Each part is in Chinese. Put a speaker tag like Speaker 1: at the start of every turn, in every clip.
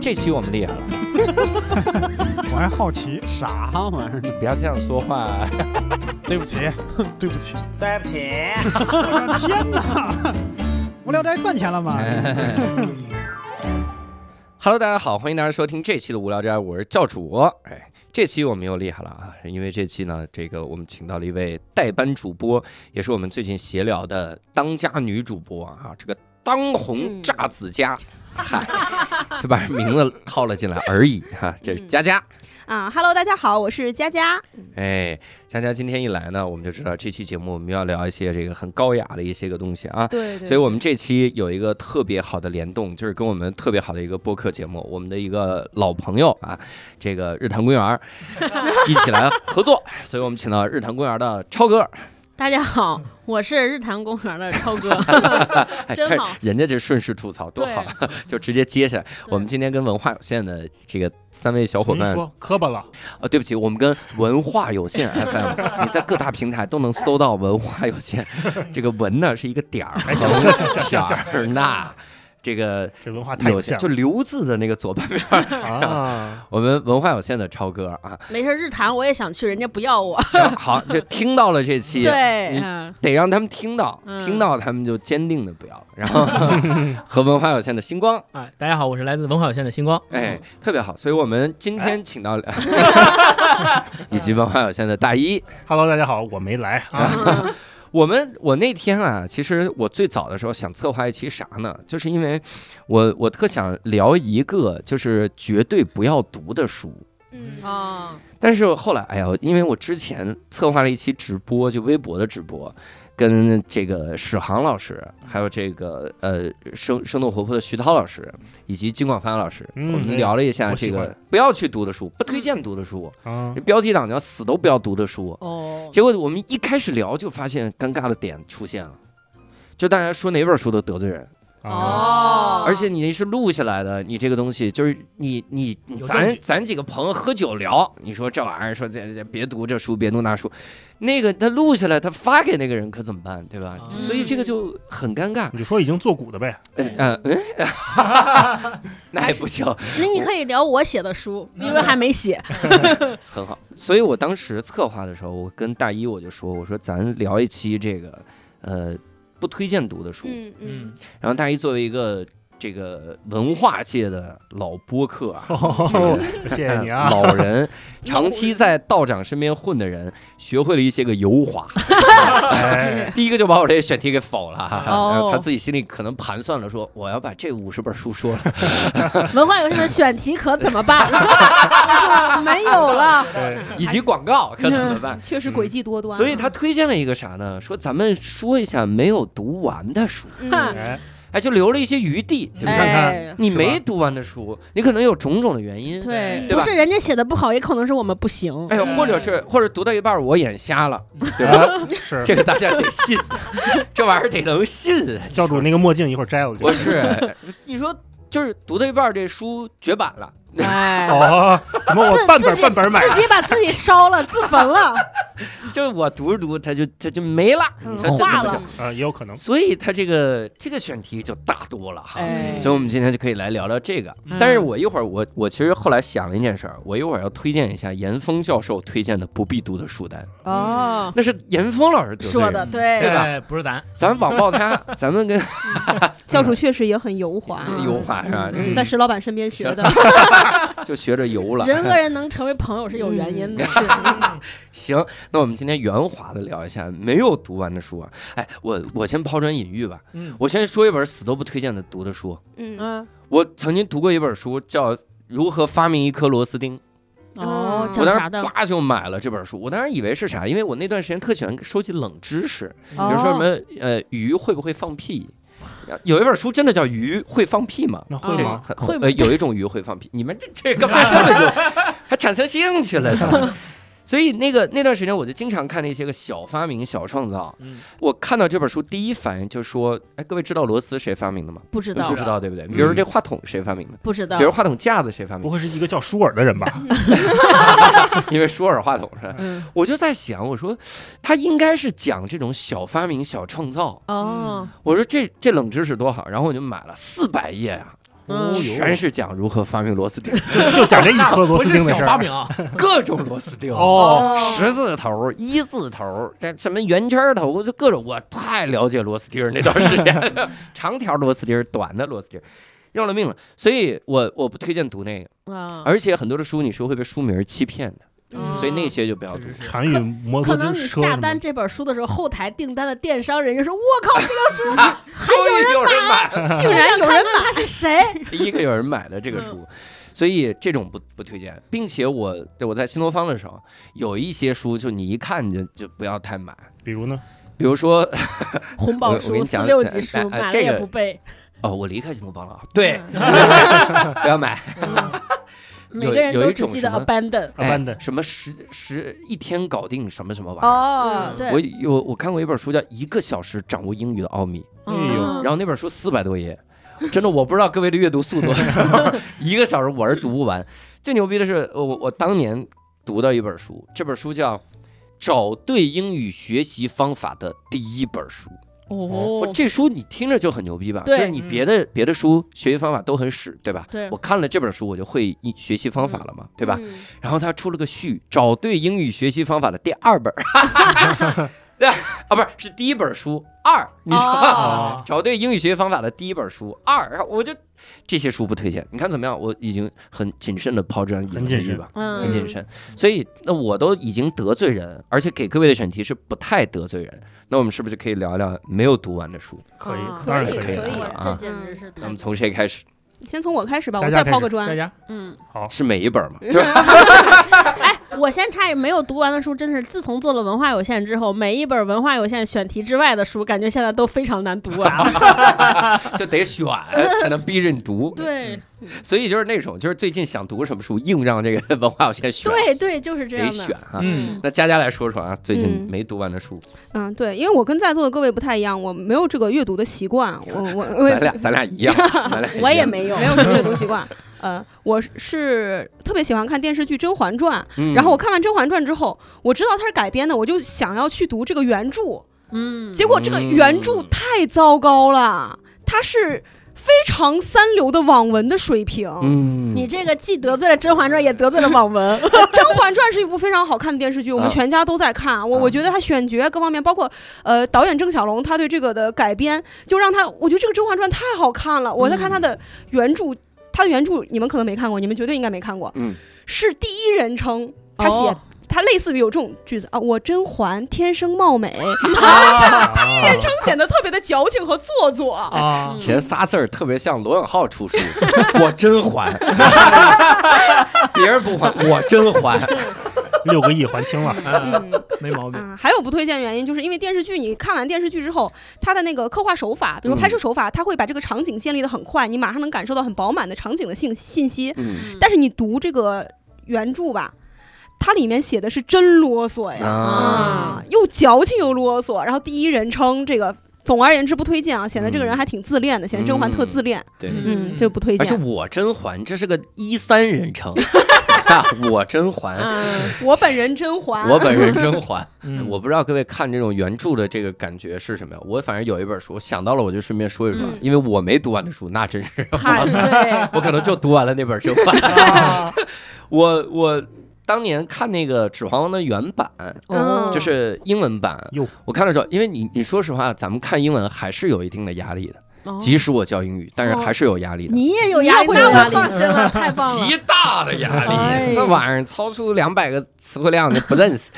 Speaker 1: 这期我们厉害了，
Speaker 2: 我还好奇，
Speaker 3: 啥玩意儿？
Speaker 1: 不要这样说话。
Speaker 4: 对不起，对不起，
Speaker 5: 对不起，
Speaker 2: 我
Speaker 4: 啊
Speaker 2: 的 天哪！无聊斋赚钱了吗？
Speaker 1: 哎 Hello，大家好，欢迎大家收听这期的无聊斋，我是教主。哎，这期我们又厉害了啊，因为这期呢，这个我们请到了一位代班主播，也是我们最近闲聊的当家女主播啊，这个当红炸子家。嗨， 就把名字套了进来而已哈、这是佳佳。
Speaker 6: 啊哈喽，大家好，我是佳佳。
Speaker 1: 哎，佳佳今天一来呢，我们就知道这期节目我们要聊一些这个很高雅的一些个东西啊。
Speaker 6: 对
Speaker 1: 所以，我们这期有一个特别好的联动，就是跟我们特别好的一个播客节目，我们的一个老朋友啊，这个日坛公园儿 一起来合作，所以我们请到日坛公园的超哥，
Speaker 7: 大家好，我是日坛公园的 超哥。
Speaker 1: 哎，
Speaker 7: 真
Speaker 1: 看
Speaker 7: 好
Speaker 1: 人家这顺势吐槽多
Speaker 7: 对
Speaker 1: 好，就直接接下来。
Speaker 7: 对
Speaker 1: 我们今天跟文化有限的这个三位小伙伴，
Speaker 4: 说磕巴了，
Speaker 1: 啊，对不起，我们跟文化有限 FM，你在各大平台都能搜到文化有限，这个文呢是一个点儿，
Speaker 4: 哎行
Speaker 1: 横
Speaker 4: 行行
Speaker 1: 点
Speaker 4: 行行
Speaker 1: 儿那这个。
Speaker 4: 这文化太
Speaker 1: 有
Speaker 4: 有
Speaker 1: 限
Speaker 4: 限
Speaker 1: 就留字的那个左半边儿，
Speaker 4: 啊！
Speaker 1: 我们文化有限的超哥啊，
Speaker 7: 没事，日坛我也想去，人家不要我。
Speaker 1: 行好，就听到了这期，
Speaker 7: 对，
Speaker 1: 嗯
Speaker 7: 嗯
Speaker 1: 得让他们听到，
Speaker 7: 嗯
Speaker 1: 听到他们就坚定的不要了。然 后和文化有限的星光，
Speaker 8: 哎，大家好，我是来自文化有限的星光。
Speaker 7: 嗯
Speaker 1: 哎，特别好，所以我们今天请到了， 以及文化有限的大一，
Speaker 4: Hello，大家好，我没来啊，
Speaker 7: 嗯
Speaker 1: 我们我那天啊，其实我最早的时候想策划一期啥呢？就是因为我我特想聊一个就是绝对不要读的书，
Speaker 6: 嗯
Speaker 7: 哦，
Speaker 1: 但是后来哎呀，因为我之前策划了一期直播，就微博的直播。跟这个史航老师，还有这个呃生生动活泼的徐涛老师，以及金广发老师，
Speaker 4: 嗯
Speaker 1: 我们聊了一下
Speaker 4: 我
Speaker 1: 这
Speaker 4: 喜欢
Speaker 1: 个不要去读的书，不推荐读的书，
Speaker 4: 啊
Speaker 1: 标题党叫死都不要读的书。
Speaker 7: 哦，
Speaker 1: 结果我们一开始聊就发现尴尬的点出现了，就大家说哪本书都得罪人，
Speaker 4: 啊！
Speaker 7: 哦
Speaker 1: 而且你是录下来的，你这个东西就是你你你
Speaker 8: 有证
Speaker 1: 咱
Speaker 8: 据
Speaker 1: 咱几个朋友喝酒聊，你说这玩意儿说这这别读这书别读那书，那个他录下来他发给那个人可怎么办对吧？
Speaker 8: 啊
Speaker 1: 所以这个就很尴尬，
Speaker 4: 你就说已经做古的呗，
Speaker 1: 嗯嗯嗯， 那也不行，
Speaker 7: 那你可以聊我写的书，因为还没写。
Speaker 1: 很好。所以我当时策划的时候，我跟大一我就说我说咱聊一期这个呃不推荐读的书，
Speaker 6: 嗯 嗯，
Speaker 1: 然后大一作为一个这个文化界的老播客 啊，，
Speaker 4: 谢谢你啊
Speaker 1: 老人，长期在道长身边混的人，学会了一些个油 滑。
Speaker 8: 嗯
Speaker 1: 嗯
Speaker 4: 哎，
Speaker 1: 第一个就把我这个选题给否了，然后他
Speaker 7: 哦
Speaker 1: 自己心里可能盘算了说，我要把这五十本书说了，
Speaker 7: 文化有限的选题可怎么办？ 没有了。
Speaker 8: 嗯
Speaker 4: 对，
Speaker 1: 以及广告可怎么
Speaker 7: 哎
Speaker 1: 办？
Speaker 6: 确实诡计多端啊。
Speaker 1: 嗯所以 他推荐了一个啥呢？说咱们说一下没有读完的书，
Speaker 6: 嗯
Speaker 4: 哎，
Speaker 1: 哎，就留了一些余地，对不对？
Speaker 4: 看看
Speaker 7: 哎
Speaker 1: 你
Speaker 4: 是吧
Speaker 1: 没读完的书，你可能有种种的原因，
Speaker 7: 对，
Speaker 1: 对吧
Speaker 7: 不是人家写的不好，也可能是我们不行。
Speaker 1: 哎呦，或者是或者读到一半儿我眼瞎了，
Speaker 7: 嗯
Speaker 1: 对吧？
Speaker 4: 啊
Speaker 8: 嗯
Speaker 4: 是
Speaker 1: 这个大家得信，这玩意儿得能信。
Speaker 4: 教主那个墨镜一会儿摘了就，
Speaker 1: 不是，你说就是读到一半儿这书绝版了，
Speaker 7: 哎，
Speaker 4: 哦， 怎么我半本半本买？
Speaker 7: 自己把自己烧了，自焚 了，
Speaker 1: 就是我读着读它就它就没了，你说这怎
Speaker 7: 嗯
Speaker 1: 么
Speaker 7: 化了
Speaker 1: 讲？。
Speaker 4: 啊，也有可能，
Speaker 1: 所以它这个这个选题就大多了哈。
Speaker 7: 哎
Speaker 1: 所以，我们今天就可以来聊聊这个。
Speaker 7: 嗯
Speaker 1: 但是我一会儿，我我其实后来想了一件事儿，我一会儿要推荐一下严峰教授推荐的不必读的书单，
Speaker 7: 哦，
Speaker 1: 那是严峰老师得罪
Speaker 7: 说
Speaker 1: 人
Speaker 7: 的对，
Speaker 1: 吧
Speaker 8: 哎，不是咱，
Speaker 1: 咱们网暴 他，咱们跟
Speaker 6: 教主确实也很油滑，
Speaker 7: 嗯
Speaker 1: 油滑是吧？
Speaker 4: 嗯
Speaker 6: 在石老板身边学的。
Speaker 1: 就学着油了。嗯
Speaker 7: 人和人能成为朋友是有原因的。是
Speaker 1: 行，那我们今天圆滑的聊一下没有读完的书啊。哎，我我先抛砖引玉吧，
Speaker 8: 嗯，
Speaker 1: 我先说一本死都不推荐的读的书。
Speaker 6: 嗯
Speaker 7: 嗯，
Speaker 1: 我曾经读过一本书叫《如何发明一颗螺丝钉》，
Speaker 7: 哦，
Speaker 6: 嗯
Speaker 1: 我
Speaker 7: 讲
Speaker 1: 当
Speaker 7: 啥
Speaker 1: 时
Speaker 7: 的？
Speaker 1: 叭就买了这本书。我当时以为是啥，因为我那段时间特喜欢收集冷知识，比
Speaker 7: 哦
Speaker 1: 如说什么呃鱼会不会放屁。有一本书真的叫《鱼会放屁》吗？
Speaker 4: 那
Speaker 7: 是
Speaker 4: 会
Speaker 1: 这
Speaker 8: 嗯
Speaker 4: 吗？
Speaker 1: 很
Speaker 7: 会吗
Speaker 1: 呃，有一种鱼会放屁，你们这这干嘛这么多， 还产生兴趣了？怎么 所以那个那段时间，我就经常看那些个小发明、小创造。
Speaker 8: 嗯
Speaker 1: 我看到这本书，第一反应就说：“哎，各位知道螺丝谁发明的吗？
Speaker 7: 不知道嗯
Speaker 1: 不，知道，对不对？比如说这话筒谁发明的？
Speaker 7: 不知道
Speaker 1: 比。如话筒架子谁发
Speaker 4: 不
Speaker 1: 明的？
Speaker 4: 会是一个叫舒尔的人
Speaker 8: 嗯
Speaker 4: 吧？
Speaker 1: 因为舒尔话筒是吧？
Speaker 7: 嗯，
Speaker 1: 我就在想，我说他应该是讲这种小发明、小创造。
Speaker 7: 哦，
Speaker 1: 我说这这冷知识多好，然后我就买了四百页啊，
Speaker 7: 嗯
Speaker 1: 全是讲如何发明螺丝钉，
Speaker 4: 就讲这一颗
Speaker 8: 不
Speaker 4: 螺丝
Speaker 8: 是
Speaker 4: 钉的
Speaker 8: 小
Speaker 4: 事
Speaker 8: 发
Speaker 4: 儿。
Speaker 8: 明啊，
Speaker 1: 各种螺丝钉，
Speaker 4: 哦，
Speaker 1: 十字头、一字头，这什么圆圈头，就各种，我太了解螺丝钉儿那段时间了，长条螺丝钉儿、短的螺丝钉儿，要了命了。所以我我不推荐读那个，
Speaker 7: 啊，
Speaker 1: 而且很多的书你是会被书名儿欺骗的，
Speaker 7: 嗯
Speaker 1: 哎所以那些就不要读。
Speaker 4: 禅语摩
Speaker 7: 可
Speaker 4: 托
Speaker 7: 能
Speaker 4: 丁
Speaker 7: 你
Speaker 4: 车
Speaker 7: 下
Speaker 4: 什么
Speaker 7: 单
Speaker 4: 的，
Speaker 7: 这本书的时候，后台订单的电商人就说：“我靠，这个猪
Speaker 1: 终于有人买了，
Speaker 7: 竟然有人买，他是谁
Speaker 1: 第一个有人买的这个书，所以这种不不推荐。并且我对我在新东方的时候，有一些书就你一看就就不要太买，
Speaker 4: 比如呢？
Speaker 1: 比如说？”
Speaker 7: 红
Speaker 1: 我
Speaker 7: 宝
Speaker 1: 我跟
Speaker 7: 书
Speaker 1: 你
Speaker 7: 四
Speaker 1: 讲
Speaker 7: 六
Speaker 1: 哎
Speaker 7: 级
Speaker 1: 哎
Speaker 7: 书
Speaker 1: 哎
Speaker 7: 买了
Speaker 1: 这
Speaker 7: 也
Speaker 1: 个
Speaker 7: 不背，嗯
Speaker 1: 哦，我离开新东方了啊，对， 不要买。
Speaker 7: 每个人
Speaker 1: 有有
Speaker 7: 都
Speaker 1: 一
Speaker 7: 只
Speaker 1: 种
Speaker 7: 记
Speaker 1: 什
Speaker 7: 得
Speaker 1: 么
Speaker 7: abandon。
Speaker 1: 哎
Speaker 4: Abandon
Speaker 1: 什么十十一天搞定什么什么玩意儿。
Speaker 7: 哦
Speaker 6: 嗯
Speaker 7: 对，
Speaker 1: 我有我看过一本书叫《一个小时掌握英语的奥秘
Speaker 4: 哎
Speaker 7: 呦嗯》，
Speaker 1: 然后那本书四百多页，真的我不知道各位的阅读速度， 一个小时我是读不完。最牛逼的是，呃我我当年读到一本书，这本书叫《找对英语学习方法的第一本书》。我
Speaker 7: 哦，
Speaker 1: 这书你听着就很牛逼吧？
Speaker 7: 对嗯
Speaker 1: 就是你别的别的书学习方法都很屎，对吧？
Speaker 7: 对
Speaker 1: 我看了这本书，我就会一学习方法了嘛，对吧？
Speaker 7: 嗯？
Speaker 1: 然后他出了个序，找对英语学习方法的第二本儿， 对啊，不是是第一本书二，你啊知道
Speaker 8: 啊
Speaker 1: 吗？
Speaker 4: 哦
Speaker 1: 找对英语学习方法的第一本书二，然后我就这些书不推荐。你看怎么样？我已经很谨慎的抛这样一个
Speaker 4: 很谨
Speaker 1: 问题
Speaker 4: 慎
Speaker 1: 吧，
Speaker 7: 嗯，
Speaker 1: 很谨慎。所以那我都已经得罪人，而且给各位的选题是不太得罪人。那我们是不是就可以聊聊没有读完的书？
Speaker 4: 可以
Speaker 7: 啊，
Speaker 4: 当然
Speaker 7: 可
Speaker 1: 可以
Speaker 7: 以
Speaker 1: 了
Speaker 7: 了，
Speaker 1: 啊
Speaker 7: 这简直是太
Speaker 1: 那我们从谁开始？
Speaker 6: 先从我开始吧，
Speaker 4: 佳
Speaker 6: 我
Speaker 4: 佳
Speaker 6: 再
Speaker 4: 开
Speaker 6: 抛个
Speaker 8: 佳
Speaker 6: 砖。
Speaker 8: 佳，
Speaker 7: 嗯，
Speaker 1: 是每一本 吗？对吧？
Speaker 7: 哎我先插一，没有读完的书，真是自从做了文化有限之后，每一本文化有限选题之外的书，感觉现在都非常难读
Speaker 1: 嗯
Speaker 7: 完。
Speaker 1: 就得 选才能逼着你读。
Speaker 7: 对
Speaker 1: 所以就是那种，就是最近想读什么书，硬让这个文化有限选，
Speaker 7: 对对，就是这
Speaker 1: 得
Speaker 7: 样的
Speaker 1: 选。啊。
Speaker 8: 嗯，
Speaker 1: 那佳佳来说说啊，最近
Speaker 6: 嗯
Speaker 1: 没读完的书，
Speaker 6: 嗯，对，因为我跟在座的各位不太一样，我没有这个阅读的习惯，我我我
Speaker 1: 咱俩咱俩一样，咱俩一样
Speaker 7: 我也，没有，
Speaker 6: 没有什么阅读习惯。 呃，我是特别喜欢看电视剧《甄嬛传》，
Speaker 1: 嗯
Speaker 6: 然后我看完《甄嬛传》之后，我知道它是改编的，我就想要去读这个原著，
Speaker 7: 嗯，
Speaker 6: 结果这个
Speaker 1: 嗯
Speaker 6: 原著太糟糕了，它是非常三流的网文的水平。
Speaker 1: 嗯，
Speaker 7: 你这个既得罪了《甄嬛传》，也得罪了网 文。
Speaker 6: 甄嬛传》是一部非常好看的电视剧，我们
Speaker 1: 啊
Speaker 6: 全家都在看。我我觉得他选角各方面，包括呃导演郑晓龙他对这个的改编，就让他我觉得这个《甄嬛传》太好看
Speaker 1: 嗯
Speaker 6: 了。我在看他的原著，他的原著你们可能没看过，你们绝对应该没看过，
Speaker 1: 嗯
Speaker 6: 是第一人称他写。
Speaker 7: 哦
Speaker 6: 他类似于有这种句子啊，我甄嬛天生 貌美，
Speaker 4: 啊
Speaker 6: 人称显得特别的矫情和做作。
Speaker 8: 啊，
Speaker 1: 前仨字儿特别像罗永浩出书，我真还， 别人不还，我真还，
Speaker 4: 六个亿还清了，
Speaker 8: 嗯
Speaker 6: 嗯
Speaker 8: 没毛 病，
Speaker 6: 啊，还有不推荐原因，就是因为电视剧，你看完电视剧之后，它的那个刻画手法，比如
Speaker 1: 嗯
Speaker 6: 说拍摄手法，它会把这个场景建立的很快，你马上能感受到很饱满的场景的信信息。
Speaker 1: 嗯
Speaker 6: 但是你读这个原著吧，它里面写的是真啰嗦呀，
Speaker 1: 啊，
Speaker 6: 啊，又矫情又啰嗦，然后第一人称这个，总而言之不推荐啊，显得这个人还挺自恋的，显得甄嬛特自恋，
Speaker 1: 对。
Speaker 6: 嗯，这不推
Speaker 1: 嗯而且
Speaker 6: 荐。
Speaker 1: 我真还，这是个一三人称，啊我真还，
Speaker 7: 嗯，
Speaker 6: 我本人甄嬛，
Speaker 1: 我本人真还。
Speaker 8: 嗯，
Speaker 1: 我不知道各位看这种原著的这个感觉是什么呀？我反正有一本书，我想到了我就顺便说一说，
Speaker 7: 嗯
Speaker 1: 因为我没读完的书，那真是
Speaker 7: 太 对，
Speaker 1: 我可能就读完了那本《甄嬛》
Speaker 4: 啊
Speaker 1: 我我当年看那个《指环王》的原版，
Speaker 6: 哦
Speaker 7: 嗯
Speaker 1: 就是英文版
Speaker 4: 哟，
Speaker 1: 我看的时候，因为你你说实话，咱们看英文还是有一定的压力的，
Speaker 7: 哦
Speaker 1: 即使我教英语，但是还是有压力的。
Speaker 7: 你也有
Speaker 6: 有
Speaker 7: 压
Speaker 6: 压
Speaker 7: 力，
Speaker 6: 力，
Speaker 7: 那
Speaker 6: 那
Speaker 7: 我
Speaker 6: 我
Speaker 7: 放
Speaker 6: 放
Speaker 7: 心
Speaker 6: 心了，太棒 了。
Speaker 1: 极大的压
Speaker 7: 哎
Speaker 1: 力，这玩意儿超出两百个词汇量，你不认 识。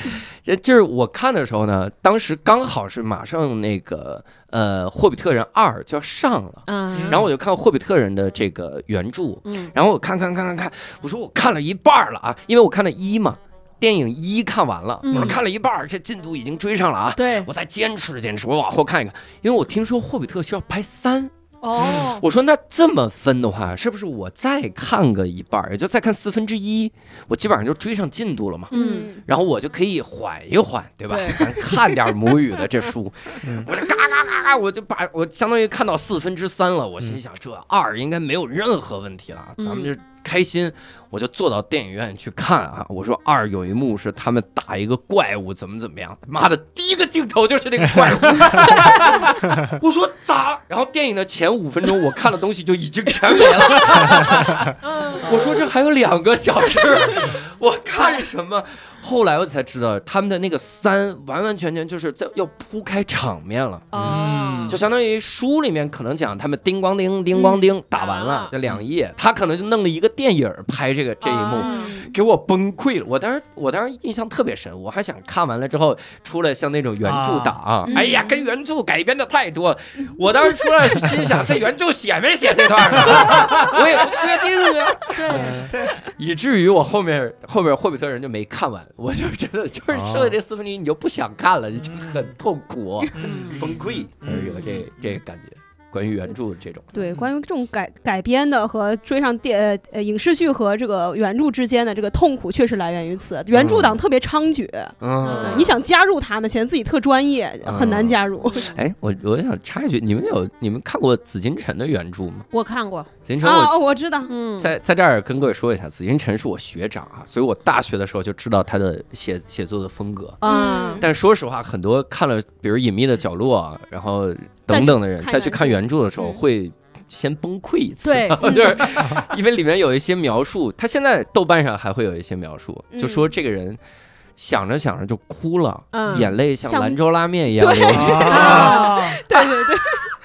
Speaker 1: 就就是我看的时候呢，当时刚好是马上那个呃《霍比特人二》就要上了，
Speaker 7: 嗯，
Speaker 1: 然后我就看《霍比特人》的这个原著，
Speaker 7: 嗯
Speaker 1: 然后我看看看看看，我说我看了一半儿了啊，因为我看了一嘛，电影一看完了，我
Speaker 7: 嗯
Speaker 1: 说看了一半儿，这进度已经追上了啊。
Speaker 7: 对
Speaker 1: 我再坚持坚持，我往后看一看，因为我听说《霍比特》需要拍三，
Speaker 7: 哦，
Speaker 1: 我说那这么分的话，是不是我再看个一半儿，也就再看四分之一，我基本上就追上进度了嘛？
Speaker 7: 嗯，
Speaker 1: 然后我就可以缓一缓，对吧？
Speaker 7: 对
Speaker 1: 咱看点儿母语的这书
Speaker 4: 嗯，
Speaker 1: 我这嘎嘎嘎嘎，我就把
Speaker 7: 嗯
Speaker 1: 我相当于看到四分之三了。我心想，这二应该没有任何问题了，咱们就开心，我就坐到电影院去看啊。我说二有一幕是他们打一个怪物，怎么怎么样，妈的，第一个镜头就是那个怪 物，我说咋？然后电影的前五分钟我看的东西就已经全没了， 我说这还有两个小时，我看什么？后来我才知道他们的那个三完完全全就是在要铺开场面了。
Speaker 7: 哦，
Speaker 1: 嗯就相当于书里面可能讲他们叮咣叮叮咣叮打完
Speaker 7: 打完
Speaker 1: 了
Speaker 7: 了
Speaker 1: 这两页，他可能就弄了一个电影儿拍这个这一幕，
Speaker 7: 啊
Speaker 1: 给我崩溃了。我当时我当时印象特别深，我还想看完了之后出来像那种原著党，
Speaker 7: 嗯
Speaker 1: 哎呀，跟原著改编的太多了。我当时出来心想，这原著写没写这段 儿？啊我也不确定啊。
Speaker 6: 嗯
Speaker 7: 对，
Speaker 1: 以至于我后面后面《霍比特人》就没看完，我就真的就是
Speaker 6: 哦
Speaker 1: 剩下这四分之一你就不想看了，你就
Speaker 6: 嗯
Speaker 1: 很痛苦、
Speaker 7: 嗯
Speaker 1: 崩溃，就是有这这个感觉。关于原著这种，
Speaker 6: 对，关于这种改改编的和追上电呃呃影视剧和这个原著之间的这个痛苦，确实来源于此。原著党特别猖獗，
Speaker 1: 嗯
Speaker 7: 嗯
Speaker 6: 你想加入他们，显得自己特专业，很难加入。
Speaker 1: 哎，我我想插一句，你们有你们看过紫禁城的原著吗？
Speaker 7: 我看过，
Speaker 1: 紫禁城我
Speaker 6: 啊，哦我知道，
Speaker 7: 嗯，
Speaker 1: 在在这儿跟各位说一下，紫禁城是我学长啊，所以我大学的时候就知道他的写写作的风格。
Speaker 6: 嗯
Speaker 7: 啊，
Speaker 1: 但说实话，很多看了比如《隐秘的角落》啊，然后等等的人，
Speaker 6: 再去
Speaker 1: 再
Speaker 6: 看
Speaker 1: 去看原著的时候，
Speaker 7: 嗯
Speaker 1: 会先崩溃一次。
Speaker 7: 对嗯
Speaker 1: 就是 因为里面有一些描述，他现在豆瓣上还会有一些描述，
Speaker 6: 嗯
Speaker 1: 就说这个人想着想着就哭了，
Speaker 7: 嗯
Speaker 1: 眼泪像
Speaker 6: 像
Speaker 1: 兰州拉面一样流下。
Speaker 4: 啊，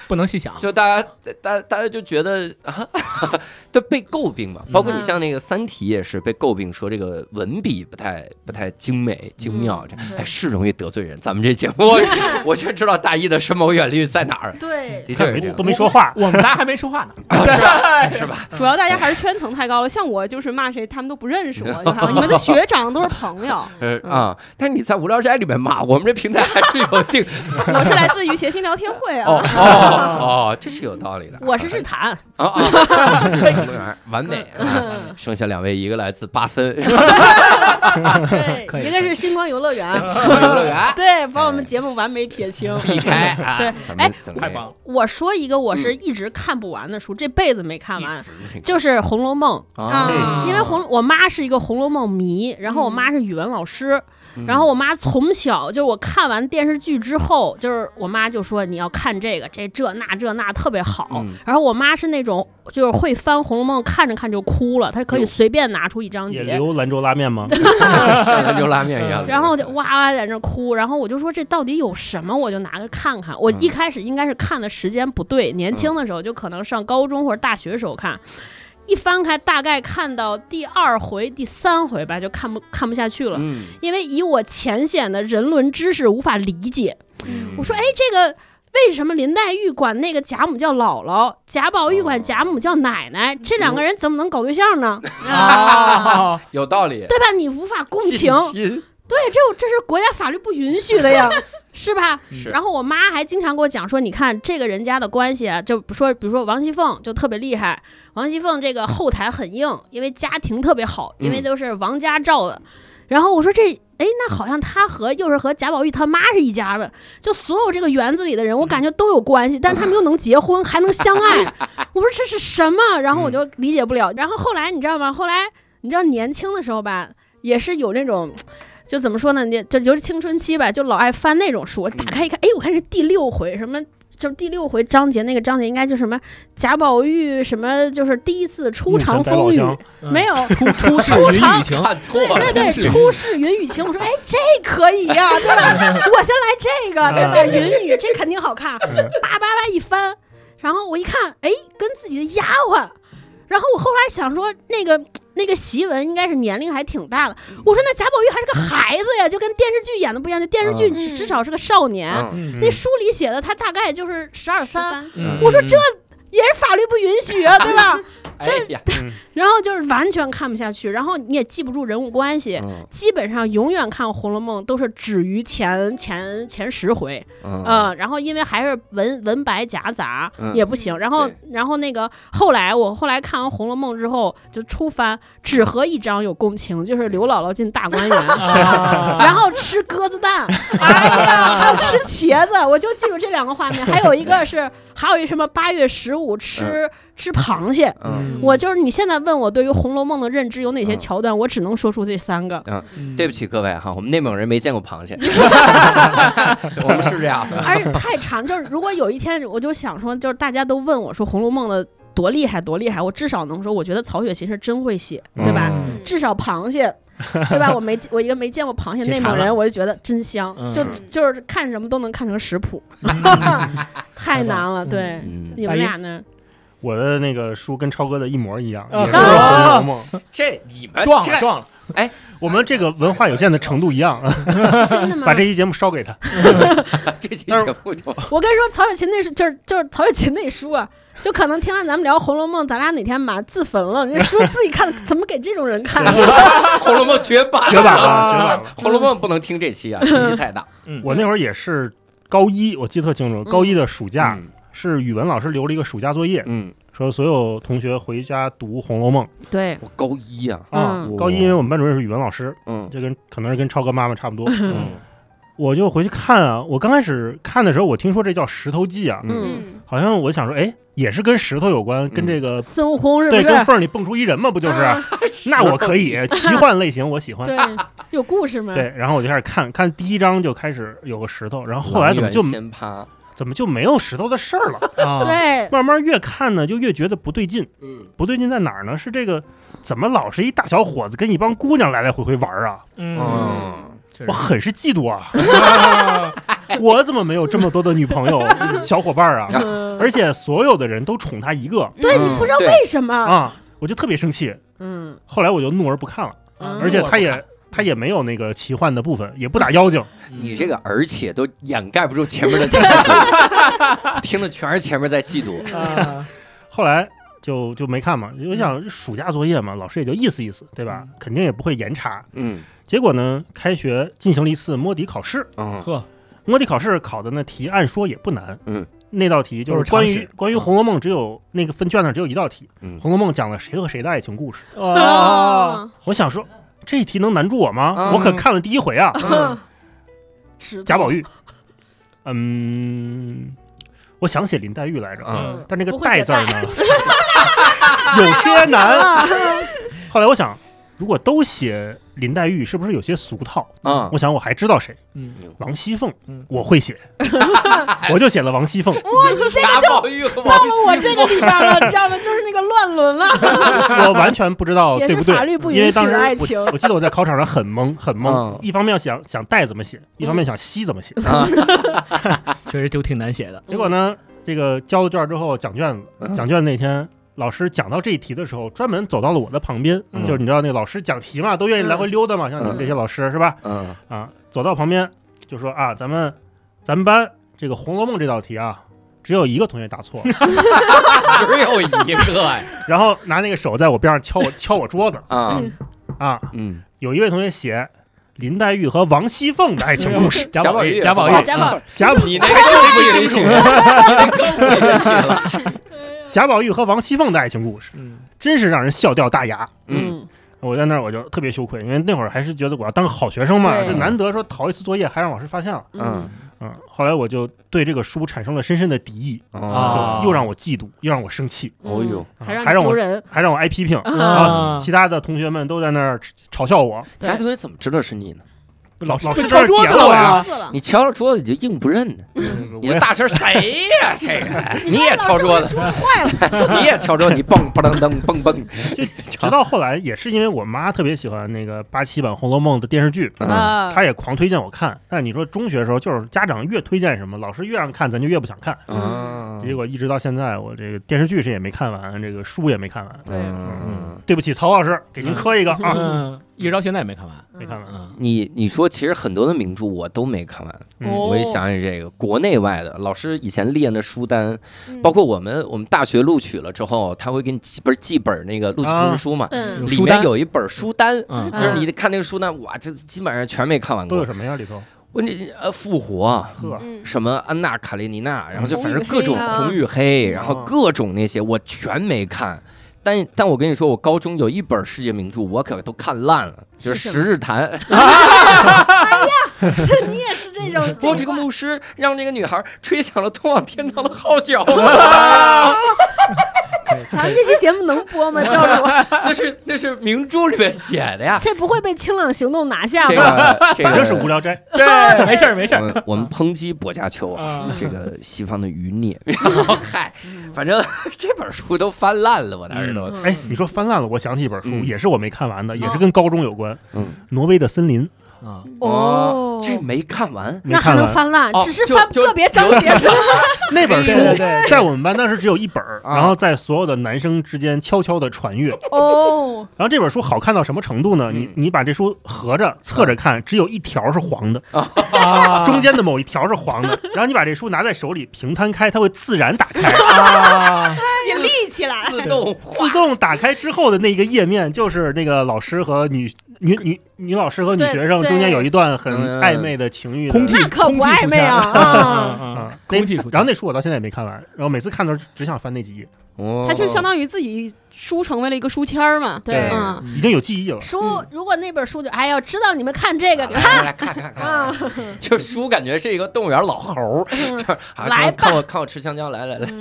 Speaker 8: 不能细想。
Speaker 1: 就大家，大大家就觉得啊， 都被诟病嘛。包括你
Speaker 7: 嗯
Speaker 1: 像那个《三体》也是被诟病说这个文笔不太不太精美精妙，这
Speaker 7: 嗯对
Speaker 1: 哎是容易得罪人。咱们这节目， 我我就知道大一的深谋远虑在哪儿，
Speaker 7: 对，
Speaker 1: 的确
Speaker 4: 看
Speaker 1: 是
Speaker 4: 没
Speaker 1: 这样
Speaker 4: 都。没说话，
Speaker 8: 我们仨还没说话呢，
Speaker 6: 主要大家还是圈层太高了，像我就是骂谁他们都不认 识我，就还好啊你们的学长都是朋友，
Speaker 1: 呃啊，但是你在无聊斋里面骂我们这平台还是有 定
Speaker 6: 我是来自于谐星聊天会
Speaker 1: 哦哦
Speaker 6: 啊。
Speaker 1: 哦，这是有道理的。
Speaker 7: 我是日 坛，
Speaker 1: 啊 啊，完美。啊
Speaker 7: 嗯
Speaker 1: 剩下两位，一个来自八分
Speaker 8: 可
Speaker 7: 对，
Speaker 8: 以
Speaker 7: 一个是星光游乐 园，啊
Speaker 1: 游乐园，
Speaker 7: 对，把我们节目完美 撇清。
Speaker 1: 避哎开嗯啊。
Speaker 7: 对
Speaker 1: 咱们
Speaker 7: 哎
Speaker 1: 整个
Speaker 8: 太棒了！
Speaker 7: 我说一个我是一直看不完的书，这辈子没看完，
Speaker 1: 是
Speaker 7: 就是《红楼梦》
Speaker 1: 啊，
Speaker 7: 因为红我妈是一个《红楼梦》迷，然后我妈是语文老师，
Speaker 1: 嗯
Speaker 7: 然后我妈从小就是我看完电视剧之后，就是我妈就说你要看这个这这那这那特别好，
Speaker 1: 嗯
Speaker 7: 然后我妈是那种就是会翻《红楼梦》，看着看着就哭了，她可以
Speaker 1: 哟
Speaker 7: 随便拿出一章
Speaker 4: 也
Speaker 7: 节，
Speaker 4: 留兰州拉面吗？
Speaker 1: 像兰州拉面一样。
Speaker 7: 然后就哇哇在那哭，然后我就说这到底有什么，我就拿着看看。我
Speaker 1: 嗯
Speaker 7: 一开始应该是看的时间不对，年轻的时候就可能上高中或者大学时候看，一翻开大概看到第二回、第三回吧，就看不看不下去了，
Speaker 1: 嗯，
Speaker 7: 因为以我浅显的人伦知识无法理解。
Speaker 1: 嗯，
Speaker 7: 我说哎，这个。为什么林黛玉管那个贾母叫姥姥，贾宝玉
Speaker 1: 哦
Speaker 7: 管贾母叫奶奶？这
Speaker 1: 嗯
Speaker 7: 两个人怎么能搞对象 呢？
Speaker 8: 啊，
Speaker 1: 有道理，
Speaker 7: 对吧？你无法共
Speaker 1: 近
Speaker 7: 情，
Speaker 1: 亲
Speaker 7: 对，这这是国家法律不允许的呀，是吧？
Speaker 1: 嗯是
Speaker 7: 然后我妈还经常给我讲说，你看这个人家的关系啊，就说比如说王熙凤就特别厉害，王熙凤这个后台很硬，因为家庭特别好，因为
Speaker 1: 嗯
Speaker 7: 都是王家照的。然后我说这，哎，那好像她和又是和贾宝玉他妈是一家的，就所有这个园子里的人，我感觉都有关系，但他们又能结婚，还能相爱。 我说这是什么？然后
Speaker 1: 嗯
Speaker 7: 我就理解不了。然后后来你知道吗？后来你知道年轻的时候吧，也是有那种。就怎么说呢？你就尤其青春期吧，就老爱翻那种书。打开一看，哎，我看是第六回，什么就是第六回章节，那个章节应该就是什么贾宝玉什么，就是第一次初尝风
Speaker 4: 木
Speaker 7: 雨
Speaker 4: 前白老，
Speaker 8: 嗯
Speaker 7: 没有，
Speaker 8: 出出世
Speaker 7: 出
Speaker 8: 云
Speaker 7: 场
Speaker 8: 雨情，
Speaker 1: 看错
Speaker 7: 对
Speaker 1: 了，嗯
Speaker 7: 对，
Speaker 8: 是
Speaker 7: 初试云雨情，我说哎，这可以呀、对吧？ 我先来这个，对吧？
Speaker 4: 啊
Speaker 7: 云雨这肯定好看，叭叭叭一翻，然后我一看，哎，跟自己的丫鬟，然后我后来想说，那个那个席文应该是年龄还挺大的，我说那贾宝玉还是个孩子呀，就跟电视剧演的不一样，就电视剧
Speaker 1: 嗯
Speaker 7: 至至少是个少年，
Speaker 1: 嗯
Speaker 4: 嗯
Speaker 7: 那书里写的他大概就是十二三，
Speaker 8: 嗯。
Speaker 7: 我说这也是法律不允许啊，对 吧？
Speaker 1: 哎呀，
Speaker 4: 嗯
Speaker 7: 然后就是完全看不下去，然后你也记不住人物关系。
Speaker 1: 嗯
Speaker 7: 基本上永远看《红楼梦》都是止于前前前十回，
Speaker 1: 嗯
Speaker 7: 嗯、然后因为还是文文白夹杂、
Speaker 1: 嗯
Speaker 7: 也不行，然后
Speaker 1: 对
Speaker 7: 然后那个后来我后来看完《红楼梦》之后就初翻，只和一章有共情，就是刘姥姥进大观园
Speaker 8: 啊，
Speaker 7: 然后吃鸽子蛋，哎呀，还有吃茄子，我就记住这两个画面。还有一个是，还有一什么八月十五吃吃螃蟹。
Speaker 1: 嗯，
Speaker 7: 我就是你现在问我对于《红楼梦》的认知有哪些桥段，我只能说出这三个。
Speaker 4: 嗯
Speaker 1: 对不起各位哈，我们内蒙人没见过螃蟹，我们是这样 的。
Speaker 7: 而且太长，就是如果有一天我就想说，就是大家都问我说《红楼梦》的多厉害多厉害，我至少能说，我觉得曹雪芹是真会写，对吧？
Speaker 1: 嗯
Speaker 7: 至少螃蟹，对吧？我没我一个没见过螃蟹
Speaker 4: 写
Speaker 7: 内
Speaker 4: 馋
Speaker 7: 蒙人，
Speaker 4: 了
Speaker 7: 我就觉得真香，
Speaker 4: 嗯
Speaker 7: 就是就是看什么都能看成 食谱，太难了。
Speaker 4: 嗯
Speaker 7: 对，
Speaker 1: 嗯，
Speaker 7: 你们俩呢？
Speaker 4: 我的那个书跟超哥的一模一样，
Speaker 8: 啊
Speaker 7: 嗯
Speaker 4: 也是《红
Speaker 7: 哦
Speaker 4: 楼
Speaker 8: 啊
Speaker 4: 梦》。
Speaker 1: 这你们
Speaker 8: 撞
Speaker 1: 这
Speaker 8: 了撞了，
Speaker 4: 我们这个文化有限的程度一样，
Speaker 7: 真的吗
Speaker 4: 把？这期节目烧给他。
Speaker 1: 这期节目就
Speaker 7: 我跟你说，曹雪芹那是就是就是曹雪芹那书啊。就可能听完咱们聊《红楼梦》，咱俩哪天妈自焚了？人家书自己看，怎么给这种人看？
Speaker 1: 《红楼梦》绝版，
Speaker 4: 绝版
Speaker 7: 嗯
Speaker 4: 了，绝版 了。
Speaker 1: 《红楼梦》不能听这期啊，冲击太大。
Speaker 8: 嗯
Speaker 4: 我那会儿也是高一，我记得特清楚，高一的暑假
Speaker 7: 嗯
Speaker 4: 是语文老师留了一个暑假作业，
Speaker 1: 嗯，
Speaker 4: 说所有同学回家读《红楼梦
Speaker 7: 对，
Speaker 1: 我高一啊，》
Speaker 4: 啊
Speaker 1: 嗯。
Speaker 4: 高一因为我们班主任是语文老师，
Speaker 1: 嗯
Speaker 4: 这跟可能是跟超哥妈妈差不多。
Speaker 1: 嗯
Speaker 4: 我就回去看啊，我刚开始看的时候，我听说这叫《石头记》啊，
Speaker 1: 嗯
Speaker 8: 嗯
Speaker 4: 好像我想说，哎，也是跟石头有关，跟这个
Speaker 7: 孙悟空是不
Speaker 4: 对，
Speaker 7: 是？
Speaker 4: 跟缝儿里蹦出一人嘛，不就是？
Speaker 7: 啊
Speaker 4: 那我可 以，奇幻类型我喜欢。
Speaker 7: 对，有故事吗？
Speaker 4: 对，，然后我就开始看看第一章，就开始有个石头，然后后来怎么就
Speaker 1: 先趴？
Speaker 4: 怎么就没有石头的事儿了？
Speaker 8: 啊，
Speaker 7: 对，
Speaker 4: 慢慢越看呢，就越觉得不对劲。
Speaker 1: 嗯，
Speaker 4: 不对劲在哪儿呢？是这个怎么老是一大小伙子跟一帮姑娘来来回回玩儿啊？
Speaker 8: 嗯，
Speaker 1: 嗯，
Speaker 4: 我
Speaker 8: 我
Speaker 4: 很是嫉妒啊！ 我怎么没有这么多的女朋 友、小伙伴儿啊？
Speaker 7: 嗯
Speaker 4: 而且所有的人都宠他一个
Speaker 7: 对你不知道
Speaker 1: 对
Speaker 7: 为什么？
Speaker 4: 啊，我就特别生气。
Speaker 7: 嗯，
Speaker 4: 后来我就怒而不看了，
Speaker 7: 嗯
Speaker 4: 而且他也他也没有那个奇幻的部分，也不打妖精。
Speaker 1: 嗯你这个而且都掩盖不住前面的嫉妒，听的全是前面在嫉妒。
Speaker 8: 啊
Speaker 4: 后来就就没看嘛，我想暑假作业嘛，老师也就意思意思，对吧？肯定也不会严查。
Speaker 1: 嗯
Speaker 4: 结果呢，开学进行了一次摸底考试，
Speaker 1: 嗯
Speaker 4: 摸底考试考的那题按说也不难，
Speaker 1: 嗯，
Speaker 4: 那道题就
Speaker 8: 都
Speaker 4: 是
Speaker 8: 是
Speaker 4: 关
Speaker 8: 常
Speaker 4: 于
Speaker 8: 识
Speaker 4: 关于《
Speaker 8: 啊
Speaker 4: 红楼梦》只有那个分卷上只有一道题，
Speaker 1: 嗯
Speaker 4: 《红楼梦》讲了谁和谁的爱情故事。
Speaker 7: 哦
Speaker 8: 啊，
Speaker 4: 我想说，这题能难住我吗？
Speaker 1: 嗯
Speaker 4: 我可看了第一回啊，
Speaker 7: 石头
Speaker 4: 贾宝玉，嗯，我想写林黛玉来着，
Speaker 1: 嗯
Speaker 4: 但那个“
Speaker 7: 不会
Speaker 4: 黛”
Speaker 7: 写
Speaker 4: 字儿
Speaker 7: 黛
Speaker 4: 呢， 有些
Speaker 7: 啊
Speaker 4: 难。后来我想，如果都写林黛玉，是不是有些俗套？
Speaker 1: 嗯
Speaker 4: 我想我还知道谁，
Speaker 8: 嗯
Speaker 4: 王熙凤
Speaker 8: 嗯，
Speaker 4: 我 会写，我就写了王熙凤。
Speaker 1: 嗯贾宝玉和
Speaker 7: 到
Speaker 1: 王
Speaker 7: 了我这
Speaker 1: 熙
Speaker 7: 个
Speaker 1: 凤，
Speaker 7: 里边了，你知道吗？就是那个乱伦了，
Speaker 4: 我完全不知道
Speaker 7: 也
Speaker 4: 对不
Speaker 7: 是
Speaker 4: 对
Speaker 7: 法律不，
Speaker 4: 因为
Speaker 7: 允许
Speaker 4: 当时
Speaker 7: 的爱
Speaker 4: 我
Speaker 7: 情。
Speaker 4: 我记得我在考场上很懵很懵
Speaker 1: 嗯，
Speaker 4: 一方面想想带怎么写，一
Speaker 7: 嗯
Speaker 4: 方面想西怎么写。
Speaker 1: 啊
Speaker 8: 确实就挺难写的，
Speaker 4: 结果呢，这个交了卷之后讲卷
Speaker 1: 嗯
Speaker 4: 子，讲卷子那天。老师讲到这一题的时候，专门走到了我的旁边，
Speaker 1: 嗯
Speaker 4: 就是你知道那个老师讲题嘛，都愿意来回溜达嘛，像你们这些老师是吧？
Speaker 1: 嗯
Speaker 4: 啊，走到旁边就说啊，咱们咱们班这个《红楼梦》这道题啊，只有一个同学 答错了，
Speaker 1: 只有一个呀
Speaker 4: 然后拿那个手在我边上敲我敲我桌子
Speaker 1: 啊
Speaker 4: 啊，
Speaker 1: 嗯，
Speaker 4: 有一位同学写林黛玉和王熙凤的爱情故事，
Speaker 8: 贾宝玉，
Speaker 1: 贾
Speaker 8: 贾
Speaker 1: 宝
Speaker 8: 宝
Speaker 1: 玉
Speaker 8: 玉，
Speaker 7: 嗯贾哦宝
Speaker 4: 贾
Speaker 7: 玉
Speaker 1: 你那个是不允许，那更不允许了。
Speaker 4: 贾宝玉和王熙凤的爱情故事，
Speaker 8: 嗯
Speaker 4: 真是让人笑掉大牙。
Speaker 1: 嗯，
Speaker 7: 嗯，
Speaker 4: 我在那儿我就特别羞愧，因为那会儿还是觉得我要当个好学生嘛，
Speaker 7: 对
Speaker 4: 这难得说逃一次作业，还让老师发现了。
Speaker 1: 嗯
Speaker 4: 嗯，后来我就对这个书产生了深深的敌意，
Speaker 1: 啊，
Speaker 4: 就又让我嫉妒，又让我生气，
Speaker 1: 哦呦
Speaker 7: 嗯还让
Speaker 4: 还让
Speaker 7: 你
Speaker 4: 我
Speaker 7: 丢人
Speaker 4: 还让我挨批评。啊，其他的同学们都在那儿嘲笑我，
Speaker 1: 其他同学怎么知道是你呢？
Speaker 4: 老老师
Speaker 8: 就敲
Speaker 4: 在那儿
Speaker 8: 桌
Speaker 4: 点
Speaker 8: 子
Speaker 4: 我
Speaker 8: 了
Speaker 4: 呀，
Speaker 8: 呀，
Speaker 7: 死了。
Speaker 1: 你敲着桌子你就硬不认呢，
Speaker 4: 我
Speaker 1: 你就
Speaker 4: 也
Speaker 1: 大声谁呀？这个你也敲桌子，
Speaker 7: 坏了，
Speaker 1: 你也敲桌子，你蹦蹦噔噔蹦蹦，
Speaker 4: 直到后来也是因为我妈特别喜欢那个八七版《红楼梦》的电视剧，
Speaker 1: 嗯
Speaker 7: 啊
Speaker 4: 她也狂推荐我看。但你说中学的时候，就是家长越推荐什么，老师越让看，咱就越不想看。
Speaker 1: 啊
Speaker 4: 结果一直到现在，我这个电视剧是也没看完，这个书也没看完。
Speaker 1: 嗯，
Speaker 4: 对不起，曹老师，给您磕一个啊！
Speaker 8: 嗯，一直到现在也没看完，
Speaker 4: 没看完，
Speaker 8: 嗯，
Speaker 1: 你你说，其实很多的名著我都没看完。
Speaker 4: 嗯
Speaker 7: 哦
Speaker 1: 我一想起这个国内外的老师以前列那书单，
Speaker 7: 嗯
Speaker 1: 包括我们我们大学录取了之后，他会给你记不是记本那个录取通知书嘛，
Speaker 7: 嗯
Speaker 8: 有
Speaker 1: 里
Speaker 8: 书
Speaker 1: 面
Speaker 8: 单
Speaker 1: 有一本书单，
Speaker 8: 嗯
Speaker 1: 就是你得看那个书单，哇，这基本上全没看完
Speaker 4: 都有
Speaker 1: 过。
Speaker 4: 什么呀？里头，
Speaker 1: 我那呃复活。
Speaker 4: 呵，
Speaker 7: 嗯
Speaker 1: 什么安娜·卡列尼娜，然后就
Speaker 7: 红
Speaker 1: 反
Speaker 7: 与
Speaker 1: 正各种
Speaker 7: 黑啊
Speaker 1: 红与黑，然后
Speaker 4: 哦
Speaker 1: 各种那些我全没看。但但我跟你说，我高中有一本世界名著，我可都看烂了，就是《
Speaker 7: 是什
Speaker 1: 十
Speaker 7: 么
Speaker 1: 日谈》。
Speaker 7: 你也是这种，
Speaker 1: 不过这个牧 师让这个女孩吹响了通往天堂的号角。
Speaker 2: 可以
Speaker 7: 咱们这期节目能播吗？教主，
Speaker 1: 那是那是名著里面写的呀。
Speaker 7: 这不会被清朗行动拿下
Speaker 1: 这
Speaker 7: 吗？
Speaker 1: 个这
Speaker 4: 反
Speaker 1: 个
Speaker 4: 正是无聊斋，
Speaker 8: 对，啊没事儿没事
Speaker 1: 我
Speaker 8: 儿。
Speaker 1: 们我们抨击薄伽丘啊，
Speaker 8: 啊，
Speaker 1: 这个西方的余孽。然后 嗨，反正 这本书都翻烂了，我当时都。
Speaker 7: 嗯
Speaker 4: 哎，你说翻烂了，我想起一本书，
Speaker 1: 嗯
Speaker 4: 也是我没看完的，也是
Speaker 7: 哦
Speaker 4: 跟高中有关，
Speaker 1: 嗯
Speaker 4: 挪威的森林》
Speaker 8: 啊，
Speaker 7: 哦，
Speaker 1: 这没看完，
Speaker 4: 没
Speaker 7: 那还
Speaker 4: 看
Speaker 7: 能
Speaker 4: 完。
Speaker 7: 翻烂
Speaker 1: 哦？
Speaker 7: 只是
Speaker 1: 就
Speaker 7: 翻
Speaker 1: 就
Speaker 7: 个别章节是吧？
Speaker 4: 那本书
Speaker 8: 对 对对，
Speaker 4: 在我们班当时只有一本儿，
Speaker 1: 啊
Speaker 4: 然后在所有的男生之间悄悄的传阅。
Speaker 7: 哦，
Speaker 4: 然后这本书好看到什么程度呢？你
Speaker 1: 嗯
Speaker 4: 你把这书合着侧着看，只有一条是黄的，
Speaker 8: 啊
Speaker 4: 中间的某一条是黄的。然后你把这书拿在手里平摊开，它会自然打开，
Speaker 8: 啊，
Speaker 7: 你立起来，
Speaker 1: 自动
Speaker 4: 自动打开之后的那个页面就是那个老师和女女女女老师和女
Speaker 7: 对
Speaker 4: 学生
Speaker 7: 对
Speaker 4: 中间有一段很
Speaker 1: 嗯
Speaker 4: 暧昧的情欲的
Speaker 8: 空气
Speaker 7: 那可不暧昧啊啊！
Speaker 8: 啊
Speaker 4: 啊，那
Speaker 8: 空气出
Speaker 4: 然后那书我到现在也没看完，然后每次看的时候只想翻那几页，
Speaker 1: 哦
Speaker 6: 他就相当于自己书成为了一个书签儿嘛。
Speaker 1: 对
Speaker 7: 对。
Speaker 6: 嗯，
Speaker 4: 已经有记忆了。
Speaker 7: 书如果那本书就哎呀，知道你们看这个
Speaker 1: 来来来看看
Speaker 7: 啊
Speaker 1: 看，， 就书感觉是一个动物园老猴儿，
Speaker 7: 嗯
Speaker 1: 就是啊，
Speaker 7: 来
Speaker 1: 说
Speaker 7: 吧
Speaker 1: 看我看我吃香蕉，来来
Speaker 7: 嗯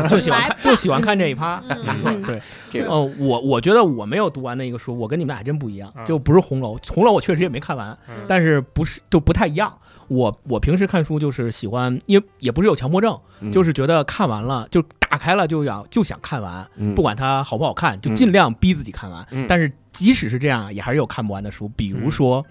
Speaker 1: 来，
Speaker 8: 就喜欢
Speaker 7: 来
Speaker 8: 看就喜欢看这一趴，
Speaker 7: 嗯
Speaker 8: 没错
Speaker 6: 嗯，
Speaker 8: 对。
Speaker 1: 这个
Speaker 8: 哦，我我觉得我没有读完那个书，我跟你们俩还真不一样
Speaker 4: 嗯，
Speaker 8: 就不是红楼，红楼我确实也没看完
Speaker 4: 嗯，
Speaker 8: 但是不是就不太一样。我我平时看书就是喜欢，因为也不是有强迫症，
Speaker 1: 嗯
Speaker 8: 就是觉得看完了就打开了就要就想看完，
Speaker 1: 嗯
Speaker 8: 不管它好不好看，就
Speaker 1: 嗯
Speaker 8: 尽量逼自己看完
Speaker 1: 嗯。
Speaker 8: 但是即使是这样，也还是有看不完的书，比如说《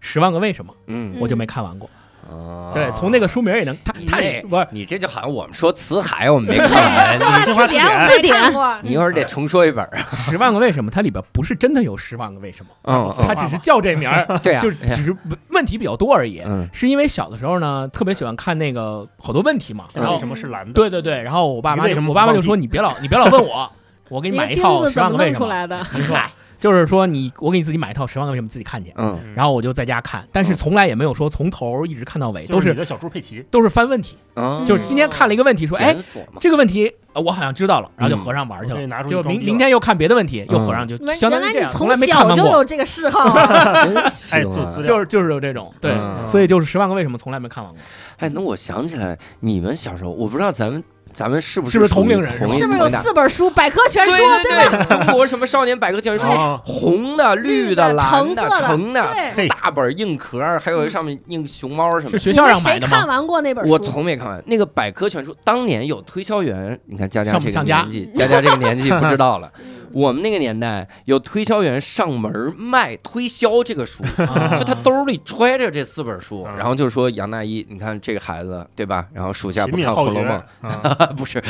Speaker 8: 十万个为什么》，
Speaker 1: 嗯，
Speaker 8: 我就没看完过。
Speaker 1: 哦
Speaker 8: 对，从那个书名也能，它
Speaker 1: 你
Speaker 8: 它
Speaker 1: 这
Speaker 8: 是不是
Speaker 1: 你这就好像我们说辞海，我们没 看
Speaker 4: 对
Speaker 1: 完，
Speaker 4: 新华字典
Speaker 7: 字典，
Speaker 1: 你一会儿得重说一本儿。啊
Speaker 8: 《十万个为什么》，它里边不是真的有十万个为什么，
Speaker 1: 嗯
Speaker 8: 它只是叫这名儿，
Speaker 1: 对啊，
Speaker 8: 嗯 就是只是问题比较多而已。
Speaker 1: 嗯
Speaker 8: 是因为小的时候呢，特别喜欢看那个好多问题嘛，
Speaker 4: 那
Speaker 6: 哦
Speaker 8: 然
Speaker 4: 为
Speaker 8: 后
Speaker 4: 什么是蓝的？
Speaker 8: 对对对，然后我爸妈
Speaker 4: 你为什
Speaker 8: 就
Speaker 4: 么
Speaker 8: 我爸妈就
Speaker 4: 不
Speaker 8: 说
Speaker 4: 放
Speaker 8: 你别老你别老问我， 我给你
Speaker 7: 嗯
Speaker 8: 买一套《十万个为什么》，
Speaker 7: 的？
Speaker 8: 没错，就是说你我给你自己买一套《十万个为什么》自己看去，
Speaker 1: 嗯
Speaker 4: 嗯，
Speaker 8: 然后我就在家看，但是从来也没有说从头一直看到尾，都
Speaker 4: 是你
Speaker 8: 是
Speaker 4: 的小猪佩奇，
Speaker 8: 都是翻问题，
Speaker 1: 嗯，
Speaker 8: 就是今天看了一个问题说，哎
Speaker 1: 检，索嘛，
Speaker 8: 这个问题呃我好像知道了，然后就
Speaker 1: 嗯
Speaker 8: 合上玩去
Speaker 4: 我
Speaker 8: 了
Speaker 4: 可以。拿出去
Speaker 8: 就
Speaker 4: 装
Speaker 8: 明
Speaker 4: 逼
Speaker 8: 明
Speaker 4: 了。嗯
Speaker 8: 天又看别的问题，又合上就
Speaker 7: 原
Speaker 8: 相当
Speaker 7: 来
Speaker 8: 于这
Speaker 7: 你
Speaker 8: 样，从
Speaker 7: 从
Speaker 8: 来没看
Speaker 7: 小
Speaker 8: 完
Speaker 7: 就
Speaker 8: 过
Speaker 7: 有，这个嗜好啊，
Speaker 1: 真行啊
Speaker 4: 哎做资料
Speaker 8: 就是就是有这种对，
Speaker 1: 嗯
Speaker 8: 所以就是《十万个为什么》从来没看完过。
Speaker 1: 哎，那我想起来，你们小时候，我不知道咱们咱们是不
Speaker 8: 是不是
Speaker 1: 同
Speaker 8: 同龄人
Speaker 1: 同
Speaker 7: 是不
Speaker 1: 同
Speaker 7: 是有
Speaker 1: 龄的
Speaker 7: 四本书百科全书？
Speaker 1: 对对对，中国什么少年百科全书，
Speaker 8: 啊
Speaker 4: 哦
Speaker 1: 红的、绿
Speaker 7: 绿的
Speaker 1: 蓝的、
Speaker 7: 橙色的
Speaker 1: 橙的，
Speaker 7: 对
Speaker 1: 四大本硬壳儿，还有上面印熊猫什么
Speaker 8: 是
Speaker 1: 的。
Speaker 8: 学
Speaker 7: 你
Speaker 8: 校
Speaker 7: 们
Speaker 8: 让
Speaker 7: 谁
Speaker 8: 买的
Speaker 7: 看
Speaker 8: 吗？
Speaker 7: 完过那本书？
Speaker 1: 我从没看完那个百科全书，当年有推销员，你看佳佳
Speaker 8: 上
Speaker 1: 这
Speaker 8: 不
Speaker 1: 个
Speaker 8: 上家
Speaker 1: 年纪，佳佳这个年纪不知道了。我们那个年代有推销员上门儿卖推销这个书，
Speaker 8: 啊
Speaker 1: 就他兜里揣着这四本书，
Speaker 4: 啊
Speaker 1: 然后就说杨大一，你看这个孩子对吧？然后属下
Speaker 4: 勤
Speaker 1: 不
Speaker 4: 敏
Speaker 1: 看《
Speaker 4: 好
Speaker 1: 红楼
Speaker 4: 学
Speaker 1: 梦》，
Speaker 4: 啊，
Speaker 1: 不是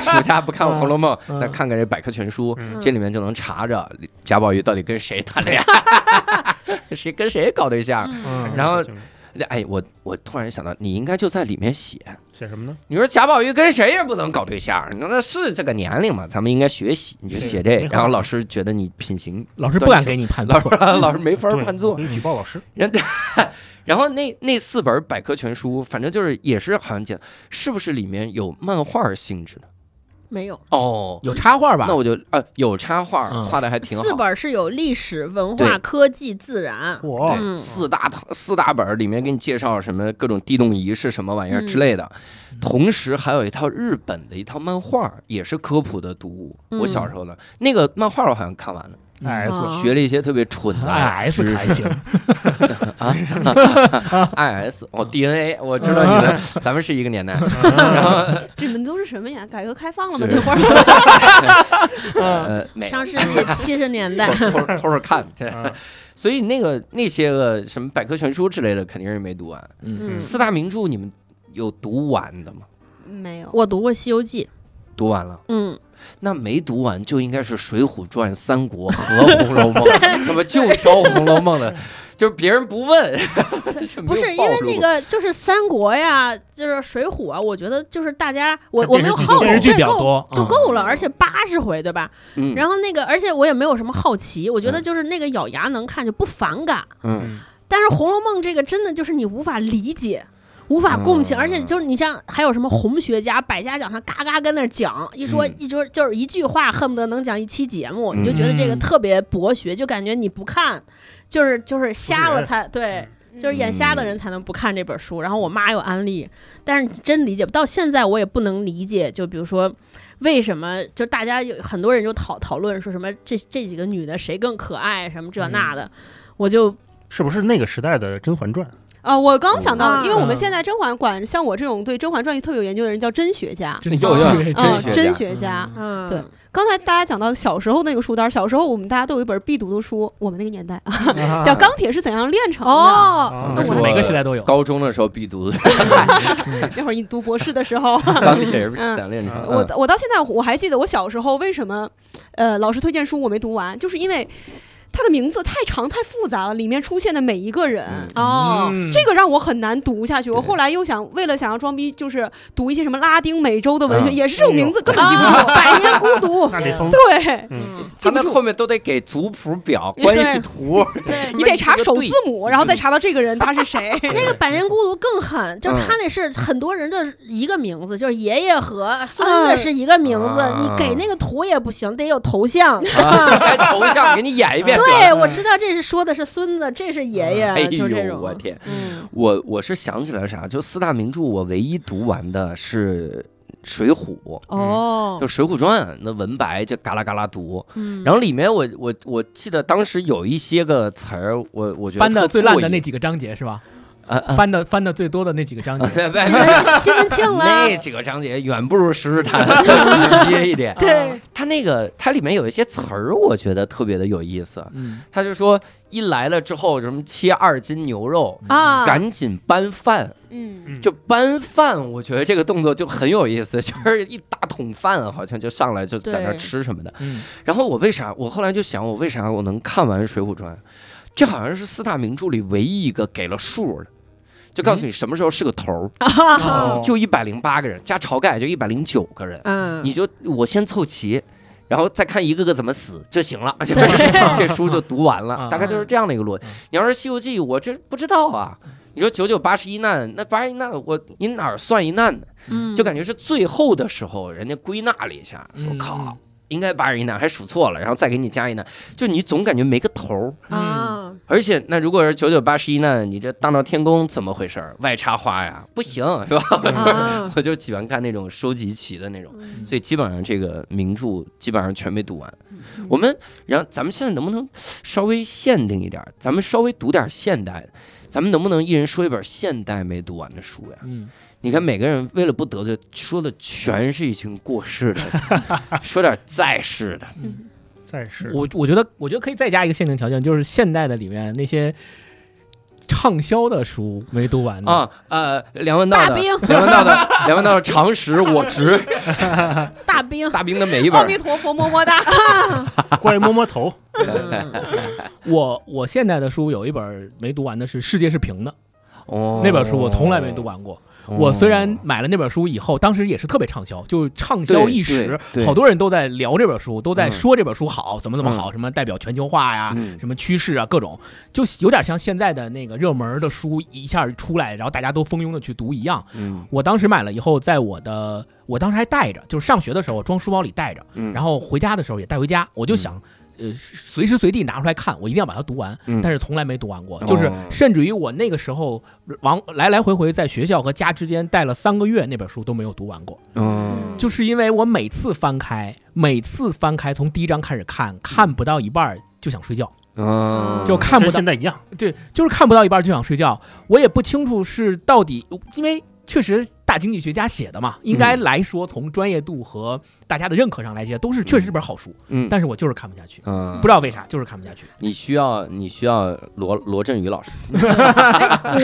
Speaker 1: 属下不看《红楼梦》，那看看这百科全书，
Speaker 4: 嗯
Speaker 1: 这里面就能查着贾宝玉到底跟谁谈恋爱， 谁跟谁搞对象。
Speaker 8: 嗯
Speaker 1: 然后哎，我我突然想到，你应该就在里面写。
Speaker 4: 写什么呢？
Speaker 1: 你说贾宝玉跟谁也不能搞对象，你说那是这个年龄嘛？咱们应该学习，你就写这，
Speaker 4: 没错
Speaker 1: 然后老师觉得你品行，
Speaker 8: 老师不敢给你判
Speaker 1: 老
Speaker 8: 断
Speaker 1: 师老师没法
Speaker 4: 对
Speaker 1: 判错
Speaker 4: 可。以举报老师。
Speaker 1: 然后然后那那四本百科全书，反正就是也是好像讲，是不是里面有漫画性质的？
Speaker 7: 没有，
Speaker 1: 哦，
Speaker 8: 有插画吧
Speaker 1: 那？我就呃有插画，
Speaker 8: 嗯
Speaker 1: 画的还挺好。
Speaker 7: 四本是有历史、文
Speaker 1: 对
Speaker 7: 化、科技、自然。
Speaker 8: 嗯
Speaker 4: 哇，
Speaker 1: 对，四大套四大本儿里面给你介绍什么各种地动仪是什么玩意儿
Speaker 7: 嗯
Speaker 1: 之类的，同时还有一套日本的一套漫画，也是科普的读物。
Speaker 7: 嗯
Speaker 1: 我小时候呢，那个漫画我好像看完了，
Speaker 8: 嗯
Speaker 4: 哎
Speaker 7: 啊
Speaker 1: 学了一些特别蠢的啊
Speaker 8: S
Speaker 1: 知识
Speaker 8: 哎还行，
Speaker 1: IS 哦 DNA，我知道你 们咱们是一个年代， 然后
Speaker 6: 这你们都是什么呀？改革开放了吗？
Speaker 1: 对
Speaker 6: 那会儿
Speaker 1: 呃没
Speaker 7: 嗯上世纪七十年代，
Speaker 1: 偷偷偷着看，对
Speaker 4: 啊
Speaker 1: 所以那个那些个什么百科全书之类的肯定是没读完。
Speaker 8: 嗯，
Speaker 7: 嗯，
Speaker 1: 四大名著你们有读完的吗？
Speaker 6: 没有。
Speaker 7: 我读过《西游记》，
Speaker 1: 读完了。
Speaker 7: 嗯，
Speaker 1: 那没读完就应该是《水浒传》《三国》和《红楼梦》， 怎么就挑《红楼梦》呢？ 就是别人不问，
Speaker 7: 不是因为那个就是三国呀，就是水浒啊，我觉得就是大家我
Speaker 4: 看
Speaker 7: 我没有
Speaker 4: 电视剧
Speaker 7: 好奇，
Speaker 8: 电视剧比
Speaker 7: 对
Speaker 8: 较
Speaker 7: 够
Speaker 8: 多，
Speaker 7: 就
Speaker 8: 嗯
Speaker 7: 够了，而且八十回对吧？
Speaker 1: 嗯，
Speaker 7: 然后那个，而且我也没有什么好奇，我觉得
Speaker 1: 嗯
Speaker 7: 就是那个咬牙能看就不反感，
Speaker 1: 嗯
Speaker 4: 嗯
Speaker 7: 但是《红楼梦》这个真的就是你无法理解。无法共情，
Speaker 1: 嗯
Speaker 7: 而且就是你像还有什么红学家、百家讲堂，嘎嘎跟那儿讲，一说、
Speaker 1: 嗯
Speaker 7: 一说就是一句话，恨不得能讲一期节目，你就觉得这个
Speaker 8: 嗯
Speaker 7: 特别博学，就感觉你不看，就是就是瞎了
Speaker 4: 人
Speaker 7: 才对。就是眼瞎的人才能不看这本书。然后我妈有安利，但是真理解不到现在，我也不能理解。就比如说，为什么就大家有很多人就讨讨论说什么这这几个女的谁更可爱什么这那的，我就是
Speaker 4: 不是那个时代的《甄嬛传》？
Speaker 6: 啊、我刚想到，
Speaker 7: 啊
Speaker 6: 因为我
Speaker 1: 嗯
Speaker 6: 们现在甄嬛管像我这种对《甄嬛传》特别有研究的人叫甄学家，
Speaker 8: 真
Speaker 1: 又要
Speaker 8: 是
Speaker 1: 甄
Speaker 6: 嗯，
Speaker 1: 学家
Speaker 6: 甄学家。
Speaker 8: 嗯
Speaker 7: 嗯
Speaker 6: 对刚才大家讲到小时候那个书单，小时候我们大家都有一本必读的书，我们那个年代啊， 叫《钢铁是怎样炼成的》。
Speaker 7: 哦，
Speaker 4: 啊
Speaker 1: 那
Speaker 8: 是
Speaker 1: 我
Speaker 8: 每个时代都有。
Speaker 1: 高中的时候必读的
Speaker 6: 那会儿你读博士的时候，嗯
Speaker 1: 钢铁闪炼成。嗯
Speaker 6: 我我到现在我还记得我小时候为什么，呃，老师推荐书我没读完，就是因为他的名字太长太复杂了，里面出现的每一个人。
Speaker 1: 嗯
Speaker 7: 哦，
Speaker 8: 嗯
Speaker 6: 这个让我很难读下去。我后来又想，为了想要装逼，就是读一些什么拉丁美洲的文学，
Speaker 1: 嗯
Speaker 6: 也是这种名字根本记不住。
Speaker 7: 啊 百年孤独，
Speaker 4: 哎那得疯。
Speaker 6: 对，
Speaker 7: 嗯，
Speaker 1: 他们后面都得给族谱表、关系图，
Speaker 7: 对，
Speaker 6: 你得查首字母，然后再查到这个人他是谁。
Speaker 7: 那个《百年孤独》更狠，
Speaker 1: 嗯
Speaker 7: 就是他那是很多人的一个名字，就是爷爷和孙子是一个名字，
Speaker 1: 嗯
Speaker 7: 你给那个图也不行，得有头 像。
Speaker 1: 啊该头像给你演一遍。
Speaker 7: 对，我知道这是说的是孙子，这是爷爷，
Speaker 1: 哎
Speaker 7: 就这
Speaker 1: 呦，
Speaker 7: 种。
Speaker 1: 我天！
Speaker 7: 嗯，
Speaker 1: 我我是想起来啥，就四大名著，我唯一读完的是《水浒》。
Speaker 7: 哦
Speaker 1: 就，《水浒传》那文白就嘎啦嘎啦读，
Speaker 7: 嗯
Speaker 1: 然后里面我我我记得当时有一些个词儿，我我觉得
Speaker 8: 翻的
Speaker 1: 特
Speaker 8: 最烂
Speaker 1: 过
Speaker 8: 的
Speaker 1: 瘾
Speaker 8: 那几个章节是吧？
Speaker 1: 啊啊
Speaker 8: 翻的翻的最多的那几个 章节。
Speaker 1: 对对
Speaker 7: 西门西门庆啦，
Speaker 1: 那几个章节远不如《十日谈》 更直接一点。
Speaker 7: 对，
Speaker 1: 它那个它里面有一些词儿，我觉得特别的有意思。
Speaker 8: 嗯，
Speaker 1: 他就说一来了之后，什么切二斤牛肉，
Speaker 7: 啊，
Speaker 1: 赶紧搬饭。
Speaker 7: 嗯，
Speaker 1: 就搬饭，我觉得这个动作就很有意 思，就是一大桶饭好像就上来就在那儿
Speaker 7: 对
Speaker 1: 吃什么的。
Speaker 8: 嗯
Speaker 1: 然后我为啥？我后来就想，我为啥我能看完《水浒传》？这好像是四大名著里唯一一个给了数的，就告诉
Speaker 7: 嗯
Speaker 1: 你什么时候是个头儿，
Speaker 6: 啊
Speaker 4: 哦
Speaker 1: 就一百零八个人，加晁盖就一百零九个人，
Speaker 7: 嗯，
Speaker 1: 你就我先凑齐。然后再看一个个怎么死就行了，就是
Speaker 7: 对
Speaker 1: 这书就读完了，
Speaker 8: 嗯
Speaker 1: 大概就是这样的一个逻辑
Speaker 8: 嗯。
Speaker 1: 你要是《西游记》，我这不知道啊。你说九九八十一难，那八十一难我你哪儿算一难呢？
Speaker 7: 嗯
Speaker 1: 就感觉是最后的时候，人家归纳了一下，说
Speaker 8: 嗯
Speaker 1: 靠，应该八十一难，还数错了，然后再给你加一难，就你总感觉没个头儿。
Speaker 7: 啊，
Speaker 1: 而且那如果是九九八十一难，你这大闹天宫怎么回事儿？外插花呀，不行是吧？
Speaker 7: 啊
Speaker 1: 我就喜欢看那种收集齐的那种，
Speaker 7: 嗯
Speaker 1: 所以基本上这个名著基本上全没读完。
Speaker 8: 嗯
Speaker 1: 我们然后咱们现在能不能稍微限定一点儿？咱们稍微读点儿现代的，咱们能不能一人说一本现代没读完的书呀？
Speaker 8: 嗯，
Speaker 1: 你看，每个人为了不得罪，说的全是已经过世的， 说点在世的。
Speaker 4: 再是
Speaker 8: 我我觉得我觉得可以再加一个限定条件，就是现代的里面那些畅销的书没读完的。
Speaker 1: 啊，呃，梁文道
Speaker 7: 大
Speaker 1: 的，
Speaker 7: 兵
Speaker 1: 梁文道的，梁文道的常识我执，
Speaker 7: 大兵，
Speaker 1: 大兵的每一
Speaker 6: 阿弥
Speaker 1: 本，
Speaker 6: 陀佛，么么哒。
Speaker 4: 过来摸摸头，
Speaker 7: 嗯
Speaker 8: 我我现代的书有一本没读完的是《世界是平的》
Speaker 1: 哦
Speaker 8: 那本书，我从来没读。完过。我虽然买了那本书以后，当时也是特别畅销，就畅销一
Speaker 1: 对
Speaker 8: 时
Speaker 1: 对对，
Speaker 8: 好多人都在聊这本书，都在
Speaker 1: 嗯
Speaker 8: 说这本书好，怎么怎么好，什么代表全球化呀，
Speaker 1: 嗯
Speaker 8: 什么趋势啊，各种，就有点像现在的那个热门的书一下出来，然后大家都蜂拥的去读一样。
Speaker 1: 嗯
Speaker 8: 我当时买了以后，在我的我当时还带着，就是上学的时候装书包里带着，
Speaker 1: 嗯，
Speaker 8: 然后回家的时候也带回家，我就想。呃，随时随地拿出来看，我一定要把它读完，
Speaker 1: 嗯
Speaker 8: 但是从来没读完过。
Speaker 1: 哦
Speaker 8: 就是甚至于我那个时候往来来回回在学校和家之间带了三个月，那本书都没有读完过。
Speaker 1: 嗯
Speaker 8: 就是因为我每次翻开，每次翻开从第一章开始看，看不到一半儿就想睡觉，
Speaker 1: 嗯，
Speaker 8: 就看不
Speaker 4: 跟
Speaker 8: 到
Speaker 4: 现在一样，
Speaker 8: 对，就是看不到一半就想睡觉。我也不清楚是到底，因为确实大经济学家写的嘛，应该
Speaker 1: 嗯
Speaker 8: 来说从专业度和大家的认可上来讲，都是确实是本好书，
Speaker 1: 嗯，
Speaker 8: 但是我就是看不下去，
Speaker 1: 嗯，
Speaker 8: 不知道为啥，就是看不下去。
Speaker 1: 你需要你需要罗罗振宇老师，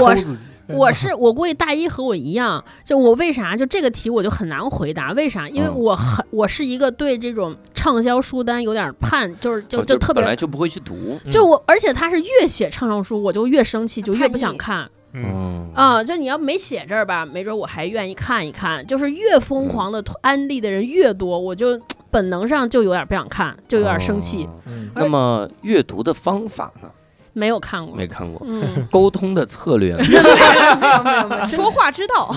Speaker 7: 我是 我是我估计大一和我一样，就我为啥就这个题我就很难回答，为啥？因为
Speaker 1: 嗯
Speaker 7: 我很我是一个对这种畅销书单有点盼，就是就
Speaker 1: 哦
Speaker 7: 就特
Speaker 1: 本来
Speaker 7: 别
Speaker 1: 就不会去读，
Speaker 8: 嗯
Speaker 7: 就我，而且他是越写畅销书我就越生气，就越不想
Speaker 6: 叛逆
Speaker 4: 嗯，
Speaker 7: 看
Speaker 1: 嗯
Speaker 7: 啊、就你要没写这儿吧，没准我还愿意看一看。就是越
Speaker 1: 嗯
Speaker 7: 疯狂的安利的人越多，我就本能上就有点不想看，就有点生气。
Speaker 1: 哦
Speaker 8: 嗯
Speaker 1: 那么阅读的方法呢？
Speaker 7: 没有看过，
Speaker 1: 没看过。
Speaker 7: 嗯，
Speaker 1: 沟通的策略呢，
Speaker 7: 没有没有没有，
Speaker 6: 说话之道，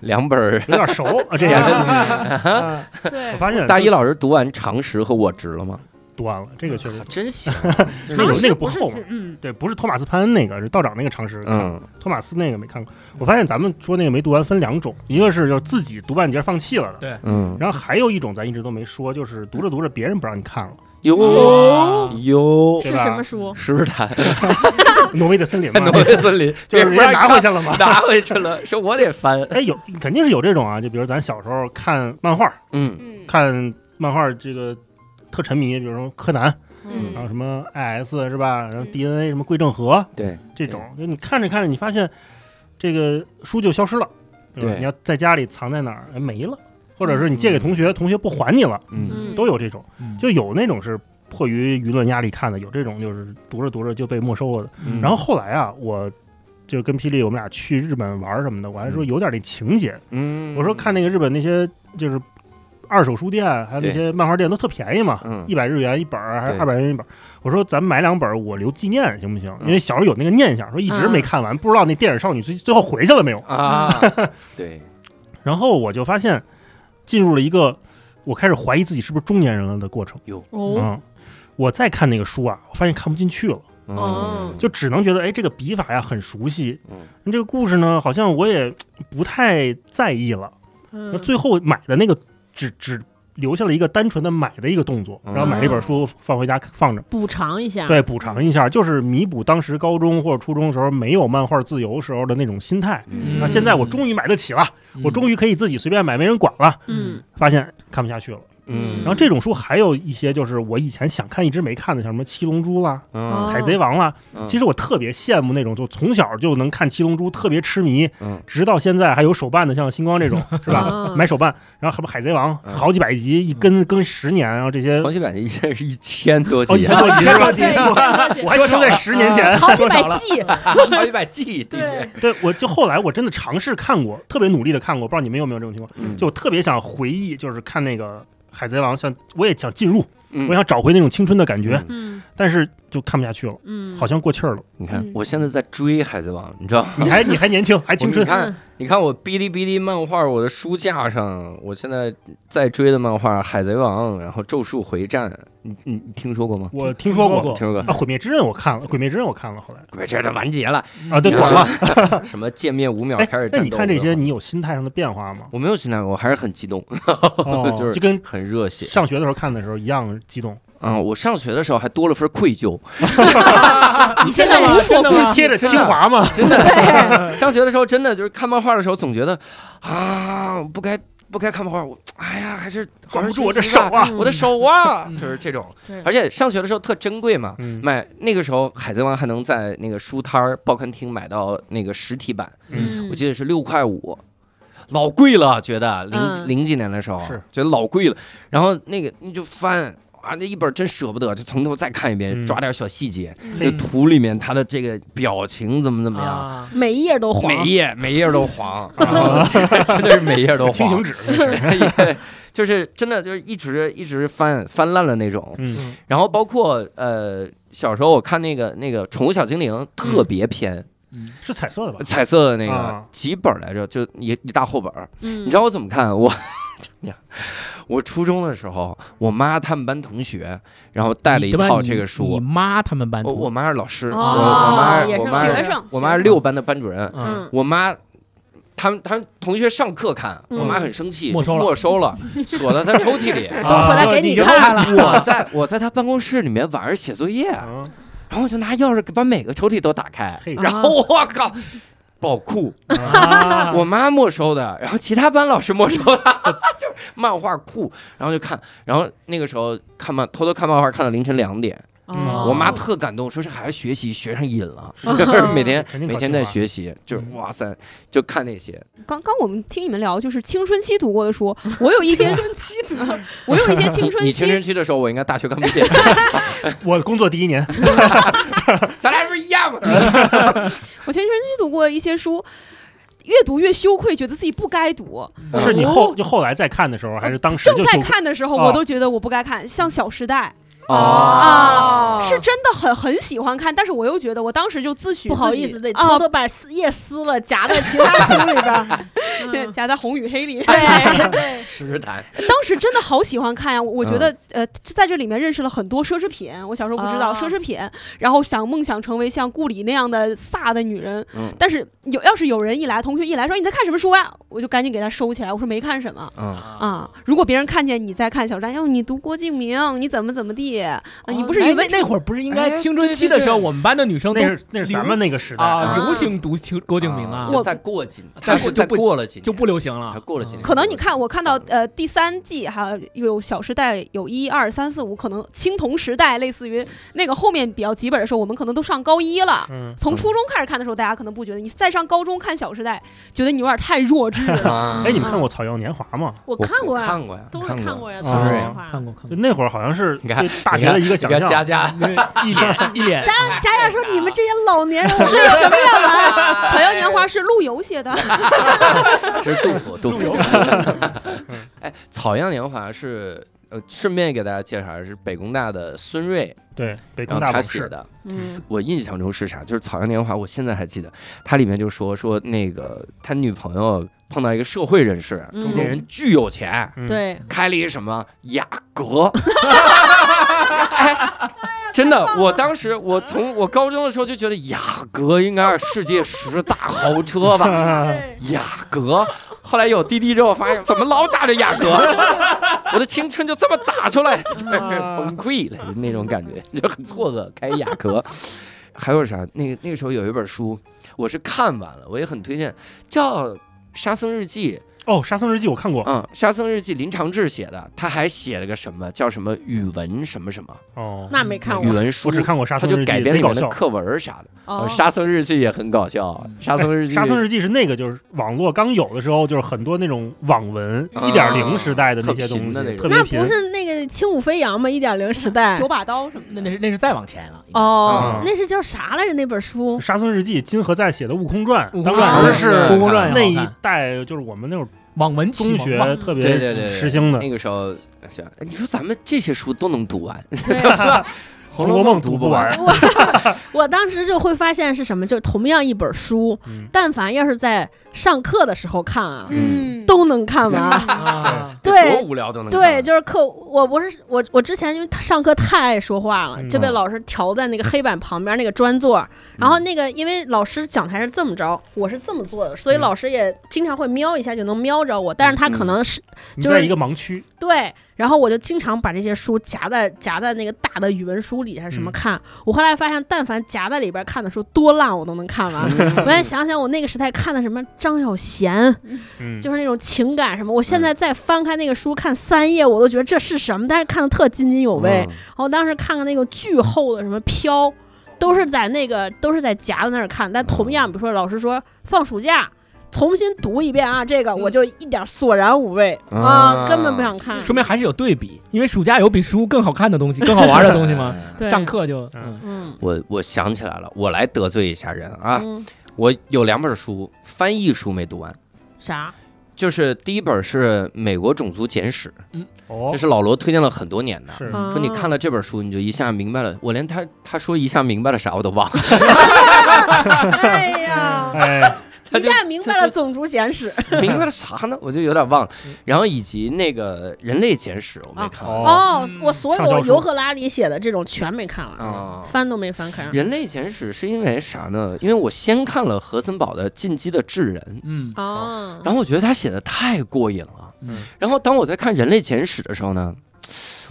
Speaker 1: 两本儿。
Speaker 4: 有点 熟啊，这也是。
Speaker 7: 对
Speaker 4: 我，发现
Speaker 1: 大一老师读完常识和我值了吗？
Speaker 4: 端了，这个确实
Speaker 1: 啊。 真行，
Speaker 4: 那个
Speaker 7: 常识
Speaker 4: 那个不
Speaker 7: 是
Speaker 4: 厚
Speaker 7: 是
Speaker 4: 嘛
Speaker 7: 嗯，
Speaker 4: 对，不是托马斯潘那个，是道长那个常识。看
Speaker 1: 嗯，
Speaker 4: 托马斯那个没看过。我发现咱们说那个没读完分两种，一个是就是自己读半截放弃了的，
Speaker 8: 对
Speaker 1: 嗯，
Speaker 4: 然后还有一种咱一直都没说，就是读着读着别人不让你看了，
Speaker 8: 嗯
Speaker 1: 哟
Speaker 7: 哦，
Speaker 1: 哟，
Speaker 7: 是
Speaker 4: 对吧
Speaker 7: 什么书？
Speaker 1: 是不是他？
Speaker 4: 《挪威的森林》嘛，
Speaker 1: 挪威森林
Speaker 4: 就是人家拿回去 了嘛。
Speaker 1: 拿回去了，说我得翻，
Speaker 4: 哎，有肯定是有这种啊，就比如咱小时候看漫画，
Speaker 1: 嗯
Speaker 7: 嗯
Speaker 4: 看漫画这个特沉迷，比如说柯南，
Speaker 7: 嗯
Speaker 4: 然后什么 IS 是吧，然后
Speaker 7: 嗯
Speaker 4: DNA 什么桂正和
Speaker 1: 对，
Speaker 4: 这种，就你看着看着，你发现这个书就消失了，对吧
Speaker 1: 对
Speaker 4: 你要在家里藏在哪儿哎没了，或者是你借给同学，同学不还你了，
Speaker 1: 嗯
Speaker 7: 嗯
Speaker 4: 都有这种。
Speaker 8: 嗯
Speaker 4: 就有那种是迫于舆论压力看的，有这种就是读着读着就被没收了的。
Speaker 1: 嗯
Speaker 4: 然后后来啊，我就跟霹雳我们俩去日本玩什么的，我还说有点那情节，
Speaker 1: 嗯
Speaker 4: 我说看那个日本那些就是二手书店，还有那些漫画店都特便宜嘛，
Speaker 1: 嗯
Speaker 4: 一百日元一本儿还是
Speaker 1: 对
Speaker 4: 二百元一本儿。我说咱买两本儿，我留纪念行不行？
Speaker 1: 嗯
Speaker 4: 因为小时候有那个念想，说一
Speaker 7: 嗯
Speaker 4: 直没看完，不知道那电影少女最最后回去了没有。
Speaker 1: 啊， 对，
Speaker 4: 然后我就发现进入了一个我开始怀疑自己是不是中年人了的过程。
Speaker 7: 哦，
Speaker 4: 嗯，我再看那个书啊，我发现看不进去了，
Speaker 1: 嗯
Speaker 4: 就只能觉得哎，这个笔法呀很熟悉，
Speaker 1: 嗯
Speaker 4: 这个故事呢好像我也不太在意了。
Speaker 7: 嗯
Speaker 4: 那最后买的那个只只留下了一个单纯的买的一个动作，
Speaker 1: 嗯
Speaker 4: 然后买了一本书放回家放着。
Speaker 7: 补偿一下，
Speaker 4: 对，补偿一下，就是弥补当时高中或者初中时候没有漫画自由时候的那种心态。
Speaker 1: 嗯
Speaker 4: 那
Speaker 7: 嗯
Speaker 4: 现在我终于买得起了，我
Speaker 8: 嗯
Speaker 4: 终于可以自己随便买，没人管了。
Speaker 7: 嗯
Speaker 4: 发现看不下去了。
Speaker 1: 嗯，
Speaker 4: 然后这种书还有一些就是我以前想看一直没看的，像什么《七龙珠》啦，
Speaker 1: 嗯
Speaker 4: 海贼王啦、
Speaker 1: 嗯
Speaker 4: 哦其实我特别羡慕那种，就从小就能看《七龙珠》，特别痴迷，
Speaker 1: 嗯
Speaker 4: 直到现在还有手办的，像星光这种，是吧？
Speaker 7: 啊
Speaker 4: 买手办，然后什么海贼王，
Speaker 1: 嗯
Speaker 4: 好几百集，一跟跟十年，然后这些
Speaker 1: 黄西版的一件是一千多
Speaker 4: 哦，一
Speaker 1: 集
Speaker 4: 千
Speaker 1: 啊，
Speaker 4: 多集是吧？
Speaker 7: 对 对
Speaker 4: 我还停留在十 年前，
Speaker 7: 好几
Speaker 4: 多
Speaker 7: 百
Speaker 4: 少了？
Speaker 7: G，
Speaker 1: 好几百 G 的确，
Speaker 4: 对，我就后来我真的尝试看过，特别努力的看过，不知道你们有没有这种情况？
Speaker 1: 嗯
Speaker 4: 就我特别想回忆，就是看那个海贼王，像我也想进入，
Speaker 1: 嗯
Speaker 4: 我想找回那种青春的感觉，
Speaker 1: 嗯
Speaker 7: 嗯
Speaker 4: 但是就看不下去了，
Speaker 7: 嗯，
Speaker 4: 好像过气儿了。
Speaker 1: 你看
Speaker 7: 嗯
Speaker 1: 我现在在追海贼王，你知道吗？
Speaker 4: 你还你还年轻，还青
Speaker 1: 你
Speaker 4: 春，
Speaker 7: 嗯
Speaker 1: 看，你看我哔哩哔哩漫画，我的书架上，我现在在追的漫画《海贼王》，然后《咒术回战》，你你你听说过吗？哦
Speaker 4: 我听说过。
Speaker 8: 过
Speaker 1: 听说过
Speaker 4: 啊，。毁灭之刃我看了，毁灭之刃我看了，后来
Speaker 1: 不是这这完结了，
Speaker 4: 啊，对，短 了。
Speaker 1: 什么见面五秒
Speaker 4: 哎
Speaker 1: 开始，战
Speaker 4: 那
Speaker 1: 斗。？
Speaker 4: 你看这些，，你有心态上的变化吗
Speaker 1: 我没有心态，我还是很激动，
Speaker 4: 哦
Speaker 1: 就是
Speaker 4: 就跟
Speaker 1: 很热血。
Speaker 4: 上学的时候看的时候一样激动。
Speaker 1: 嗯，我上学的时候还多了份愧疚，
Speaker 7: 你现在无所
Speaker 8: 真的吗
Speaker 1: 啊
Speaker 7: 顾
Speaker 8: 贴
Speaker 7: 忌，
Speaker 8: 着清华嘛，
Speaker 1: 真的。 上学的时候真的就是看漫画的时候，总觉得啊，不该不该看漫画，我哎呀，还是
Speaker 4: 管不住
Speaker 1: 好好
Speaker 4: 我这
Speaker 1: 学习
Speaker 4: 手
Speaker 1: 吧，
Speaker 4: 啊！
Speaker 7: 嗯
Speaker 1: 我的哎手啊，
Speaker 8: 嗯
Speaker 1: 就是这种。
Speaker 7: 对
Speaker 1: 而且上学的时候特珍贵嘛，
Speaker 4: 嗯
Speaker 1: 买那个时候《海贼王》还能在那个书摊儿、报刊厅买到那个实体版，
Speaker 4: 嗯
Speaker 1: 我记得是六块五，老贵了，觉得零几
Speaker 7: 嗯
Speaker 1: 零几年的时候
Speaker 4: 是
Speaker 1: 觉得老贵了。然后那个你就翻啊，那一本真舍不得，就从头再看一遍，
Speaker 4: 嗯
Speaker 1: 抓点小细节，
Speaker 7: 嗯
Speaker 1: 那个图里面他的这个表情怎么怎么样。
Speaker 8: 啊
Speaker 7: 嗯每一页都黄，
Speaker 1: 每一页每一页都黄，然后 真的是每一页 都
Speaker 4: 清醒
Speaker 1: 黄，
Speaker 4: 纸，那是
Speaker 1: 也就是真的就是一直一直翻翻烂了那种。
Speaker 4: 嗯
Speaker 1: 然后包括呃，小时候我看那个那个《宠物小精灵》特别篇，
Speaker 8: 嗯
Speaker 4: 是彩色的 吧？
Speaker 1: 彩色的那个、
Speaker 4: 啊
Speaker 1: 几本儿来着，就一一大厚本儿。
Speaker 7: 嗯，
Speaker 1: 你知道我怎么看？ 我呀，我初中的时候，我妈他们班同学，然后带了一
Speaker 8: 你他妈
Speaker 1: 套
Speaker 8: 你
Speaker 1: 这个
Speaker 8: 你
Speaker 1: 书。
Speaker 8: 妈他们班
Speaker 1: 我我妈是老师，
Speaker 7: 哦
Speaker 1: 我我妈
Speaker 7: 也
Speaker 1: 我
Speaker 7: 是
Speaker 1: 妈
Speaker 7: 学生，
Speaker 1: 我妈是六班的班主任。
Speaker 8: 嗯，
Speaker 7: 嗯
Speaker 1: 我妈，他们他们同学上课看，
Speaker 7: 嗯
Speaker 1: 我妈很生气，
Speaker 8: 没收了
Speaker 1: 没收 了，锁到她抽屉里。
Speaker 4: 啊
Speaker 7: 嗯回来给
Speaker 8: 你
Speaker 7: 你看
Speaker 8: 了，
Speaker 1: 我在我在她办公室里面晚上写作业，
Speaker 4: 啊
Speaker 1: 然后我就拿钥匙把每个抽屉都打开
Speaker 7: 嗯
Speaker 4: 嘿，
Speaker 1: 然
Speaker 7: 哦啊
Speaker 1: 后我靠，宝库，
Speaker 4: 啊
Speaker 1: 我妈没收的，然后其他班老师没收的， 就是漫画库，然后就看，然后那个时候看漫偷偷看漫画看到凌晨两点，
Speaker 7: 哦
Speaker 1: 我妈特感动，说是孩子学习学上瘾 了， 就是每天
Speaker 4: 肯定
Speaker 1: 每
Speaker 4: 考
Speaker 1: 天
Speaker 4: 清
Speaker 1: 在
Speaker 4: 华
Speaker 1: 学习，就是
Speaker 4: 嗯
Speaker 1: 哇塞，就看那些，
Speaker 6: 刚刚我们听你们聊，就是青春期读过的书，我有一些 我有一些青
Speaker 1: 你
Speaker 6: 春
Speaker 1: 你青春
Speaker 6: 期，
Speaker 1: 期的时候，我应该大学刚毕业，
Speaker 4: 我工作第一年，
Speaker 1: 咱俩是不是一样吗？
Speaker 6: 我青春期读过一些书，越读越羞愧，觉得自己不该读。
Speaker 1: 嗯
Speaker 4: 是你后就后来再看的时候，还是当时
Speaker 6: 正
Speaker 4: 就
Speaker 6: 在
Speaker 4: 羞愧
Speaker 6: 看的时候，
Speaker 4: 哦
Speaker 6: 我都觉得我不该看，像《小时代》啊
Speaker 1: 嗯哦
Speaker 4: 哦
Speaker 7: 啊，
Speaker 6: 是真的很很喜欢看，但是我又觉得我当时就自诩
Speaker 7: 不好
Speaker 6: 自己
Speaker 7: 意思，得偷
Speaker 6: 啊，
Speaker 7: 偷把撕页撕了，夹在其他书里边儿。
Speaker 6: 对，
Speaker 7: 嗯
Speaker 6: 夹在红与黑里。
Speaker 7: 哎对对，
Speaker 1: 实谈，
Speaker 6: 当时真的好喜欢看呀、我我觉得、呃，在这里面认识了很多奢侈品，我小时候不知道、
Speaker 7: 啊
Speaker 6: 奢侈品，然后想梦想成为像顾里那样的飒的女人。
Speaker 1: 嗯
Speaker 6: 但是有要是有人一来，同学一来说你在看什么书啊，我就赶紧给他收起来，我说没看什么。
Speaker 1: 嗯，
Speaker 8: 啊，
Speaker 6: 啊！如果别人看见你在看小站，哟，你读郭敬明，你怎么怎么地啊？
Speaker 7: 哦
Speaker 6: 你不是
Speaker 8: 哎
Speaker 6: 语文
Speaker 8: 那那会儿不是应该
Speaker 1: 哎
Speaker 8: 青春期的时候，
Speaker 1: 对对
Speaker 8: 我们班的女生都
Speaker 4: 那
Speaker 1: 哦
Speaker 4: 是那是咱们那个时代
Speaker 8: 啊
Speaker 7: 啊
Speaker 8: 流行读青郭敬明啊，
Speaker 1: 就再啊过几年，
Speaker 8: 再
Speaker 1: 过再
Speaker 8: 就不
Speaker 1: 过了几年
Speaker 8: 就不流行了
Speaker 1: 还。过了几年
Speaker 6: 可能你看，我看到呃第三季哈有《小时代》有一二三四五，可能青铜时代类似于那个后面比较几本的时候，我们可能都上高一了。
Speaker 4: 嗯，
Speaker 6: 从初中开始看的时候，大家可能不觉得，你再上高中看《小时代》，觉得你有点太弱 智了。
Speaker 1: 啊
Speaker 4: 哎，你们看过《草样年华》吗？
Speaker 7: 我
Speaker 1: 我
Speaker 7: 看过
Speaker 1: 我
Speaker 7: 啊，
Speaker 1: 看过呀，
Speaker 7: 都是
Speaker 1: 看
Speaker 7: 过呀，
Speaker 4: 啊
Speaker 7: 都是
Speaker 1: ，sorry
Speaker 7: 看过呀
Speaker 8: 看过看
Speaker 4: 就
Speaker 8: 过，
Speaker 4: 那会儿好像是
Speaker 1: 你看
Speaker 4: 对大学的一个
Speaker 1: 你
Speaker 4: 想
Speaker 1: 看
Speaker 4: 象，
Speaker 1: 佳佳，
Speaker 8: 一脸一 脸
Speaker 7: 佳佳佳说：“你们这些老年人，我是什么样啊？
Speaker 6: 《草样年华》是陆 游写的，
Speaker 1: 这是杜甫， 杜甫。
Speaker 4: 嗯
Speaker 1: 哎，草样年华是呃，顺便给大家介绍一下，是北工大的孙瑞，
Speaker 4: 对北
Speaker 1: 然
Speaker 4: 工
Speaker 1: 后
Speaker 4: 大
Speaker 1: 他
Speaker 4: 往
Speaker 1: 写
Speaker 4: 事，
Speaker 1: 的。
Speaker 7: 嗯，
Speaker 1: 我印象中是啥？就是草样年华，我现在还记得，它里面就说说那个他女朋友碰到一个社会人士，
Speaker 7: 嗯
Speaker 1: 中间人巨有钱，
Speaker 4: 嗯，
Speaker 7: 对，
Speaker 1: 开了一什么雅阁。哎真的，我当时我从我高中的时候就觉得雅阁应该是世界十大豪车吧，雅阁。后来有滴滴之后，发现怎么老打着雅 阁，我的青春就这么打出来， 就是崩溃了那种感觉，就很错愕。开雅阁，还有啥？那个那个时候有一本书，我是看完了，我也很推荐，叫《沙僧日记
Speaker 4: 哦，《沙僧日记》我看》。过，
Speaker 1: 嗯，《沙僧日记》林长志写的，他还写了个什么叫什么语文什么什么
Speaker 4: 哦，
Speaker 7: 那没看
Speaker 1: 语
Speaker 7: 过。
Speaker 1: 文书
Speaker 4: 我只，看过《沙
Speaker 1: 他
Speaker 4: 僧
Speaker 1: 就
Speaker 4: 日记
Speaker 1: 改》，编
Speaker 4: 贼
Speaker 1: 里
Speaker 4: 搞
Speaker 1: 面的
Speaker 4: 笑。
Speaker 1: 课文儿啥的。
Speaker 7: 哦
Speaker 1: 呃，沙僧日记》也很搞笑，《沙僧日 记》
Speaker 4: 沙僧日记是那个，就是网络刚有的时候，就是很多那种网文
Speaker 1: 啊
Speaker 4: 一点零时代的那些
Speaker 1: 特
Speaker 4: 东
Speaker 1: 贫的那
Speaker 4: 西，
Speaker 1: 种
Speaker 4: 特别
Speaker 7: 那
Speaker 4: 贫
Speaker 7: 不。是那个轻舞飞扬吗？一点零时代
Speaker 6: 九。把刀什么
Speaker 8: 那那是那是再往前了。
Speaker 7: 哦
Speaker 4: 啊，
Speaker 7: 那是叫啥来着？那本书，
Speaker 4: 《沙僧日记》金河在写的《悟空传
Speaker 8: 悟》，空
Speaker 4: 当
Speaker 8: 传
Speaker 4: 时是
Speaker 1: 啊
Speaker 8: 悟空传
Speaker 4: 那
Speaker 8: 也
Speaker 4: 一
Speaker 8: 好看
Speaker 4: 代，就是我们那会儿
Speaker 8: 网文启
Speaker 4: 中
Speaker 8: 蒙吧
Speaker 4: 学特别
Speaker 1: 对对对对
Speaker 4: 时兴的
Speaker 1: 那
Speaker 4: 《
Speaker 1: 个时候，想，哎你说咱们这些书都能读完，《
Speaker 7: 对，
Speaker 1: 红
Speaker 4: 楼
Speaker 1: 楼
Speaker 4: 梦》
Speaker 1: 读
Speaker 4: 读不
Speaker 1: 完，
Speaker 4: 完。
Speaker 7: 我当时就会发现是什么，就是同样一本书，
Speaker 4: 嗯，
Speaker 7: 但凡要是在上课的时候看啊，
Speaker 1: 嗯
Speaker 6: 嗯，
Speaker 7: 都能看 完。
Speaker 8: 啊，
Speaker 7: 对
Speaker 1: 多无聊都能看
Speaker 7: 对，就是课，我不是我，我之前因为上课太爱说话了，
Speaker 4: 嗯
Speaker 7: 就被老师调在那个黑板旁边那个专座儿。然
Speaker 1: 嗯
Speaker 7: 后那个，因为老师讲台是这么着，我是这么坐的，所以
Speaker 4: 嗯
Speaker 7: 老师也经常会瞄一下就能瞄着我，但是他可能是
Speaker 4: 你
Speaker 7: 就是
Speaker 4: 在一个盲区，
Speaker 7: 对，然后我就经常把这些书夹在夹在那个大的语文书里还是什么
Speaker 4: 嗯
Speaker 7: 看。我后来发现，但凡夹在里边看的书多烂，我都能看完。我再想想，我那个时代看的什么张小娴，
Speaker 4: 嗯，
Speaker 7: 就是那种情感什么。我现在再翻开那个书看三页，我都觉得这是什么，但是看的特津津有味。
Speaker 1: 嗯
Speaker 7: 然后当时看看那个巨厚的什么飘，都是在那个都是在夹子那儿看。但同样，比如说老师说放暑假。重新读一遍啊，这个我就一点索然无味、
Speaker 1: 啊
Speaker 7: 啊，根本不想看。
Speaker 8: 说明还是有对比，因为暑假有比书更好看的东西，更好玩的东西吗？
Speaker 7: 对
Speaker 8: 上课就
Speaker 4: 嗯
Speaker 8: 嗯
Speaker 7: 嗯
Speaker 1: 我我想起来了，我来得罪一下人啊！
Speaker 7: 嗯，
Speaker 1: 我有两本书，翻译书没读完，
Speaker 7: 啥？
Speaker 1: 就是第一本是《美国种族简史》，
Speaker 4: 哦
Speaker 1: 这，是老罗推荐了很多年的。啊
Speaker 4: 是
Speaker 7: 嗯
Speaker 1: 说你看了这本书，你就一下明白了。我连他他说一下明白了啥我都忘了。
Speaker 7: 哎呀，
Speaker 4: 哎，
Speaker 1: 他
Speaker 7: 一
Speaker 1: 就
Speaker 7: 下明白了种族简史。
Speaker 1: 明白了啥呢？我就有点忘了。然后以及那个《人类简史》，我没看完。
Speaker 4: 嗯哦，
Speaker 7: 哦
Speaker 8: 嗯，
Speaker 7: 我所
Speaker 4: 畅销
Speaker 7: 有
Speaker 4: 书
Speaker 7: 尤赫拉里写的这种全没看完，
Speaker 4: 哦
Speaker 1: 啊
Speaker 7: 翻都没翻
Speaker 8: 嗯
Speaker 7: 开。
Speaker 1: 人类简史是因为啥呢？因为我先看了何森堡的《进击的智人
Speaker 8: 嗯，
Speaker 7: 哦》，，
Speaker 1: 然后我觉得他写的太过瘾了。
Speaker 8: 嗯
Speaker 1: 然后当我在看人类简史的时候呢，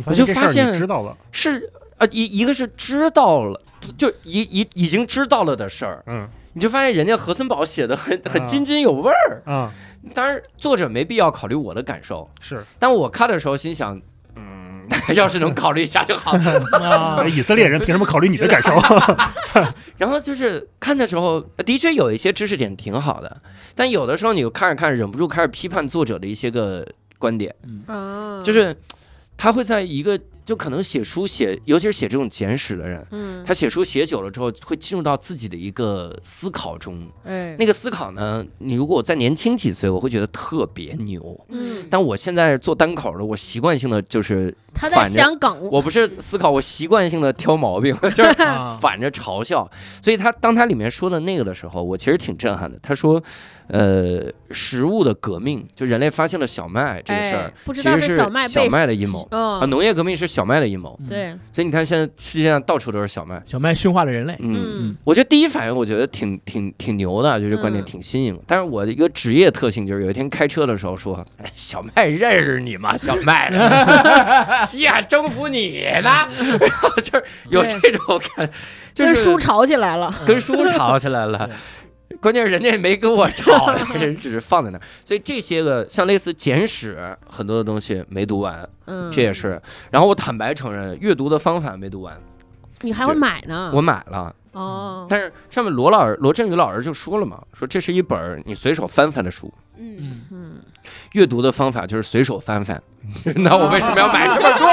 Speaker 1: 我就
Speaker 4: 这事
Speaker 1: 发
Speaker 4: 儿你
Speaker 1: 现
Speaker 4: 知道了，
Speaker 1: 是啊一一个是知道了，就已已已经知道了的事儿，
Speaker 4: 嗯
Speaker 1: 你就发现人家何森堡写的很
Speaker 8: 嗯
Speaker 1: 很
Speaker 4: 啊
Speaker 1: 津津有味儿。
Speaker 4: 啊，
Speaker 1: 当然，作者没必要考虑我的感受，
Speaker 4: 是
Speaker 1: 但我看的时候心想，嗯， 要是能考虑一下就好。
Speaker 8: 啊
Speaker 4: 哎以色列人凭什么考虑你的 感受？
Speaker 1: 然后就是看的时候，的确有一些知识点挺好的，但有的时候你又看着看着，忍不住开始批判作者的一些个观点，
Speaker 8: 嗯
Speaker 7: 哦
Speaker 1: 就是他会在一个就可能写书写，尤其是写这种简史的人，
Speaker 7: 嗯，
Speaker 1: 他写书写久了之后，会进入到自己的一个思考中。
Speaker 7: 哎，
Speaker 1: 那个思考呢，你如果我再年轻几岁，我会觉得特别牛。
Speaker 7: 嗯，
Speaker 1: 但我现在做单口了，我习惯性的就是
Speaker 7: 他在
Speaker 1: 反着
Speaker 7: 想梗，
Speaker 1: 我不是思考，我习惯性的挑毛病， 就是
Speaker 8: 啊
Speaker 1: 反着嘲笑。所以他当他里面说的那个的时候，我其实挺震撼的。他说，呃，食物的革命，就人类发现了小麦这个事儿
Speaker 7: 哎，不
Speaker 1: 其
Speaker 7: 知道
Speaker 1: 实
Speaker 7: 是
Speaker 1: 是
Speaker 7: 小麦被
Speaker 1: 小麦的阴谋啊，
Speaker 7: 嗯，
Speaker 1: 农业革命是小麦的阴谋。
Speaker 7: 对，
Speaker 1: 所以你看，现在世界上到处都是小麦。
Speaker 8: 嗯小麦驯化了人类，
Speaker 1: 嗯，
Speaker 7: 嗯，
Speaker 1: 我觉得第一反应，我觉得挺挺挺牛的，就这观点
Speaker 7: 嗯
Speaker 1: 挺新颖。但是我的一个职业特性就是，有一天开车的时候说：“哎、小麦认识你吗？小 麦，西西亚征服你呢？”
Speaker 7: 嗯
Speaker 1: 然后就是有这种感，就
Speaker 7: 跟
Speaker 1: 是
Speaker 7: 书吵起来了，
Speaker 1: 跟书吵起来了。关键是人家也没跟我吵，人只是放在那儿。所以这些个像类似简史很多的东西没读完，
Speaker 7: 嗯，
Speaker 1: 这也是。然后我坦白承认，阅读的方法没读完，
Speaker 7: 你还会
Speaker 1: 这
Speaker 7: 买呢，
Speaker 1: 我买了。
Speaker 7: 哦，
Speaker 1: 但是上面罗老师罗振宇老师就说了嘛，说这是一本儿你随手翻翻的书，
Speaker 6: 嗯，
Speaker 8: 嗯，
Speaker 7: 嗯，
Speaker 1: 阅读的方法就是随手翻翻。那我为什么要买这本书？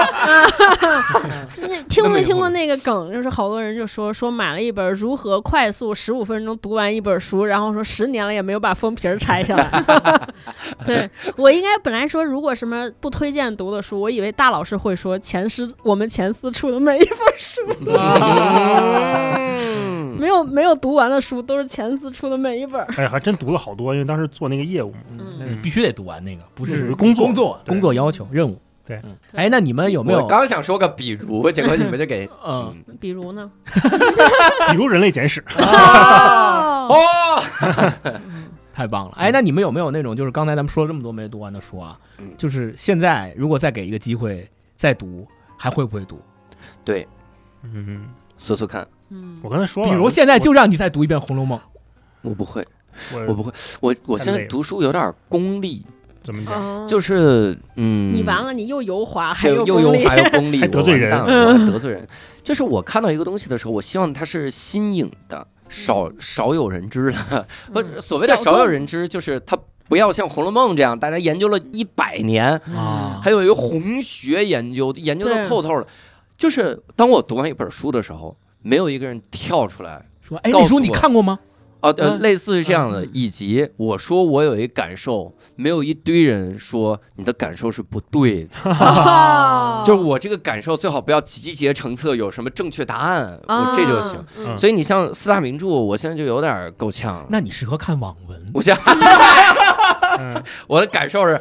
Speaker 7: 那听
Speaker 1: 那么
Speaker 7: 没
Speaker 1: 有
Speaker 7: 听过
Speaker 1: 用
Speaker 7: 那个梗？就是好多人就说说买了一本如何快速十五分钟读完一本书，然后说十年了也没有把封皮儿拆下来。 对我应该本来说如果什么不推荐读的书，我以为大老师会说前师我们前司出的每一本书，
Speaker 1: 嗯
Speaker 7: 没有没有读完的书都是前司出的每一本儿。
Speaker 4: 哎，还真读了好多，因为当时做那个业务嘛。
Speaker 7: 嗯，
Speaker 8: 那是必须得读完那个，不
Speaker 4: 那属
Speaker 8: 是
Speaker 4: 于工作
Speaker 8: 工作
Speaker 4: 对
Speaker 8: 工作要求任务。
Speaker 4: 对
Speaker 8: 嗯，哎，那你们有没
Speaker 1: 我
Speaker 8: 有？
Speaker 1: 刚想说个比如，结果你们就给
Speaker 8: 嗯，
Speaker 7: 比如呢？
Speaker 4: 比如《人类简史》，
Speaker 7: 哦，
Speaker 1: 哦，
Speaker 8: 太棒了。哎，那你们有没有那种就是刚才咱们说了这么多没读完的书啊
Speaker 1: 嗯？
Speaker 8: 就是现在如果再给一个机会再读，还会不会读？
Speaker 1: 对，
Speaker 4: 嗯，
Speaker 1: 搜搜看，
Speaker 7: 嗯
Speaker 4: 我，刚才说
Speaker 8: 比
Speaker 4: 了，
Speaker 8: 如现在就让你再读一遍《红楼梦》，
Speaker 1: 我不会，
Speaker 4: 我
Speaker 1: 我不会，我我
Speaker 4: 太
Speaker 1: 现在
Speaker 4: 累了
Speaker 1: 读书有点功利，
Speaker 4: 怎么讲？
Speaker 7: 哦
Speaker 1: 就是嗯，
Speaker 7: 你完了，你又油滑，还
Speaker 1: 对，
Speaker 7: 有
Speaker 1: 又
Speaker 7: 功
Speaker 1: 又
Speaker 7: 利
Speaker 1: 还有功利，
Speaker 4: 还得罪人
Speaker 1: 我完蛋了 我还得罪人。就是我看到一个东西的时候，我希望它是新颖的，少少有人知的。 不，
Speaker 7: 嗯
Speaker 1: 所谓的
Speaker 7: 小
Speaker 1: 少有
Speaker 7: 众
Speaker 1: 人知，就是它不要像《红楼梦》这样，大家研究了一百年，
Speaker 8: 啊
Speaker 1: 还有一个红学研究，研究的
Speaker 7: 对
Speaker 1: 透透的。就是当我读完一本书的时候，没有一个人跳出来。
Speaker 8: 说哎，
Speaker 1: 告
Speaker 8: 那
Speaker 1: 诉
Speaker 8: 书你
Speaker 1: 我
Speaker 8: 看过吗？
Speaker 1: 啊，呃，
Speaker 8: 嗯
Speaker 1: 类似这样的，以及我说我有一感受，没有一堆人说你的感受是不对的。
Speaker 7: 哦
Speaker 1: 就是我这个感受最好不要集结成册，有什么正确答案，我这就行。。
Speaker 7: 嗯
Speaker 4: 嗯
Speaker 1: 所以你像四大名著，我现在就有点够呛了。
Speaker 8: 那你适合看网文。
Speaker 1: 我现在
Speaker 4: 嗯，
Speaker 1: 我的感受是，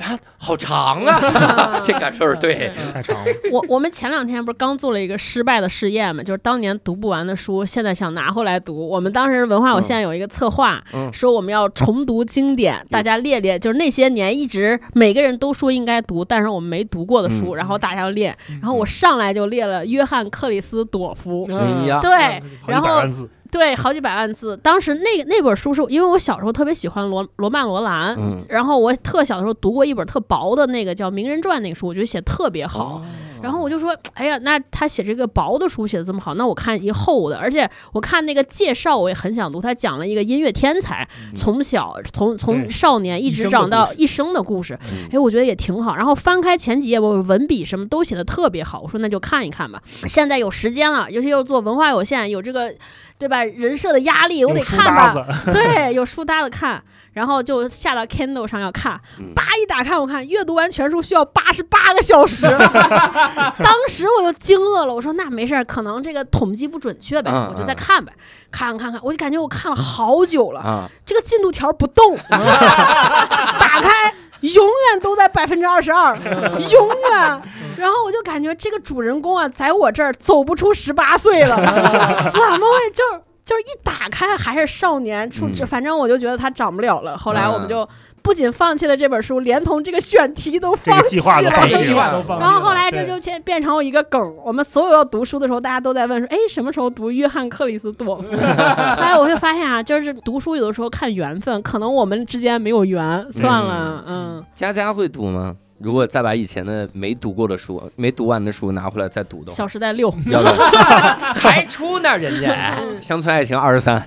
Speaker 1: 啊，好长啊，
Speaker 7: 啊
Speaker 1: 这感受是对。
Speaker 4: 嗯太长 了。
Speaker 7: 我我们前两天不是刚做了一个失败的试验嘛，就是当年读不完的书，现在想拿回来读。我们当时文化有限有一个策划，
Speaker 1: 嗯
Speaker 7: 说我们要重读经典，大家列列，就是那些年一直每个人都说应该读，但是我们没读过的书，
Speaker 1: 嗯
Speaker 7: 然后大家要列。然后我上来就列了约翰克里斯朵夫，
Speaker 1: 哎呀，
Speaker 7: 对，
Speaker 4: 嗯好几百
Speaker 7: 然后
Speaker 4: 万字，
Speaker 7: 对好几百万字。当时那那本书是因为我小时候特别喜欢罗罗曼罗兰，
Speaker 1: 嗯，
Speaker 7: 然后我特小的时候读过一本特薄的那个叫《名人传》那个书，我觉得写特别好。
Speaker 1: 好，
Speaker 4: 嗯
Speaker 7: 然后我就说，哎呀，那他写这个薄的书写的这么好，那我看一厚的，而且我看那个介绍，我也很想读。他讲了一个音乐天才，
Speaker 1: 嗯
Speaker 7: 从小从从
Speaker 4: 对
Speaker 7: 少年一直长到一生的故事，
Speaker 1: 嗯
Speaker 7: 哎，我觉得也挺好。然后翻开前几页，我文笔什么都写的特别好，我说那就看一看吧。现在有时间了，尤其又做文化有限，有这个对吧人设的压力，我得
Speaker 4: 用书
Speaker 7: 看
Speaker 4: 搭
Speaker 7: 吧。
Speaker 4: 子，
Speaker 7: 对，有书搭子看，然后就下到 Kindle 上要看，
Speaker 1: 嗯
Speaker 7: 叭一打开，我看阅读完全书需要八十八个 小时， 当时我就惊愕了，我说那没事儿，可能这个统计不准确呗，
Speaker 1: 嗯
Speaker 7: 我就
Speaker 1: 嗯
Speaker 7: 再看呗，看看看，我就感觉我看了好久了，
Speaker 1: 啊，
Speaker 7: 这个进度条不 动，打开。永远都在百分之二十二，
Speaker 1: 嗯
Speaker 7: 永远。然后我就感觉这个主人公啊，在我这儿走不出十八岁了，
Speaker 1: 嗯
Speaker 7: 怎么会就是就是一打开还是少年处
Speaker 1: 嗯
Speaker 7: 置，反正我就觉得他长不了了。后来我们
Speaker 1: 嗯
Speaker 7: 就不仅放弃了这本书，连同这个选题都
Speaker 4: 这
Speaker 7: 放
Speaker 4: 个
Speaker 7: 弃
Speaker 4: 计划都
Speaker 7: 了。
Speaker 4: 放
Speaker 1: 这
Speaker 4: 弃
Speaker 1: 个计
Speaker 4: 了。
Speaker 1: 划都放
Speaker 7: 哎然后后来这
Speaker 4: 对
Speaker 7: 就变变成一个梗，我们所有要读书的时候，大家都在问说，哎，什么时候读约翰克里斯朵夫？ 后来我会发现啊，就是读书有的时候看缘分，可能我们之间没有缘，算了，嗯，
Speaker 1: 佳佳会读吗？如果再把以前的没读过的书、没读完的书拿回来再读的
Speaker 7: 《
Speaker 1: 话
Speaker 7: 小，时代六》
Speaker 1: 要不 还出呢，人家《乡村爱情二十三》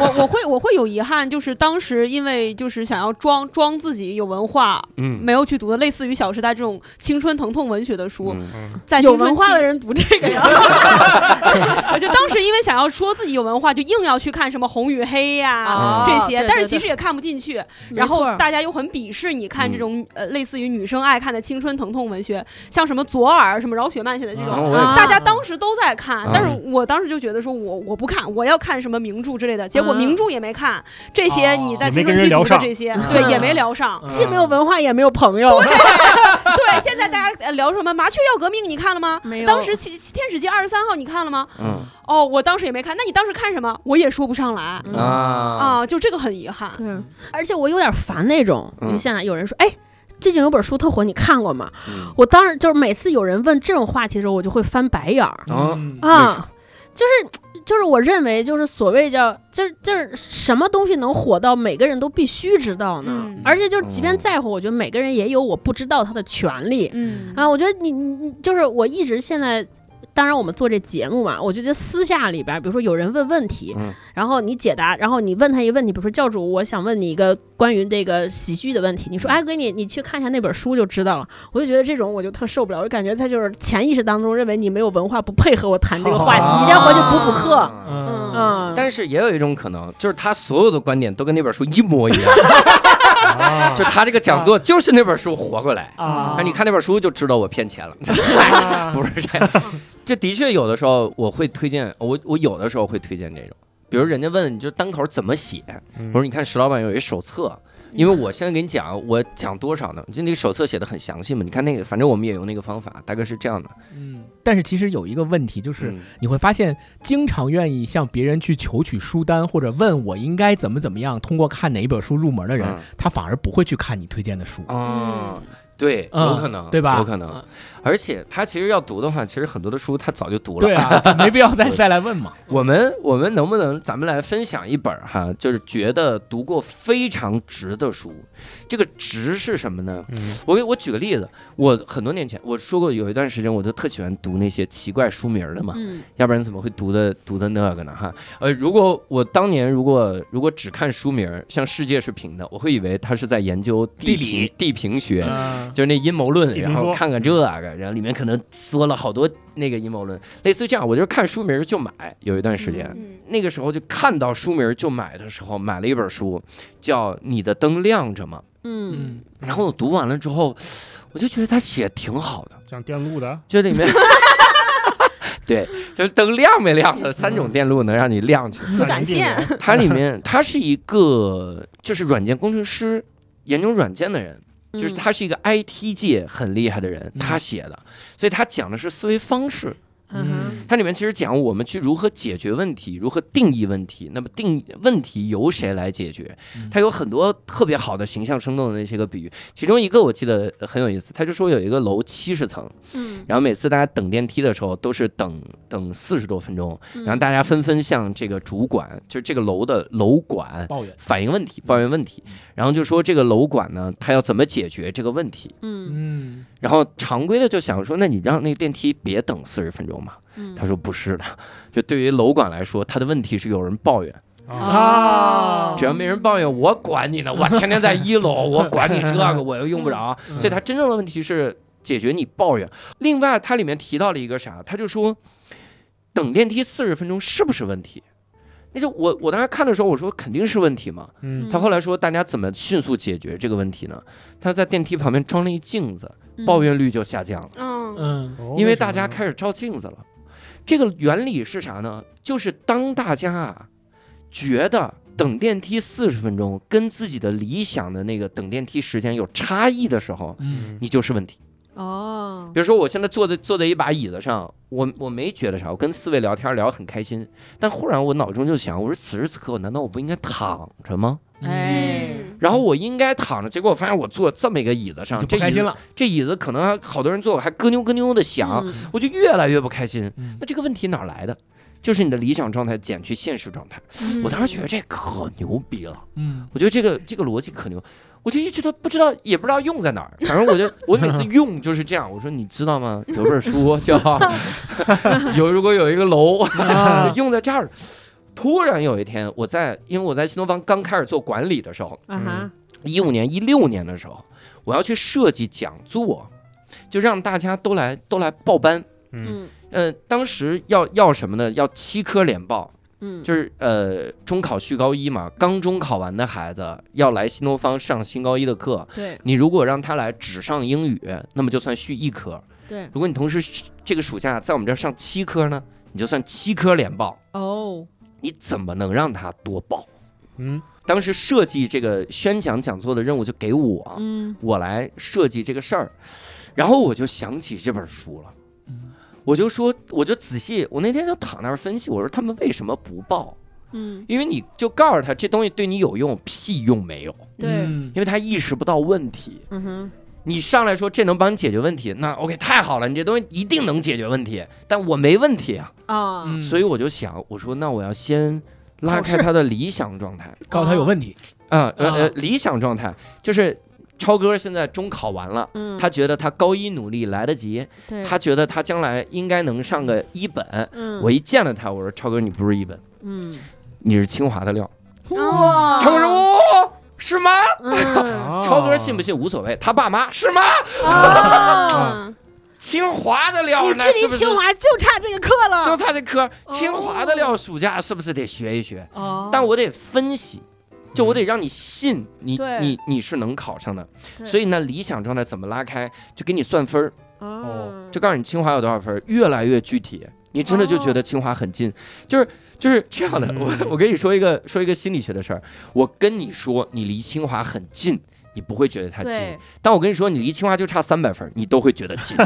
Speaker 6: 我我会我会有遗憾，就是当时因为就是想要装装自己有文化，
Speaker 1: 嗯，
Speaker 6: 没有去读的类似于《小时代》这种青春疼痛文学的书，
Speaker 1: 嗯
Speaker 4: 嗯
Speaker 6: 在
Speaker 7: 有
Speaker 6: 青春
Speaker 7: 文化
Speaker 6: 期
Speaker 7: 的人读这个呀，
Speaker 6: 我 就当时因为想要说自己有文化，就硬要去看什么红与黑呀、
Speaker 1: 啊
Speaker 6: 这些，但是其
Speaker 7: 实
Speaker 6: 实也看不进去。
Speaker 7: 然
Speaker 6: 然
Speaker 7: 后
Speaker 6: 后
Speaker 7: 大
Speaker 6: 大家又很鄙视你看这
Speaker 1: 嗯
Speaker 6: 种、呃类似于女生爱看的青春疼痛文学，像什么左耳、什么饶雪漫写的这
Speaker 1: 然后
Speaker 6: 种。
Speaker 1: 我也
Speaker 7: 啊
Speaker 6: 大家当时都在看，
Speaker 1: 啊
Speaker 6: 但是我当时就觉得说我，我不看，我要看什么名著之类的。结果
Speaker 7: 啊
Speaker 6: 名著也没看，这些你在
Speaker 4: 也没跟
Speaker 6: 青春
Speaker 4: 人
Speaker 6: 期读
Speaker 4: 聊
Speaker 6: 的
Speaker 4: 上
Speaker 6: 这些，
Speaker 8: 啊
Speaker 6: 对，也没 聊上。
Speaker 8: 嗯
Speaker 7: 既没有文化也没有朋友，
Speaker 6: 对，现在大家呃聊什么《麻雀要革命》，你看了吗？
Speaker 7: 没有
Speaker 6: 当时《七天使街二十三号》你看了吗？
Speaker 1: 嗯
Speaker 6: 哦，我当时也没看。那你当时看什么？我也说不上来。
Speaker 7: 嗯
Speaker 1: 啊，
Speaker 6: 啊，就这个很遗憾。
Speaker 7: 对，而且我有点烦那种，
Speaker 1: 嗯
Speaker 7: 就像有人说，哎，最近有本书特火，你看过吗？
Speaker 1: 嗯
Speaker 7: 我当时就是每次有人问这种话题的时候，我就会翻白眼儿
Speaker 1: 啊
Speaker 8: 嗯
Speaker 1: 为
Speaker 7: 啊，就是就是我认为就是所谓叫就是就是什么东西能火到每个人都必须知道呢？
Speaker 6: 嗯
Speaker 7: 而且就是即便
Speaker 1: 哦
Speaker 7: 再火，我觉得每个人也有我不知道他的权利。
Speaker 6: 嗯
Speaker 7: 啊，我觉得你你你就是我一直现在，当然我们做这节目嘛，我觉得私下里边儿，比如说有人问问题，
Speaker 1: 嗯
Speaker 7: 然后你解答，然后你问他一个问题，比如说教主，我想问你一个关于这个喜剧的问题，你
Speaker 1: 嗯
Speaker 7: 说哎哥你你去看一下那本书就知道了，我就觉得这种我就特受不了，我就感觉他就是潜意识当中认为你没有文化，不配合我谈这个话题，你先回去补补课，
Speaker 1: 啊
Speaker 8: 嗯
Speaker 7: 嗯，
Speaker 1: 但是也有一种可能，就是他所有的观点都跟那本书一模一 样，
Speaker 4: 啊
Speaker 1: 就他这个讲座就是那本书活过来。
Speaker 8: 啊
Speaker 1: 那你看那本书就知道我骗钱了， 不是这样。就的确有的时候我会推荐，我我有的时候会推荐这种，比如人家问你就单口怎么写，
Speaker 4: 嗯
Speaker 1: 我
Speaker 8: 嗯
Speaker 1: 说你看石老板有一手册，因为我现在给你讲，我讲多少呢？就那个手册写的很详细嘛，你看那个，反正我们也用那个方法，大概是这样的。
Speaker 8: 嗯，但是其实有一个问题，就是
Speaker 1: 嗯
Speaker 8: 你会发现，经常愿意向别人去求取书单，或者问我应该怎么怎么样，通过看哪一本书入门的人，他反而不会去看你推荐的书。
Speaker 1: 嗯啊，对，有
Speaker 8: 嗯
Speaker 1: 可能，
Speaker 8: 对吧？
Speaker 1: 有可能。
Speaker 8: 啊，
Speaker 1: 而且他其实要读的话，其实很多的书他早就读了。
Speaker 8: 对啊，就没必要再
Speaker 1: 对
Speaker 8: 再来问嘛。
Speaker 1: 我们我们能不能咱们来分享一本儿哈，就是觉得读过非常值的书？这个值是什么呢？
Speaker 4: 嗯
Speaker 1: 我给我举个例子，我很多年前我说过，有一段时间我都特喜欢读那些奇怪书名儿的嘛，
Speaker 7: 嗯
Speaker 1: 要不然怎么会读的读的那个呢？哈，呃，如果我当年如果如果只看书名儿，像世界是平的，我会以为他是在研究地
Speaker 8: 地理
Speaker 1: 平地平学，
Speaker 8: 嗯
Speaker 1: 就是那阴谋论，
Speaker 4: 比如
Speaker 1: 然后
Speaker 4: 说
Speaker 1: 看看这个，然后里面可能说了好多那个阴谋论，类似于这样，我就是看书名儿就买，有一段时间。
Speaker 6: 嗯
Speaker 1: 那个时候就看到书名儿就买的时候，买了一本书，叫《你的灯亮着吗
Speaker 7: 嗯，》。
Speaker 1: 然后我读完了之后，我就觉得他写得挺好的，
Speaker 4: 讲嗯电路的，
Speaker 1: 就里面，对，就是灯亮没亮的三种电路能让你亮 起来。
Speaker 6: 磁感线
Speaker 4: 看人家
Speaker 1: 它里面他是一个就是软件工程师，研究软件的人，
Speaker 7: 嗯
Speaker 1: 就是他是一个 IT 界很厉害的人，他写的，所以他讲的是思维方式。
Speaker 7: 嗯哼
Speaker 1: 它里面其实讲我们去如何解决问题，如何定义问题。那么定问题由谁来解决
Speaker 8: 嗯？
Speaker 1: 它有很多特别好的形象生动的那些个比喻，其中一个我记得呃很有意思，他就说有一个楼七十层，
Speaker 7: 嗯
Speaker 1: 然后每次大家等电梯的时候都是等等四十多分钟，
Speaker 7: 嗯，
Speaker 1: 然后大家纷纷向这个主管，就是这个楼的楼管
Speaker 8: 抱怨。
Speaker 1: 反映问题、抱怨问题，然后就说这个楼管呢，他要怎么解决这个问题？
Speaker 7: 嗯
Speaker 8: 嗯，
Speaker 1: 然后常规的就想说，那你让那个电梯别等四十分钟嘛。
Speaker 7: 嗯
Speaker 1: 他说不是的，就对于楼管来说，他的问题是有人抱怨，
Speaker 4: 啊，
Speaker 7: 啊
Speaker 1: 只要没人抱怨，我管你呢，我天天在一楼，我管你这个，我又用不着。
Speaker 4: 嗯
Speaker 1: 所以他真正的问题是解决你抱怨。另外，它里面提到了一个啥，他就说等电梯四十分钟是不是问题？那就我我当时看的时候，我说肯定是问题嘛。
Speaker 4: 嗯
Speaker 1: 他后来说，大家怎么迅速解决这个问题呢？他在电梯旁边装了一镜子，抱怨率就下降了。
Speaker 7: 嗯
Speaker 8: 嗯
Speaker 4: 哦
Speaker 1: 因为大家
Speaker 4: 什么
Speaker 1: 开始照镜子了。这个原理是啥呢？就是当大家啊觉得等电梯四十分钟跟自己的理想的那个等电梯时间有差异的时候，
Speaker 8: 嗯
Speaker 1: 你就是问题。
Speaker 7: 哦
Speaker 1: 比如说，我现在坐在坐在一把椅子上，我我没觉得啥，我跟四位聊天聊得很开心，但忽然我脑中就想，我说此时此刻，难道我不应该躺着吗？
Speaker 7: 哎
Speaker 1: 然后我应该躺着，结果我发现我坐这么一个椅子上，
Speaker 8: 就
Speaker 1: 这
Speaker 8: 不开
Speaker 1: 椅
Speaker 8: 心
Speaker 1: 子
Speaker 8: 了。
Speaker 1: 这椅子可能还好多人坐过，还咯扭咯扭的响，
Speaker 7: 嗯
Speaker 1: 我就越来越不开心。
Speaker 8: 嗯
Speaker 1: 那这个问题哪儿来的？就是你的理想状态减
Speaker 7: 嗯
Speaker 1: 去现实状态。我当时觉得这可牛逼了，
Speaker 8: 嗯
Speaker 1: 我觉得这个这个逻辑可牛。我就一直都不知道，也不知道用在哪儿。反正我就我每次用就是这样，我说你知道吗？有本书叫有如果有一个楼，
Speaker 8: 嗯啊
Speaker 7: 啊
Speaker 1: 就用在这儿。突然有一天，我在因为我在新东方刚开始做管理的时候，
Speaker 7: 啊哈，
Speaker 1: 一五年、一六年的时候，我要去设计讲座，就让大家都来都来报班。
Speaker 4: 嗯
Speaker 7: 嗯
Speaker 1: 呃，当时要要什么呢？要七科连报，
Speaker 7: 嗯，
Speaker 1: 就是呃中考续高一嘛，刚中考完的孩子要来新东方上新高一的课，
Speaker 7: 对
Speaker 1: 你如果让他来只上英语，那么就算续一科；
Speaker 7: 对
Speaker 1: 如果你同时这个暑假在我们这儿上七科呢，你就算七科连报。
Speaker 7: 哦，
Speaker 1: 你怎么能让他多报？
Speaker 4: 嗯
Speaker 1: 当时设计这个宣讲讲座的任务就给我，
Speaker 7: 嗯
Speaker 1: 我来设计这个事儿，然后我就想起这本书了，我就说，我就仔细，我那天就躺那儿分析，我说他们为什么不报？
Speaker 7: 嗯，
Speaker 1: 因为你就告诉他这东西对你有用，屁用没有，
Speaker 7: 对，
Speaker 8: 嗯
Speaker 1: 因为他意识不到问题。
Speaker 7: 嗯哼，
Speaker 1: 你上来说这能帮你解决问题，那 OK 太好了，你这东西一定能解决问题，但我没问题啊，
Speaker 7: 啊，
Speaker 8: 嗯
Speaker 1: 所以我就想，我说那我要先拉开他的理想状态，
Speaker 8: 告诉他有问题，
Speaker 1: 啊呃呃
Speaker 8: 啊
Speaker 1: 理想状态就是超哥现在中考完了。
Speaker 7: 嗯，
Speaker 1: 他觉得他高一努力来得及，
Speaker 7: 对
Speaker 1: 他，觉得他将来应该能上个一本。
Speaker 7: 嗯，
Speaker 1: 我一见了他，我说：“超哥，你不是一本，
Speaker 7: 嗯，
Speaker 1: 你是清华的料。”
Speaker 7: 哇，
Speaker 1: 超哥说：“哦，是吗？”
Speaker 7: 嗯，
Speaker 4: 啊
Speaker 7: 哦
Speaker 1: 超哥信不？信无所谓，他爸妈是吗？哦
Speaker 7: 啊，
Speaker 1: 清华的料，
Speaker 7: 你
Speaker 1: 那
Speaker 7: 距
Speaker 1: 是
Speaker 7: 离
Speaker 1: 不是
Speaker 7: 清华就差这个课了，
Speaker 1: 就差这科？清华的料，暑假是不是得学一学？
Speaker 7: 哦，嗯
Speaker 1: 但我得分析，就我得让你信你
Speaker 7: 对
Speaker 1: 你你是能考上的。
Speaker 7: 对
Speaker 1: 所以呢，理想状态怎么拉开，就给你算分儿。
Speaker 7: 哦，
Speaker 1: 就告诉你清华有多少分儿，越来越具体，你真的就
Speaker 7: 哦
Speaker 1: 觉得清华很近，就是就是这样的。
Speaker 4: 嗯
Speaker 1: 我我跟你说一个说一个心理学的事儿，我跟你说你离清华很近，你不会觉得它近
Speaker 7: 对；，
Speaker 1: 但我跟你说你离清华就差三百分儿，你都会觉得 近。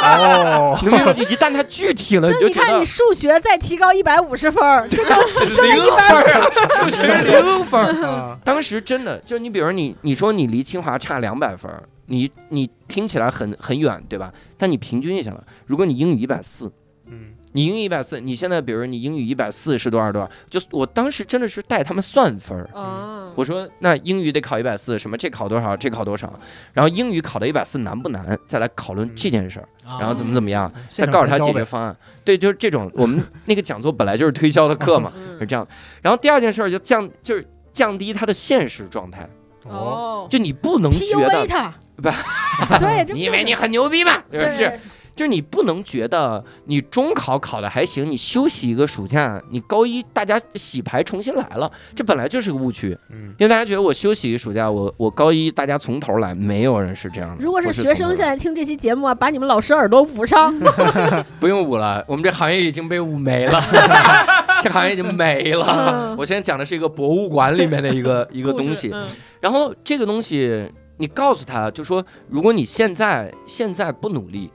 Speaker 4: 哦，
Speaker 1: 你明白吗？一旦它具体了，你
Speaker 7: 就
Speaker 1: 就
Speaker 7: 你
Speaker 1: 觉
Speaker 7: 看，
Speaker 1: 得
Speaker 7: 你数学再提高一百五十分儿，这就
Speaker 1: 只剩零分儿啊，数学是零分儿。
Speaker 4: 啊
Speaker 1: 当时真的就你，比如说你你说你离清华差两百分儿，你你听起来很很远，对吧？但你平均一下来，如果你英语一百四。
Speaker 4: 嗯
Speaker 1: 你英语一百四，你现在比如你英语一百四是多少多少？就我当时真的是带他们算分儿，
Speaker 7: 哦，
Speaker 1: 我说那英语得考一百四，什么这考多少，这考多少，然后英语考到一百四难不难，再来讨论这件事儿，
Speaker 8: 哦嗯
Speaker 1: 然后怎
Speaker 8: 啊
Speaker 1: 么怎么样，再告诉他解决方案。对，就是这种，我们那个讲座本来就是推销的课 嘛，
Speaker 7: 嗯
Speaker 1: 是这样。然后第二件事儿就降，就是降低他的现实状态，
Speaker 4: 哦，
Speaker 7: 哦，
Speaker 1: 就你不能觉
Speaker 7: PUA
Speaker 1: 得，
Speaker 7: 他，对，这
Speaker 1: 你以为你很牛逼吗？就
Speaker 7: 对
Speaker 1: 是。就是你不能觉得你中考考的还行，你休息一个暑假，你高一大家洗牌重新来了，这本来就是个误区。
Speaker 4: 嗯
Speaker 1: 因为大家觉得我休息一暑假，我我高一大家从头来，没有人是这样的。
Speaker 7: 如果
Speaker 1: 不
Speaker 7: 是
Speaker 1: 是
Speaker 7: 学
Speaker 1: 从头来
Speaker 7: 生现在听这期节目啊，把你们老师耳朵捂上。
Speaker 1: 不用捂了，我们这行业已经被捂没 了，这行业已经没了
Speaker 7: 嗯。
Speaker 1: 我现在讲的是一个博物馆里面的一 个一个东西，
Speaker 7: 嗯
Speaker 1: 然后这个东西你告诉他，就说如果你现在现在不努力，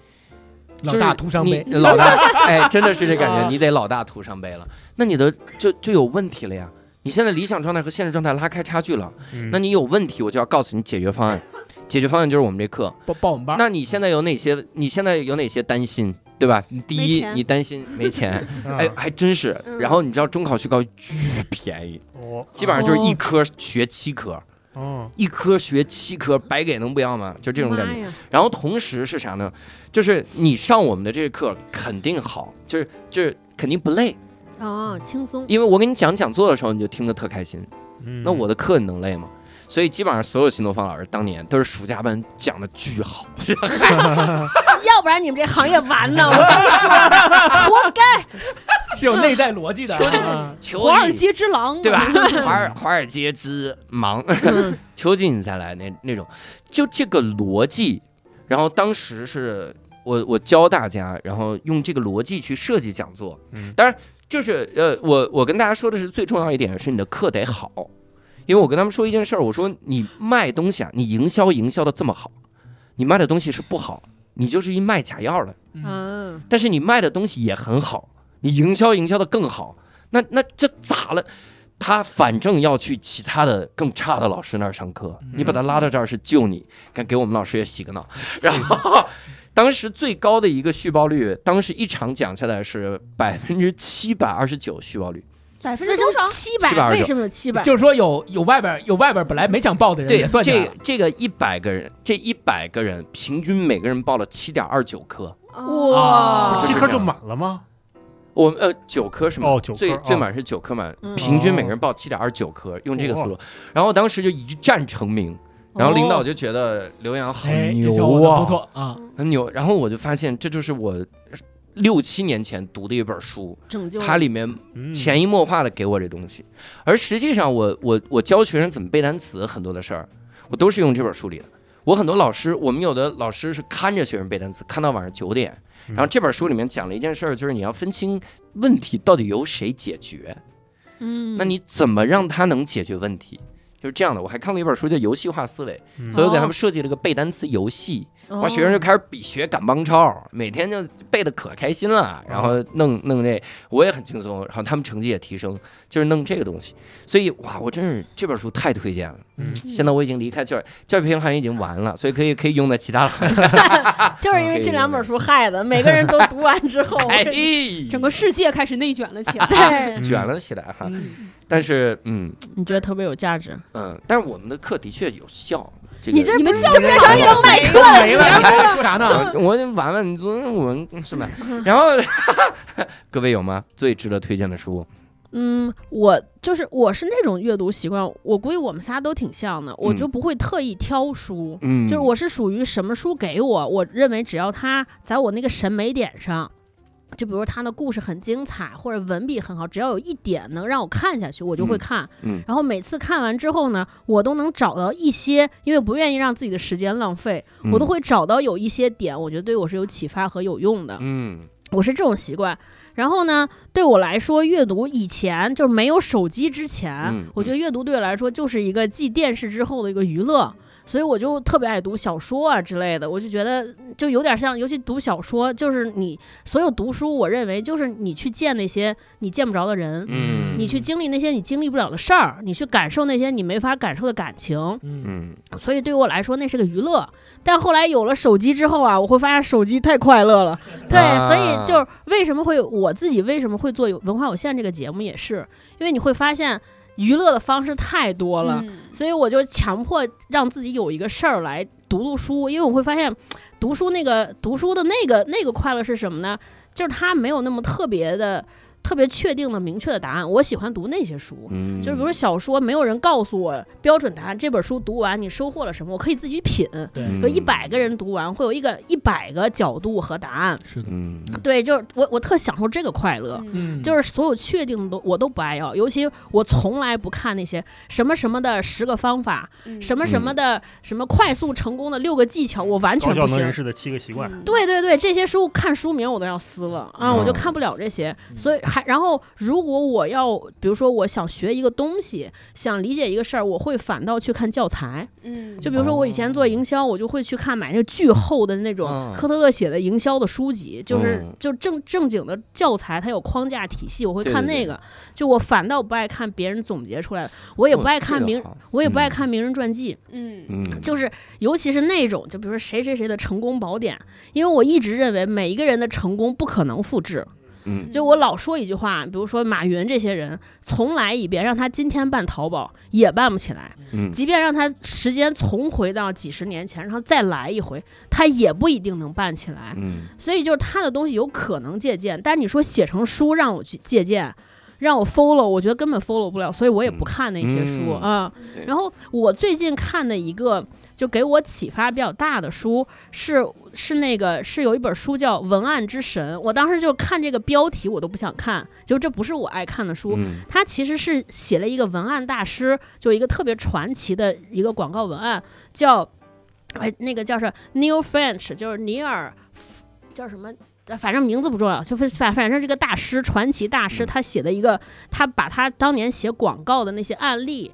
Speaker 8: 老大徒伤悲
Speaker 1: 就是你老大，哎，真的是这感
Speaker 7: 啊
Speaker 1: 觉，你得老大徒伤悲了，那你的就就有问题了呀。你现在理想状态和现实状态拉开差距了，
Speaker 4: 嗯
Speaker 1: 那你有问题，我就要告诉你解决方案。解决方案就是我们这课。
Speaker 8: 报报我们班儿，
Speaker 1: 那你现在有哪些？你现在有哪些担心，对吧？你第
Speaker 6: 没
Speaker 1: 一，
Speaker 6: 钱
Speaker 1: 你担心没 钱，
Speaker 4: 啊
Speaker 1: 哎，还真是
Speaker 7: 嗯。
Speaker 1: 然后你知道中考去高巨便宜，
Speaker 4: 哦
Speaker 1: 基本上就是一科学七科，
Speaker 4: 哦
Speaker 1: 一科学七科，白给能不要吗？就这种感觉。，然后同时是啥呢？就是你上我们的这个课肯定好，就是就是肯定不累，
Speaker 7: 哦，轻松，
Speaker 1: 因为我给你讲讲座的时候你就听得特开心。
Speaker 4: 嗯
Speaker 1: 那我的课你能累吗？所以基本上所有新东方老师当年都是暑假班讲的巨好，
Speaker 7: 要不然你们这行业完呢。我跟你 说，活该。
Speaker 8: 是有内在逻辑 的啊。
Speaker 1: 求
Speaker 6: 华尔
Speaker 1: 你
Speaker 6: 街之狼，
Speaker 1: 对吧？？华尔华尔街之忙， 求进你再来那那种，就这个逻辑。然后当时是我我教大家，然后用这个逻辑去设计讲座。
Speaker 4: 嗯
Speaker 1: 当然就是呃，我我跟大家说的是最重要一点是你的课得好，因为我跟他们说一件事儿，我说你卖东西啊，你营销营销的这么好，你卖的东西是不好，你就是一卖假药的。
Speaker 8: 嗯
Speaker 7: 嗯，
Speaker 1: 但是你卖的东西也很好，你营销营销的更好，那那这咋了？他反正要去其他的更差的老师那儿上课，
Speaker 8: 嗯
Speaker 1: 你把他拉到这儿是救你，敢给我们老师也洗个脑。然后，当时最高的一个续报率，当时一场讲下来是百分之七百二十九续报率，
Speaker 7: 百分
Speaker 6: 之多少
Speaker 7: 七百，为什么有七百？
Speaker 8: 就是说有有外边有外边本来没想报的人
Speaker 1: 对
Speaker 8: 也，算进来
Speaker 1: 这
Speaker 8: 了，
Speaker 1: 这个一百个人，这一百个人平均每个人报了七点二九颗，
Speaker 7: 哇，
Speaker 1: 啊
Speaker 4: 七
Speaker 1: 是
Speaker 4: 科
Speaker 1: 这
Speaker 4: 就
Speaker 1: 样
Speaker 4: 满了吗？
Speaker 1: 我们呃九颗是吗？
Speaker 4: 哦九颗
Speaker 1: 最
Speaker 4: 哦
Speaker 1: 最满是九颗满，
Speaker 7: 嗯
Speaker 1: 平均每个人报七点二九颗，用这个思路
Speaker 4: 哇，
Speaker 1: 然后当时就一战成名。然后领导就觉得刘洋好
Speaker 8: 哎，这小
Speaker 1: 牛
Speaker 8: 伙子
Speaker 1: 啊，
Speaker 8: 不错啊，
Speaker 1: 很牛。然后我就发现，这就是我六七年前读的一本书，
Speaker 7: 拯救
Speaker 1: 它里面
Speaker 4: 嗯
Speaker 1: 潜移默化的给我这东西。而实际上我，我我教学生怎么背单词，很多的事儿，我都是用这本书里的。我很多老师，我们有的老师是看着学生背单词，看到晚上九点。
Speaker 4: 嗯
Speaker 1: 然后这本书里面讲了一件事儿，就是你要分清问题到底由谁解决，
Speaker 7: 嗯，
Speaker 1: 那你怎么让他能解决问题？就是这样的。我还看了一本书叫《游戏化思维》，
Speaker 4: 嗯
Speaker 1: 所以我给他
Speaker 7: 哦
Speaker 1: 们设计了个背单词游戏。
Speaker 7: 哦
Speaker 1: 哇，学生就开始比学赶帮超，每天就背的可开心了，然后弄弄这，我也很轻松，然后他们成绩也提升，就是弄这个东西。所以哇，我真是这本书太推荐了。
Speaker 4: 嗯
Speaker 1: 现在我已经离开教育教育平衡已经完了，所以可以可以用在其他行业。
Speaker 7: 就是因为这两本书害的，每个人都读完之后，
Speaker 1: 哎，
Speaker 6: 整个世界开始内卷了起 来。
Speaker 7: 对，
Speaker 1: 卷了起来哈。
Speaker 8: 嗯
Speaker 1: 但是嗯
Speaker 7: 你觉得特别有价值？
Speaker 1: 嗯，但是我们的课的确有效。这个嗯
Speaker 7: 你这
Speaker 6: 你们
Speaker 7: 不是
Speaker 6: 教
Speaker 7: 就变成一个卖课的
Speaker 8: 没
Speaker 7: 节
Speaker 8: 了，你
Speaker 7: 目
Speaker 8: 还说啥呢？
Speaker 1: 我我得玩玩，昨天我们是吧？然后 各位有吗？最值得推荐的书？
Speaker 7: 嗯，我就是我是那种阅读习惯，我估计我们仨都挺像的，我就不会特意挑书。
Speaker 1: 嗯，
Speaker 7: 就是我是属于什么书给我，我认为只要它在我那个审美点上，就比如它的故事很精彩，或者文笔很好，只要有一点能让我看下去，我就会
Speaker 1: 嗯
Speaker 7: 看。
Speaker 1: 嗯
Speaker 7: 然后每次看完之后呢，我都能找到一些，因为不愿意让自己的时间浪费，我
Speaker 1: 嗯
Speaker 7: 都会找到有一些点，我觉得对我是有启发和有用的。
Speaker 1: 嗯
Speaker 7: 我是这种习惯。然后呢，对我来说，阅读以前就是没有手机之前，
Speaker 1: 嗯
Speaker 7: 我觉得阅读对我来说就是一个继电视之后的一个娱乐。所以我就特别爱读小说啊之类的，我就觉得嗯就有点像，尤其读小说，就是你所有读书，我认为就是你去见那些你见不着的人，
Speaker 1: 嗯，
Speaker 7: 你去经历那些你经历不了的事儿，你去感受那些你没法感受的感情。
Speaker 8: 嗯，
Speaker 1: 嗯
Speaker 7: 所以对我来说，那是个娱乐。但后来有了手机之后啊，我会发现手机太快乐了。对，
Speaker 1: 啊
Speaker 7: 所以就是为什么会我自己为什么会做有文化有限这个节目，也是因为你会发现娱乐的方式太多了。
Speaker 6: 嗯
Speaker 7: 所以我就强迫让自己有一个事儿来读读书，因为我会发现，读书那个读书的那个那个快乐是什么呢？就是它没有那么特别的、特别确定的、明确的答案。我喜欢读那些书，
Speaker 1: 嗯，
Speaker 7: 就是比如说小说，没有人告诉我标准答案。这本书读完你收获了什么？我可以自己品。
Speaker 8: 对，
Speaker 6: 嗯
Speaker 7: 有一百个人读完，会有一个一百个角度和答案。
Speaker 8: 是的，
Speaker 1: 嗯，
Speaker 7: 对，就是我我特享受这个快乐。
Speaker 6: 嗯
Speaker 8: 嗯，
Speaker 7: 就是所有确定的都我都不爱要，尤其我从来不看那些什么什么的十个方法，
Speaker 6: 嗯
Speaker 7: 什么什么的、什么快速成功的六个技巧，我完全
Speaker 4: 高效
Speaker 7: 不
Speaker 4: 能人
Speaker 7: 行。
Speaker 4: 士的七个习惯，
Speaker 6: 嗯
Speaker 7: 对对对，这些书看书名我都要撕了啊，
Speaker 1: 嗯
Speaker 7: 我就看不了这些，
Speaker 8: 嗯
Speaker 7: 所以还然后如果我要，比如说我想学一个东西，想理解一个事儿，我会反倒去看教材。
Speaker 6: 嗯
Speaker 7: 就比如说我以前做营销，我就会去看买那个巨厚的那种
Speaker 1: 哦嗯
Speaker 7: 科特勒写的营销的书籍，就是
Speaker 1: 嗯
Speaker 7: 就正正经的教材，它有框架体系，我会
Speaker 1: 对
Speaker 7: 看
Speaker 1: 对
Speaker 7: 那
Speaker 1: 对
Speaker 7: 个。就我反倒不爱看别人总结出来的，我
Speaker 1: 哦
Speaker 7: 也不爱看名，我也不爱看名人传记，
Speaker 6: 嗯
Speaker 1: 嗯，
Speaker 7: 就是尤其是那种就比如说谁谁谁的成功宝典，因为我一直认为每一个人的成功不可能复制。
Speaker 1: 嗯
Speaker 7: 就我老说一句话，比如说马云这些人，从来一遍让他今天办淘宝也办不起来。
Speaker 1: 嗯
Speaker 7: 即便让他时间重回到几十年前，让他再来一回，他也不一定能办起来。
Speaker 1: 嗯
Speaker 7: 所以就是他的东西有可能借鉴，但你说写成书让我去借鉴，让我 follow，我觉得根本 follow 不了，所以我也不看那些书
Speaker 1: 嗯
Speaker 7: 啊、
Speaker 1: 对
Speaker 7: 然后我最近看的一个就给我启发比较大的书是是那个是有一本书叫《文案之神》，我当时就看这个标题我都不想看，就这不是我爱看的书，
Speaker 1: 嗯
Speaker 7: 他其实是写了一个文案大师，就一个特别传奇的一个广告文案，叫哎那个叫是 Neil French，就是尼尔叫什么？呃反正名字不重要，就是反反正这个大师，传奇大师，
Speaker 1: 嗯
Speaker 7: 他写的一个，他把他当年写广告的那些案例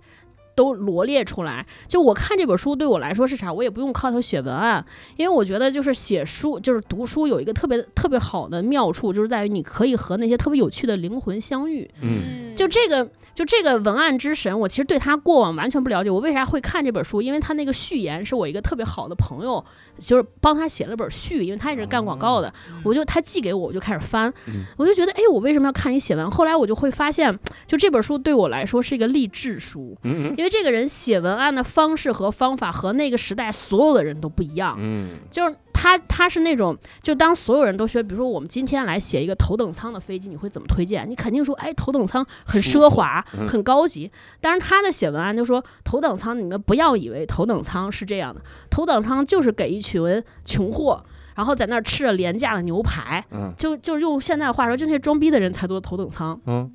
Speaker 7: 都罗列出来。就我看这本书对我来说是啥，我也不用靠头写文案，因为我觉得就是写书，就是读书有一个特别特别好的妙处，就是在于你可以和那些特别有趣的灵魂相遇。
Speaker 1: 嗯
Speaker 7: 就这个，就这个文案之神，我其实对他过往完全不了解。我为啥会看这本书？因为他那个序言是我一个特别好的朋友，就是帮他写了本序，因为他也是干广告的，我就他寄给我，我就开始翻，
Speaker 1: 嗯
Speaker 7: 我就觉得，哎，我为什么要看你写完？后来我就会发现，就这本书对我来说是一个励志书，
Speaker 1: 嗯
Speaker 7: 因为这个人写文案的方式和方法和那个时代所有的人都不一样。
Speaker 1: 嗯
Speaker 7: 就是他他是那种，就当所有人都学，比如说我们今天来写一个头等舱的飞机，你会怎么推荐？你肯定说，哎，头等舱很
Speaker 1: 舒服
Speaker 7: 奢华，
Speaker 1: 嗯
Speaker 7: 很高级。但是他的写文案就说，头等舱你们不要以为头等舱是这样的，头等舱就是给一群穷货，然后在那儿吃着廉价的牛排，
Speaker 1: 嗯
Speaker 7: 就就用现在话说，就那些装逼的人才坐头等舱。
Speaker 1: 嗯，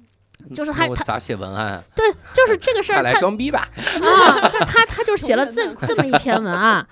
Speaker 7: 就是
Speaker 1: 那
Speaker 7: 他
Speaker 1: 我
Speaker 7: 他
Speaker 1: 咋写文案啊？
Speaker 7: 对，就是这个事
Speaker 1: 快
Speaker 7: 儿，
Speaker 1: 来
Speaker 7: 他
Speaker 1: 装逼吧！
Speaker 6: 嗯
Speaker 7: 啊，就是他他就写了这这么一篇文
Speaker 1: 哦
Speaker 7: 案。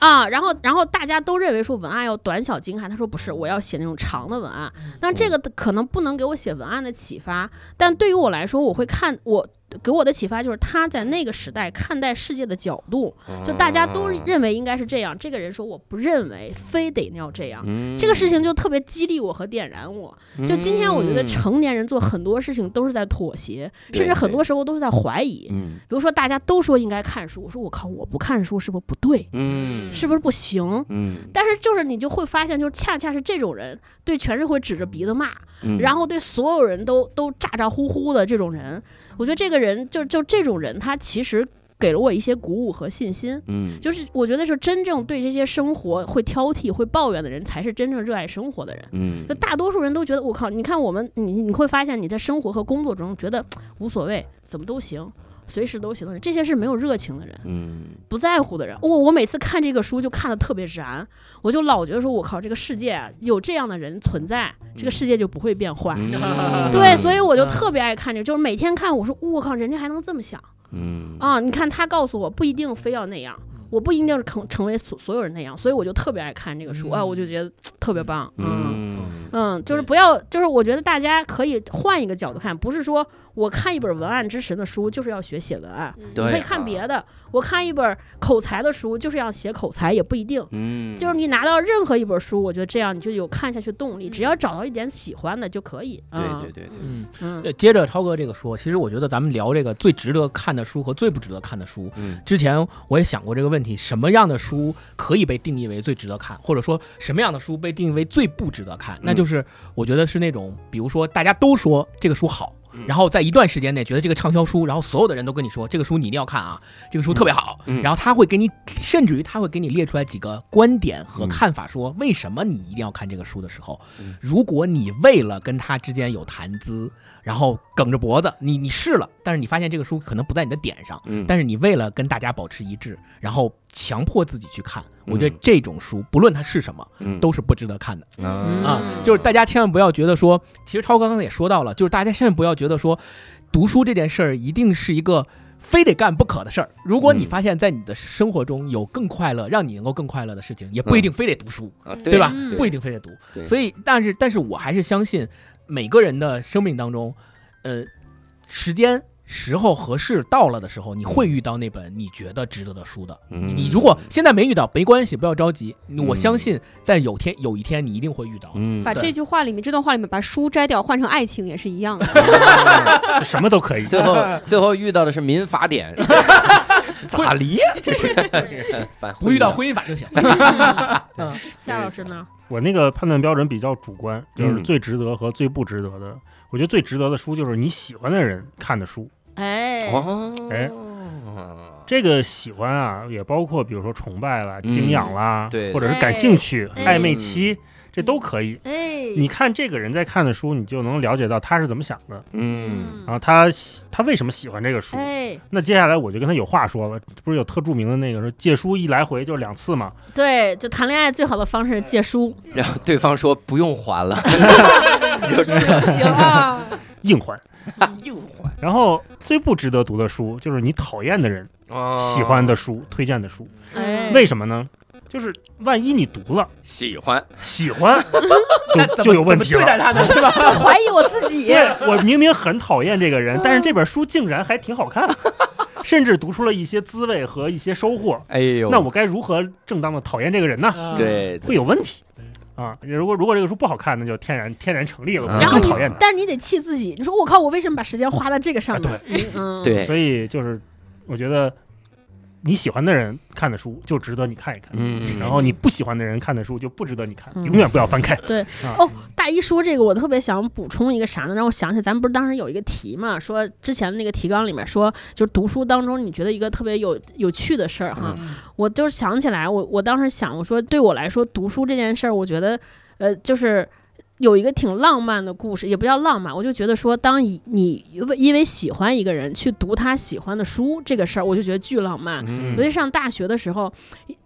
Speaker 7: 啊，然后然后大家都认为说文案要短小精悍，他说不是，我要写那种长的文案。
Speaker 1: 嗯
Speaker 7: 但这个可能不能给我写文案的启发，但对于我来说，我会看我给我的启发就是他在那个时代看待世界的角度，
Speaker 1: 哦
Speaker 7: 就大家都认为应该是这样，这个人说我不认为，非得要这样。
Speaker 1: 嗯
Speaker 7: 这个事情就特别激励我和点燃我。就今天，我觉得成年人做很多事情都是在妥协，
Speaker 1: 嗯对
Speaker 7: 甚至很
Speaker 1: 对
Speaker 7: 多时候都是在怀疑。
Speaker 1: 嗯
Speaker 7: 比如说大家都说应该看书，我说我靠，我不看书是不是不对？
Speaker 1: 嗯
Speaker 7: 是不是不行？
Speaker 1: 嗯
Speaker 7: 但是就是你就会发现，就是恰恰是这种人对全社会指着鼻子骂，
Speaker 1: 嗯，
Speaker 7: 然后对所有人都都咋咋呼呼的这种人，我觉得这个人就就这种人，他其实给了我一些鼓舞和信心。
Speaker 1: 嗯
Speaker 7: 就是我觉得是真正对这些生活会挑剔、会抱怨的人，才是真正热爱生活的人。
Speaker 1: 嗯
Speaker 7: 就大多数人都觉得，我靠，你看我们，你你会发现你在生活和工作中觉得无所谓，怎么都行，随时都行的人，这些是没有热情的人，
Speaker 1: 嗯
Speaker 7: 不在乎的人。我、我每次看这个书就看的特别燃，我就老觉得说，我靠，这个世界啊有这样的人存在，这个世界就不会变坏。
Speaker 1: 嗯
Speaker 7: 对，所以我就特别爱看这个，就是每天看，我说我靠，人家还能这么想
Speaker 1: 嗯
Speaker 7: 啊！你看他告诉我，不一定非要那样，我不一定成成为所所有人那样，所以我就特别爱看这个书啊，我就觉得特别棒，嗯
Speaker 1: 嗯
Speaker 7: 嗯，就是
Speaker 4: 对
Speaker 7: 不要，就是我觉得大家可以换一个角度看，不是说我看一本文案之神的书就是要学写文案，
Speaker 1: 对
Speaker 7: 你可以
Speaker 1: 啊
Speaker 7: 看别的。我看一本口才的书就是要写口才，也不一定。
Speaker 1: 嗯，
Speaker 7: 就是你拿到任何一本书，我觉得这样你就有看下去动力，只要找到一点喜欢的就可以。
Speaker 1: 嗯对对对对，
Speaker 8: 嗯，
Speaker 7: 嗯，嗯
Speaker 8: 呃接着超哥这个说，其实我觉得咱们聊这个最值得看的书和最不值得看的书，
Speaker 1: 嗯
Speaker 8: 之前我也想过这个问题，什么样的书可以被定义为最值得看，或者说什么样的书被定义为最不值得
Speaker 1: 嗯
Speaker 8: 看？那就是我觉得是那种，比如说大家都说这个书好
Speaker 4: 嗯，
Speaker 8: 然后在一段时间内觉得这个畅销书，然后所有的人都跟你说这个书你一定要看啊，这个书特别好，
Speaker 1: 嗯嗯
Speaker 8: 然后他会给你，甚至于他会给你列出来几个观点和看法，说为什么你一定要看这个书的时候
Speaker 1: 嗯，
Speaker 8: 如果你为了跟他之间有谈资，然后梗着脖子，你你试了，但是你发现这个书可能不在你的点上。
Speaker 1: 嗯，
Speaker 8: 但是你为了跟大家保持一致，然后强迫自己去看，
Speaker 1: 嗯
Speaker 8: 我觉得这种书不论它是什么，
Speaker 1: 嗯
Speaker 8: 都是不值得看的
Speaker 1: 嗯
Speaker 8: 啊。就是大家千万不要觉得说，其实超哥刚才也说到了，就是大家千万不要觉得说，读书这件事儿一定是一个。非得干不可的事儿。如果你
Speaker 1: 嗯
Speaker 8: 发现，在你的生活中有更快乐，让你能够更快乐的事情，也不一定非得读书，
Speaker 1: 啊
Speaker 8: 对吧？
Speaker 7: 嗯
Speaker 8: 不一定非得读
Speaker 1: 对。
Speaker 8: 所以，但是，但是我还是相信每个人的生命当中，呃，时间、时候合适到了的时候，你会遇到那本你觉得值得的书的。
Speaker 1: 嗯
Speaker 8: 你如果现在没遇到，没关系，不要着急。
Speaker 1: 嗯
Speaker 8: 我相信在有天有一天，你一定会遇到。
Speaker 1: 嗯
Speaker 6: 把这句话里面这段话里面把书摘掉，换成爱情也是一样的。
Speaker 4: 就什么都可 以。
Speaker 1: 最后最后遇到的是民法典，咋离？这是反
Speaker 8: 不遇到婚姻法就行。
Speaker 7: 戴老师呢？
Speaker 4: 我那个判断标准比较主观，就是
Speaker 1: 嗯
Speaker 4: 最值得和最不值得的。我觉得最值得的书就是你喜欢的人看的书。
Speaker 7: 哎，
Speaker 1: 哦，
Speaker 4: 哎这个喜欢啊，也包括比如说崇拜啦、
Speaker 1: 嗯
Speaker 4: 敬仰啦，
Speaker 1: 对嗯
Speaker 4: 或者是感兴趣、
Speaker 7: 哎
Speaker 4: 暧昧期，这都可以。
Speaker 7: 哎，
Speaker 4: 你看这个人在看的书，你就能了解到他是怎么想的，
Speaker 1: 嗯
Speaker 4: 然后他喜他为什么喜欢这个书。
Speaker 7: 哎，
Speaker 4: 那接下来我就跟他有话说了，不是有特著名的那个说借书一来回就两次嘛？
Speaker 7: 对，就谈恋爱最好的方式是借书，
Speaker 1: 然后对方说不用还了，就知道
Speaker 6: 行 啊，
Speaker 4: 硬还。
Speaker 1: 又还。
Speaker 4: 然后最不值得读的书就是你讨厌的人
Speaker 1: 哦
Speaker 4: 喜欢的书、推荐的书，
Speaker 1: 嗯
Speaker 7: 哎，
Speaker 4: 为什么呢？就是万一你读了
Speaker 1: 喜欢，
Speaker 4: 喜欢
Speaker 8: 那
Speaker 4: 就
Speaker 8: 怎
Speaker 4: 就
Speaker 8: 么
Speaker 4: 有问题
Speaker 8: 怎么对待
Speaker 4: 了。
Speaker 8: 他呢？对吧？
Speaker 6: 怀疑我自己。
Speaker 4: 对我明明很讨厌这个人，但是这本书竟然还挺好看，甚至读出了一些滋味和一些收获。
Speaker 1: 哎呦，
Speaker 8: 啊
Speaker 4: 那我该如何正当的讨厌这个人呢？
Speaker 1: 对
Speaker 4: 会有问题。啊。如果如果这个书不好看，那就天然天然成立了，我
Speaker 1: 然后
Speaker 4: 嗯更
Speaker 1: 你
Speaker 4: 讨厌它。
Speaker 7: 但是你得气自己，你说我靠，我为什么把时间花在这个上面？
Speaker 4: 啊
Speaker 7: 嗯，
Speaker 1: 对，
Speaker 4: 所以就是我觉得你喜欢的人看的书就值得你看一看，
Speaker 1: 嗯
Speaker 4: 然后你不喜欢的人看的书就不值得你看，
Speaker 7: 嗯
Speaker 4: 永远不要翻开。
Speaker 7: 对
Speaker 4: 啊、
Speaker 7: 哦，大一说这个，我特别想补充一个啥呢？让我想起咱们不是当时有一个题嘛，说之前那个提纲里面说，就是读书当中你觉得一个特别有有趣的事儿哈，
Speaker 4: 嗯
Speaker 7: 我就是想起来，我我当时想，我说对我来说读书这件事儿，我觉得呃就是。有一个挺浪漫的故事，也不叫浪漫，我就觉得说，当以你因为喜欢一个人去读他喜欢的书这个事儿，我就觉得巨浪漫。
Speaker 1: 嗯
Speaker 7: 尤其上大学的时候，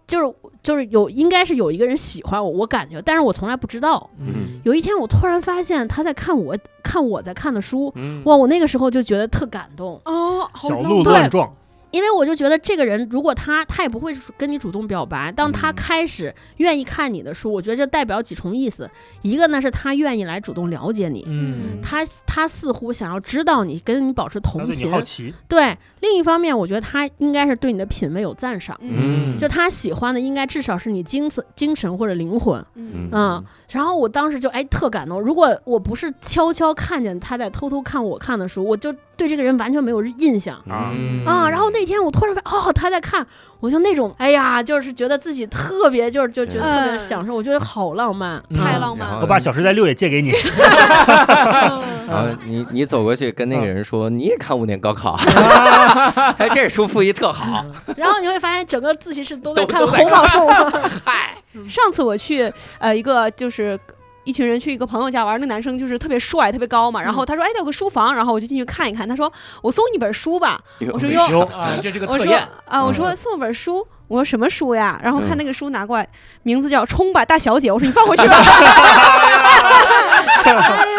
Speaker 7: 就是就是有应该是有一个人喜欢我，我感觉，但是我从来不知道。
Speaker 1: 嗯
Speaker 7: 有一天我突然发现他在看我看我在看的书，
Speaker 1: 嗯
Speaker 7: 哇！我那个时候就觉得特感动，
Speaker 6: 哦，好
Speaker 4: 小
Speaker 6: 浪
Speaker 4: 鹿
Speaker 7: 对
Speaker 4: 乱撞，
Speaker 7: 因为我就觉得这个人如果他他也不会跟你主动表白，当他
Speaker 1: 嗯
Speaker 7: 开始愿意看你的书，我觉得这代表几重意思，一个呢是他愿意来主动了解你。
Speaker 8: 嗯
Speaker 7: 他他似乎想要知道你，跟你保持
Speaker 4: 他
Speaker 7: 同
Speaker 4: 对你
Speaker 7: 频，
Speaker 4: 好奇，
Speaker 7: 对。另一方面，我觉得他应该是对你的品味有赞赏，
Speaker 1: 嗯，
Speaker 7: 就他喜欢的应该至少是你精神、精神或者灵魂。
Speaker 6: 嗯
Speaker 7: 嗯然后我当时就哎特感动，如果我不是悄悄看见他在偷偷看我看的书，我就对这个人完全没有印象
Speaker 1: 嗯
Speaker 7: 啊。然后那天我突然发现哦他在看，我就那种哎呀，就是觉得自己特别就是就觉得特别
Speaker 6: 嗯
Speaker 7: 享受，我觉得好浪漫。
Speaker 8: 嗯
Speaker 6: 太浪漫
Speaker 1: 然后
Speaker 4: 我把《小时代六》也借给 你，
Speaker 1: 然后啊你你走过去跟那个人说，你也看五年高考，啊哎，这书复习特好，
Speaker 7: 然后你会发现整个自习室都在
Speaker 1: 都
Speaker 7: 看
Speaker 1: 都在
Speaker 7: 红宝兽，
Speaker 1: 嗨，
Speaker 6: 上次我去呃一个就是。一群人去一个朋友家玩，那男生就是特别帅、特别高嘛。然后他说：“哎，他有个书房。”然后我就进去看一看。他说：“我送你本书吧。我说哟
Speaker 4: 哟
Speaker 8: 啊，这是个
Speaker 6: 我
Speaker 8: 测
Speaker 6: 说：“
Speaker 8: 验，
Speaker 6: 啊、我说送我本书。”我说：“什么书呀？”然后看那个书拿过来，名字叫《冲吧大小姐》。我说：“你放回去吧。”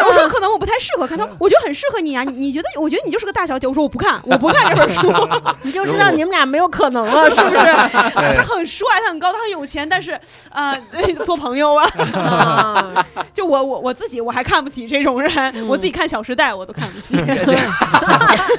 Speaker 6: 我说：“可能我不太适合看。”他说：“我觉得很适合你呀、你你觉得？我觉得你就是个大小姐。”我说：“我不看，我不看这本书。
Speaker 7: 你就知道你们俩没有可能 了，是不是？
Speaker 6: 他很帅，他很高，他很有钱，但是啊、做朋友啊。”
Speaker 1: 嗯
Speaker 7: 啊
Speaker 6: 就我我我自己我还看不起这种人，我自己看《小时代》我都看不起。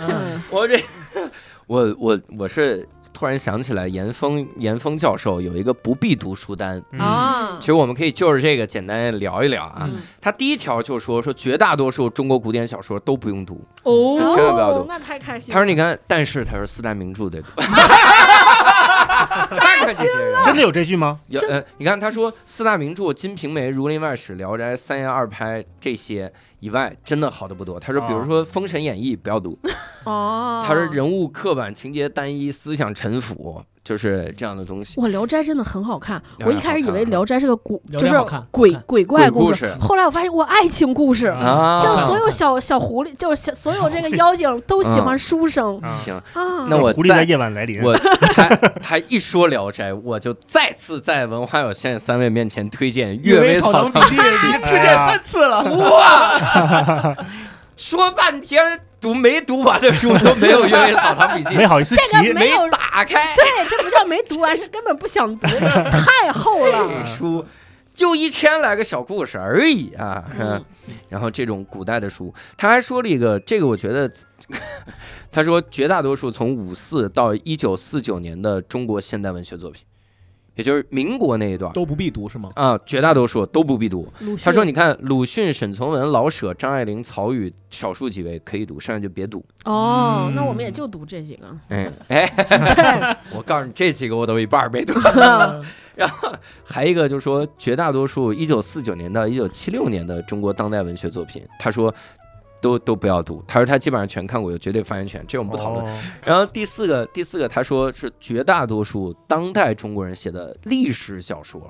Speaker 7: 嗯
Speaker 1: 我这， 我我我是突然想起来，严峰严峰教授有一个不必读书单，
Speaker 4: 嗯
Speaker 7: 啊
Speaker 1: 其实我们可以嗯就是这个简单聊一聊啊。
Speaker 7: 嗯
Speaker 1: 他第一条就说说绝大多数中国古典小说都不用读，
Speaker 7: 哦
Speaker 1: 千万不要读
Speaker 7: 那太开心了。
Speaker 1: 他说你看，但是他说四大名著得 读，
Speaker 4: 真的有这句吗？
Speaker 1: 有呃，你看他说四大名著《金瓶梅》《儒林外史》《聊斋》《三言二拍》这些以外，真的好的不多。他说比如说《封神演义》不要读，
Speaker 7: 哦，
Speaker 1: 他说人物刻板、情节单一、思想陈腐，就是这样的东西。
Speaker 7: 哇，《聊斋》真的很好看。
Speaker 1: 聊斋
Speaker 7: 我一开始以为
Speaker 1: 好看啊
Speaker 7: 《聊斋》是个古，
Speaker 8: 聊
Speaker 7: 就是
Speaker 8: 斋好看
Speaker 7: 鬼
Speaker 8: 好看
Speaker 7: 鬼怪
Speaker 1: 鬼故
Speaker 7: 事
Speaker 1: 事，
Speaker 7: 后来我发现我爱情故事，
Speaker 1: 啊，
Speaker 7: 就所有小小狐狸，就是小所有这个妖精都喜欢书生
Speaker 4: 啊，
Speaker 1: 行，
Speaker 7: 啊。
Speaker 1: 那我
Speaker 4: 狐狸在
Speaker 1: 再
Speaker 4: 夜晚来 临，
Speaker 1: 我他他一说《聊斋》，我就再次在文化有限三位面前推荐《阅微草堂笔 记》，你推
Speaker 4: 荐三
Speaker 1: 次了，哇！ 说半天读没读完的书都没有《阅微草堂笔记
Speaker 4: 没》，哎好意思
Speaker 7: 这个
Speaker 4: 提，
Speaker 7: 没有
Speaker 1: 打开
Speaker 7: 对，这不叫没读完，是根本不想读，太厚 了。
Speaker 1: 这书。就一千来个小故事而已啊，
Speaker 7: 嗯
Speaker 1: 然后这种古代的书，他还说了一个，这个我觉得， 他说绝大多数从五四到一九四九年的中国现代文学作品，也就是民国那一段，
Speaker 8: 都不必读是吗？
Speaker 1: 啊，绝大多数都不必读。
Speaker 7: 鲁迅
Speaker 1: 他说：“你看，鲁迅、沈从文、老舍、张爱玲、曹禺，少数几位可以读，剩下就别读。
Speaker 7: 哦
Speaker 8: 嗯，
Speaker 7: 那我们也就读这几个。
Speaker 1: 哎”哎哎，
Speaker 7: 对，
Speaker 1: 我告诉你，这几个我都一半儿没读。然后还一个就是说，绝大多数一九四九年到一九七六年的中国当代文学作品，他说都都不要读。他说他基本上全看过，有绝对发言权，这我们不讨论。
Speaker 4: 哦
Speaker 1: 然后第四个，第四个他说是绝大多数当代中国人写的历史小说。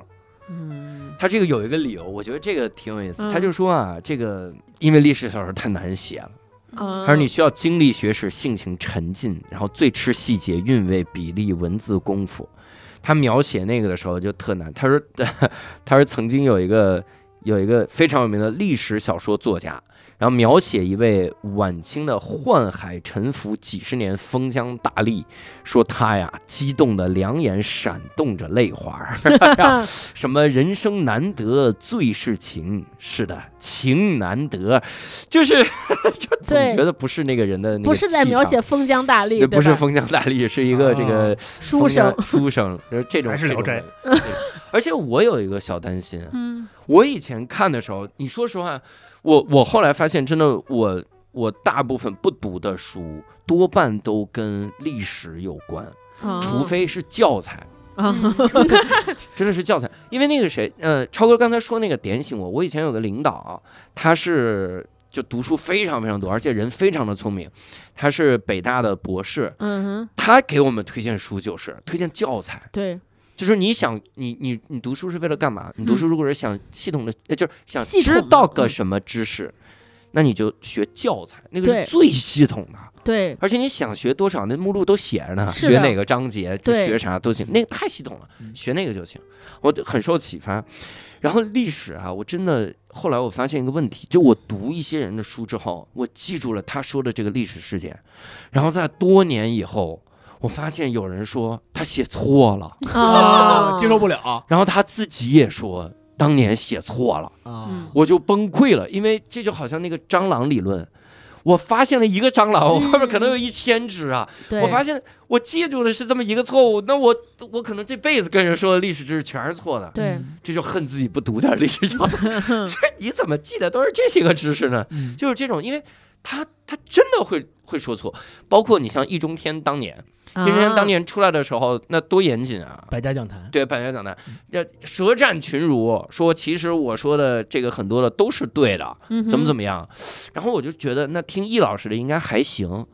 Speaker 7: 嗯，
Speaker 1: 他这个有一个理由，我觉得这个挺有意思。
Speaker 7: 嗯
Speaker 1: 他就说啊，这个因为历史小说太难写了，
Speaker 7: 啊
Speaker 1: 他说你需要经历学史，性情沉浸，然后最吃细节、韵味、比例、文字功夫。他描写那个的时候就特难。他说， 他说曾经有一个有一个非常有名的历史小说作家，然后描写一位晚清的宦海沉浮几十年封疆大吏，说他呀激动的两眼闪动着泪花儿， 什么人生难得最是情，是的，情难得，就是 就总
Speaker 7: 对
Speaker 1: 觉得不是那个人的那个
Speaker 7: 不是在
Speaker 1: 气
Speaker 7: 描
Speaker 1: 场
Speaker 7: 写。封疆大吏，
Speaker 1: 也
Speaker 7: 对
Speaker 1: 不是
Speaker 7: 吧
Speaker 1: 封疆大吏，是一个这个
Speaker 4: 哦
Speaker 7: 书
Speaker 1: 封
Speaker 7: 生
Speaker 1: 疆，书生，就是这种
Speaker 4: 还是
Speaker 1: 这种
Speaker 4: 聊斋
Speaker 1: 人对而且我有一个小担心，啊
Speaker 7: 嗯，
Speaker 1: 我以前看的时候，你说实话，我我后来发现，真的我我大部分不读的书，多半都跟历史有关，
Speaker 7: 啊
Speaker 1: 除非是教材，
Speaker 7: 啊，
Speaker 1: 真的是教材。因为那个谁，呃，超哥刚才说那个点醒我，我以前有个领导啊，他是就读书非常非常多，而且人非常的聪明，他是北大的博士，
Speaker 7: 嗯哼，
Speaker 1: 他给我们推荐书就是推荐教材。
Speaker 7: 对，
Speaker 1: 就是你想，你你你读书是为了干嘛？你读书如果是想系统的，呃就是想
Speaker 7: 嗯系统
Speaker 1: 知
Speaker 7: 的
Speaker 1: 道个
Speaker 7: 嗯
Speaker 1: 什么知识，那你就学教材，那个
Speaker 7: 对
Speaker 1: 是最系统的。
Speaker 7: 对，
Speaker 1: 而且你想学多少，那目录都写着呢，
Speaker 7: 是
Speaker 1: 学
Speaker 7: 的
Speaker 1: 哪个章节，就
Speaker 7: 对
Speaker 1: 学啥都行，那个太系统了，
Speaker 8: 嗯
Speaker 1: 学那个就行。我很受启发。然后历史啊，我真的后来我发现一个问题，就我读一些人的书之后，我记住了他说的这个历史事件，然后在多年以后，我发现有人说他写错了。
Speaker 7: 哦
Speaker 8: 啊，接受不了啊
Speaker 1: 然后他自己也说当年写错了，
Speaker 7: 嗯
Speaker 1: 我就崩溃了，因为这就好像那个蟑螂理论。我发现了一个蟑螂，我外面可能有一千只啊！
Speaker 7: 对，
Speaker 1: 我发现我记住的是这么一个错误，那我我可能这辈子跟人说的历史知识全是错的，
Speaker 7: 对，
Speaker 1: 这就恨自己不读点历史教材。 这你怎么记得都是这些个知识呢？
Speaker 8: 嗯
Speaker 1: 就是这种，因为他他真的会会说错，包括你像易中天当年，
Speaker 7: 啊
Speaker 1: 易中天当年出来的时候，那多严谨啊！
Speaker 8: 百家讲坛，
Speaker 1: 对，半月讲坛，要舌战群儒，说其实我说的这个很多的都是对的，怎么怎
Speaker 7: 么，
Speaker 1: 么样。然后我就觉得那听易老师的应该还行。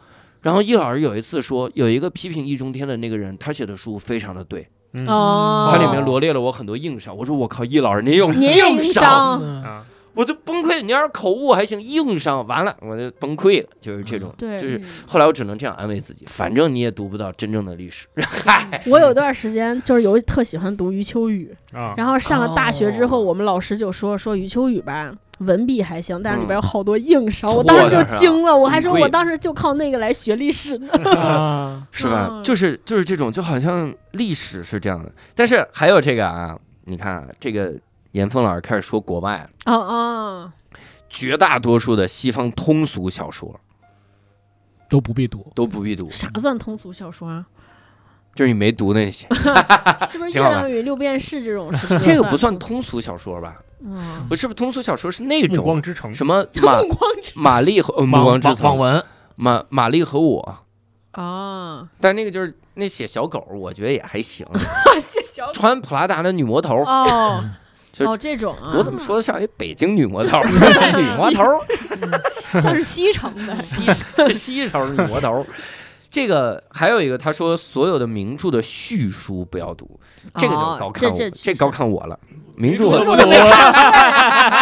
Speaker 1: 然后易老师有一次说，有一个批评易中天的那个人，他写的书非常的对，
Speaker 4: 嗯
Speaker 7: 哦，
Speaker 1: 他里面罗列了我很多硬伤。我说我靠，易老师您有
Speaker 7: 您
Speaker 1: 硬
Speaker 7: 硬伤
Speaker 8: 嗯
Speaker 4: 啊，
Speaker 1: 我都崩溃。你要是口误还行，硬伤完了我就崩溃了，就是这种。
Speaker 7: 嗯对，
Speaker 1: 就是后来我只能这样安慰自己，反正你也读不到真正的历史。 嗨，
Speaker 7: 我有段时间就是有一特喜欢读余秋雨，
Speaker 4: 啊，
Speaker 7: 然后上了大学之后，
Speaker 1: 哦
Speaker 7: 我们老师就说说余秋雨吧，文笔还行，但是里边
Speaker 1: 嗯
Speaker 7: 有好多硬伤，
Speaker 1: 错
Speaker 7: 我当时
Speaker 1: 的
Speaker 7: 就是
Speaker 1: 吧
Speaker 7: 惊了，我还说
Speaker 1: 贵
Speaker 7: 我当时就靠那个来学历史呢。
Speaker 8: 啊，
Speaker 1: 是吧？
Speaker 7: 嗯
Speaker 1: 就是就是这种，就好像历史是这样的，但是还有这个啊，你看啊，这个严峰老师开始说国外了，
Speaker 7: 啊
Speaker 1: 哦
Speaker 7: 啊，
Speaker 1: 绝大多数的西方通俗小说
Speaker 8: 都不必读，
Speaker 1: 都不必读，
Speaker 7: 啥算通俗小说啊？
Speaker 1: 就是你没读那 些，
Speaker 7: 是不是月
Speaker 1: 挺好
Speaker 7: 亮与六便士这种？是
Speaker 1: 这个不算。通俗小说吧？
Speaker 7: 嗯
Speaker 1: 不是不是通俗小说是那
Speaker 4: 暮
Speaker 1: 种
Speaker 4: 光之城
Speaker 1: 什么玛
Speaker 7: 暮光之
Speaker 1: 玛丽和呃暮
Speaker 8: 网
Speaker 1: 光之城，
Speaker 8: 网网文，
Speaker 1: 玛玛丽和我，
Speaker 7: 啊，
Speaker 1: 但那个就是那写小狗，我觉得也还行，
Speaker 7: 谢小
Speaker 1: 穿普拉达的女魔头，
Speaker 7: 哦
Speaker 1: 就
Speaker 7: 哦，这种啊，
Speaker 1: 我怎么说的像一北京女魔头， 女魔头。
Speaker 6: 像是西城 的
Speaker 1: 西西 头是魔头。这个还有一个，他说所有的名著的序书不要读，这个就
Speaker 7: 哦
Speaker 1: 高看我，这
Speaker 7: 这这
Speaker 1: 高看我了。名著
Speaker 8: 我
Speaker 1: 我
Speaker 8: 读了，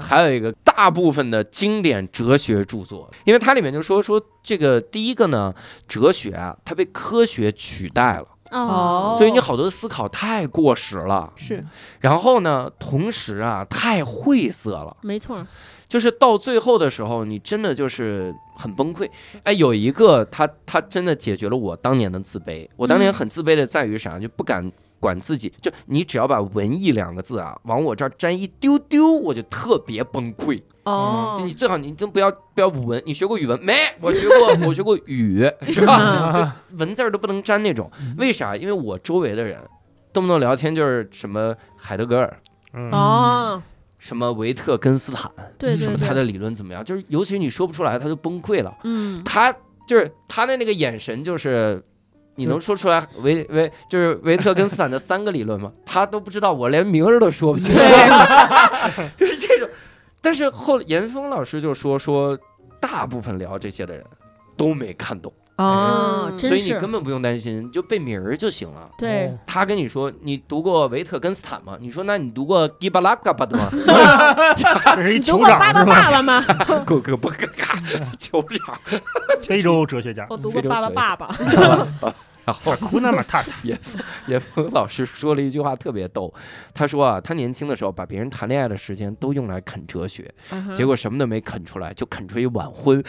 Speaker 1: 还有一个大部分的经典哲学著作，因为它里面就说说这个第一个呢，哲学啊，它被科学取代了，
Speaker 7: 哦，
Speaker 1: 所以你好多思考太过时了。
Speaker 6: 是
Speaker 1: 然后呢，同时啊，太晦涩了。
Speaker 7: 没错，
Speaker 1: 就是到最后的时候，你真的就是很崩溃。哎，有一个他他真的解决了我当年的自卑。我当
Speaker 7: 嗯
Speaker 1: 年很自卑的在于啥，就不敢管自己。就你只要把“文艺”两个字啊往我这儿沾一丢丢，我就特别崩溃。
Speaker 7: 哦
Speaker 1: 就，你最好你都不要不要文，你学过语文 没？我学过，我学过语，
Speaker 8: 嗯
Speaker 1: 是吧？
Speaker 4: 啊，
Speaker 1: 文字儿都不能沾那种，
Speaker 7: 嗯
Speaker 1: 为啥？因为我周围的人动不动聊天就是什么海德格尔。
Speaker 4: 嗯
Speaker 7: 哦，
Speaker 1: 什么维特根斯坦，
Speaker 7: 对
Speaker 1: 什
Speaker 7: 对
Speaker 1: 么他的
Speaker 7: 对，
Speaker 1: 理论怎么样？就是尤其你说不出来，他就崩溃了。
Speaker 7: 嗯，
Speaker 1: 他就是他的那个眼神，就是你
Speaker 7: 嗯
Speaker 1: 能说出来维维就是维特根斯坦的三个理论 吗？他都不知道，我连名儿都说不清， 就是这种。但是后严峰老师就说说，大部分聊这些的人都没看懂，
Speaker 7: 哦，
Speaker 6: 嗯
Speaker 7: 真
Speaker 1: 所以你
Speaker 7: 是
Speaker 1: 根本不用担心，你就背名儿就行了。
Speaker 7: 对，
Speaker 1: 他跟你说你读过维特根斯坦吗？你说那你读过迪巴拉嘎巴 的吗？
Speaker 4: 这
Speaker 1: 哎
Speaker 4: 是一
Speaker 7: 你读
Speaker 4: 酋
Speaker 7: 过
Speaker 4: 长
Speaker 7: 爸爸
Speaker 4: 是吧？
Speaker 7: 爸爸吗？
Speaker 1: 哥哥 不嘎嘎，酋长。
Speaker 4: 非洲哲学家
Speaker 7: 我读
Speaker 1: 嗯非
Speaker 7: 过
Speaker 1: 洲
Speaker 7: 爸爸
Speaker 1: 哲
Speaker 7: 爸爸，
Speaker 1: 然后
Speaker 4: 库纳马塔塔，
Speaker 1: 严峰老师说了一句话特别逗，他说啊，他年轻的时候把别人谈恋爱的时间都用来啃哲学，
Speaker 7: 嗯
Speaker 1: 结果什么都没啃出来，就啃出一晚 婚。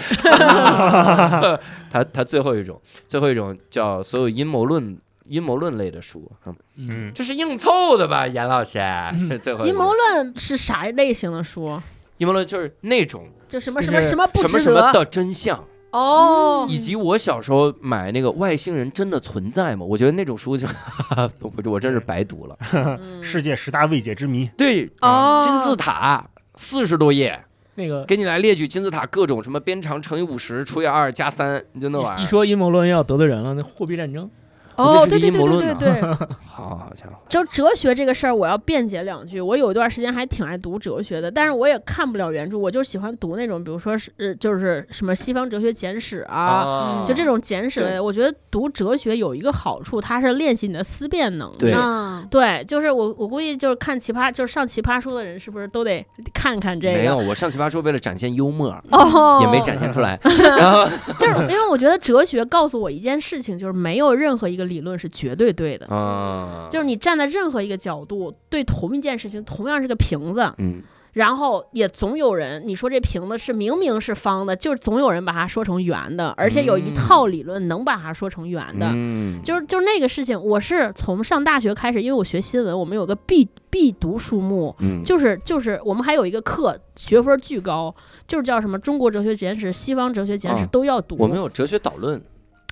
Speaker 1: 他他最后一种，最后一种叫所有阴谋论。阴谋论类的书，嗯
Speaker 8: 嗯，
Speaker 4: 嗯，
Speaker 1: 这是硬凑的吧，严老师？是最后一
Speaker 7: 嗯阴
Speaker 1: 种
Speaker 7: 谋论是啥类型的书？
Speaker 1: 阴谋论就是那种
Speaker 7: 就什么
Speaker 8: 就
Speaker 7: 什么
Speaker 8: 是
Speaker 7: 什么不
Speaker 1: 什么
Speaker 7: 值
Speaker 1: 什么
Speaker 7: 得嗯
Speaker 1: 的真相，
Speaker 6: 哦
Speaker 1: 以及我小时候买那个《外星人真的存在吗》，我觉得那种书就， 我我真是白读了。嗯
Speaker 4: 世界十大未解之谜，
Speaker 1: 对，
Speaker 6: 哦，
Speaker 1: 金字塔四十多页，
Speaker 8: 那个
Speaker 1: 给你来列举金字塔各种什么边长乘以五十除以二加三，你就那玩
Speaker 8: 一
Speaker 1: 意儿。
Speaker 8: 一说阴谋论要得罪人了，那货币战争
Speaker 1: 我
Speaker 7: 哦，
Speaker 1: 那是
Speaker 7: 对对
Speaker 1: 阴谋
Speaker 7: 对对
Speaker 1: 论
Speaker 7: 对
Speaker 1: 啊
Speaker 7: 对，
Speaker 1: 好，好家伙，
Speaker 7: 就哲学这个事儿，我要辩解两句。我有一段时间还挺爱读哲学的，但是我也看不了原著，我就喜欢读那种，比如说是呃就是什么西方哲学简史啊，
Speaker 1: 啊
Speaker 7: 就这种简史类。我觉得读哲学有一个好处，它是练习你的思辨能力。
Speaker 1: 对
Speaker 7: 啊对就是我我估计就是看奇葩，就是上奇葩说的人是不是都得看看这个？
Speaker 1: 没有，我上奇葩说为了展现幽默，
Speaker 7: 哦，
Speaker 1: 也没展现出 来。然后
Speaker 7: 就是因为我觉得哲学告诉我一件事情，就是没有任何一个理论是绝对对的。
Speaker 1: 啊，
Speaker 7: 就是你站在任何一个角度，对同一件事情，同样是个瓶子，
Speaker 1: 嗯，
Speaker 7: 然后也总有人，你说这瓶子是明明是方的，就是总有人把它说成圆的，而且有一
Speaker 1: 嗯
Speaker 7: 套理论能把它说成圆的。
Speaker 1: 嗯，
Speaker 7: 就是就是那个事情，我是从上大学开始，因为我学新闻，我们有个必必读书目，
Speaker 1: 嗯，
Speaker 7: 就是就是我们还有一个课学分巨高，就是叫什么《中国哲学简史》《西方哲学简史
Speaker 1: 啊》
Speaker 7: 都要读。
Speaker 1: 我们有哲学导论，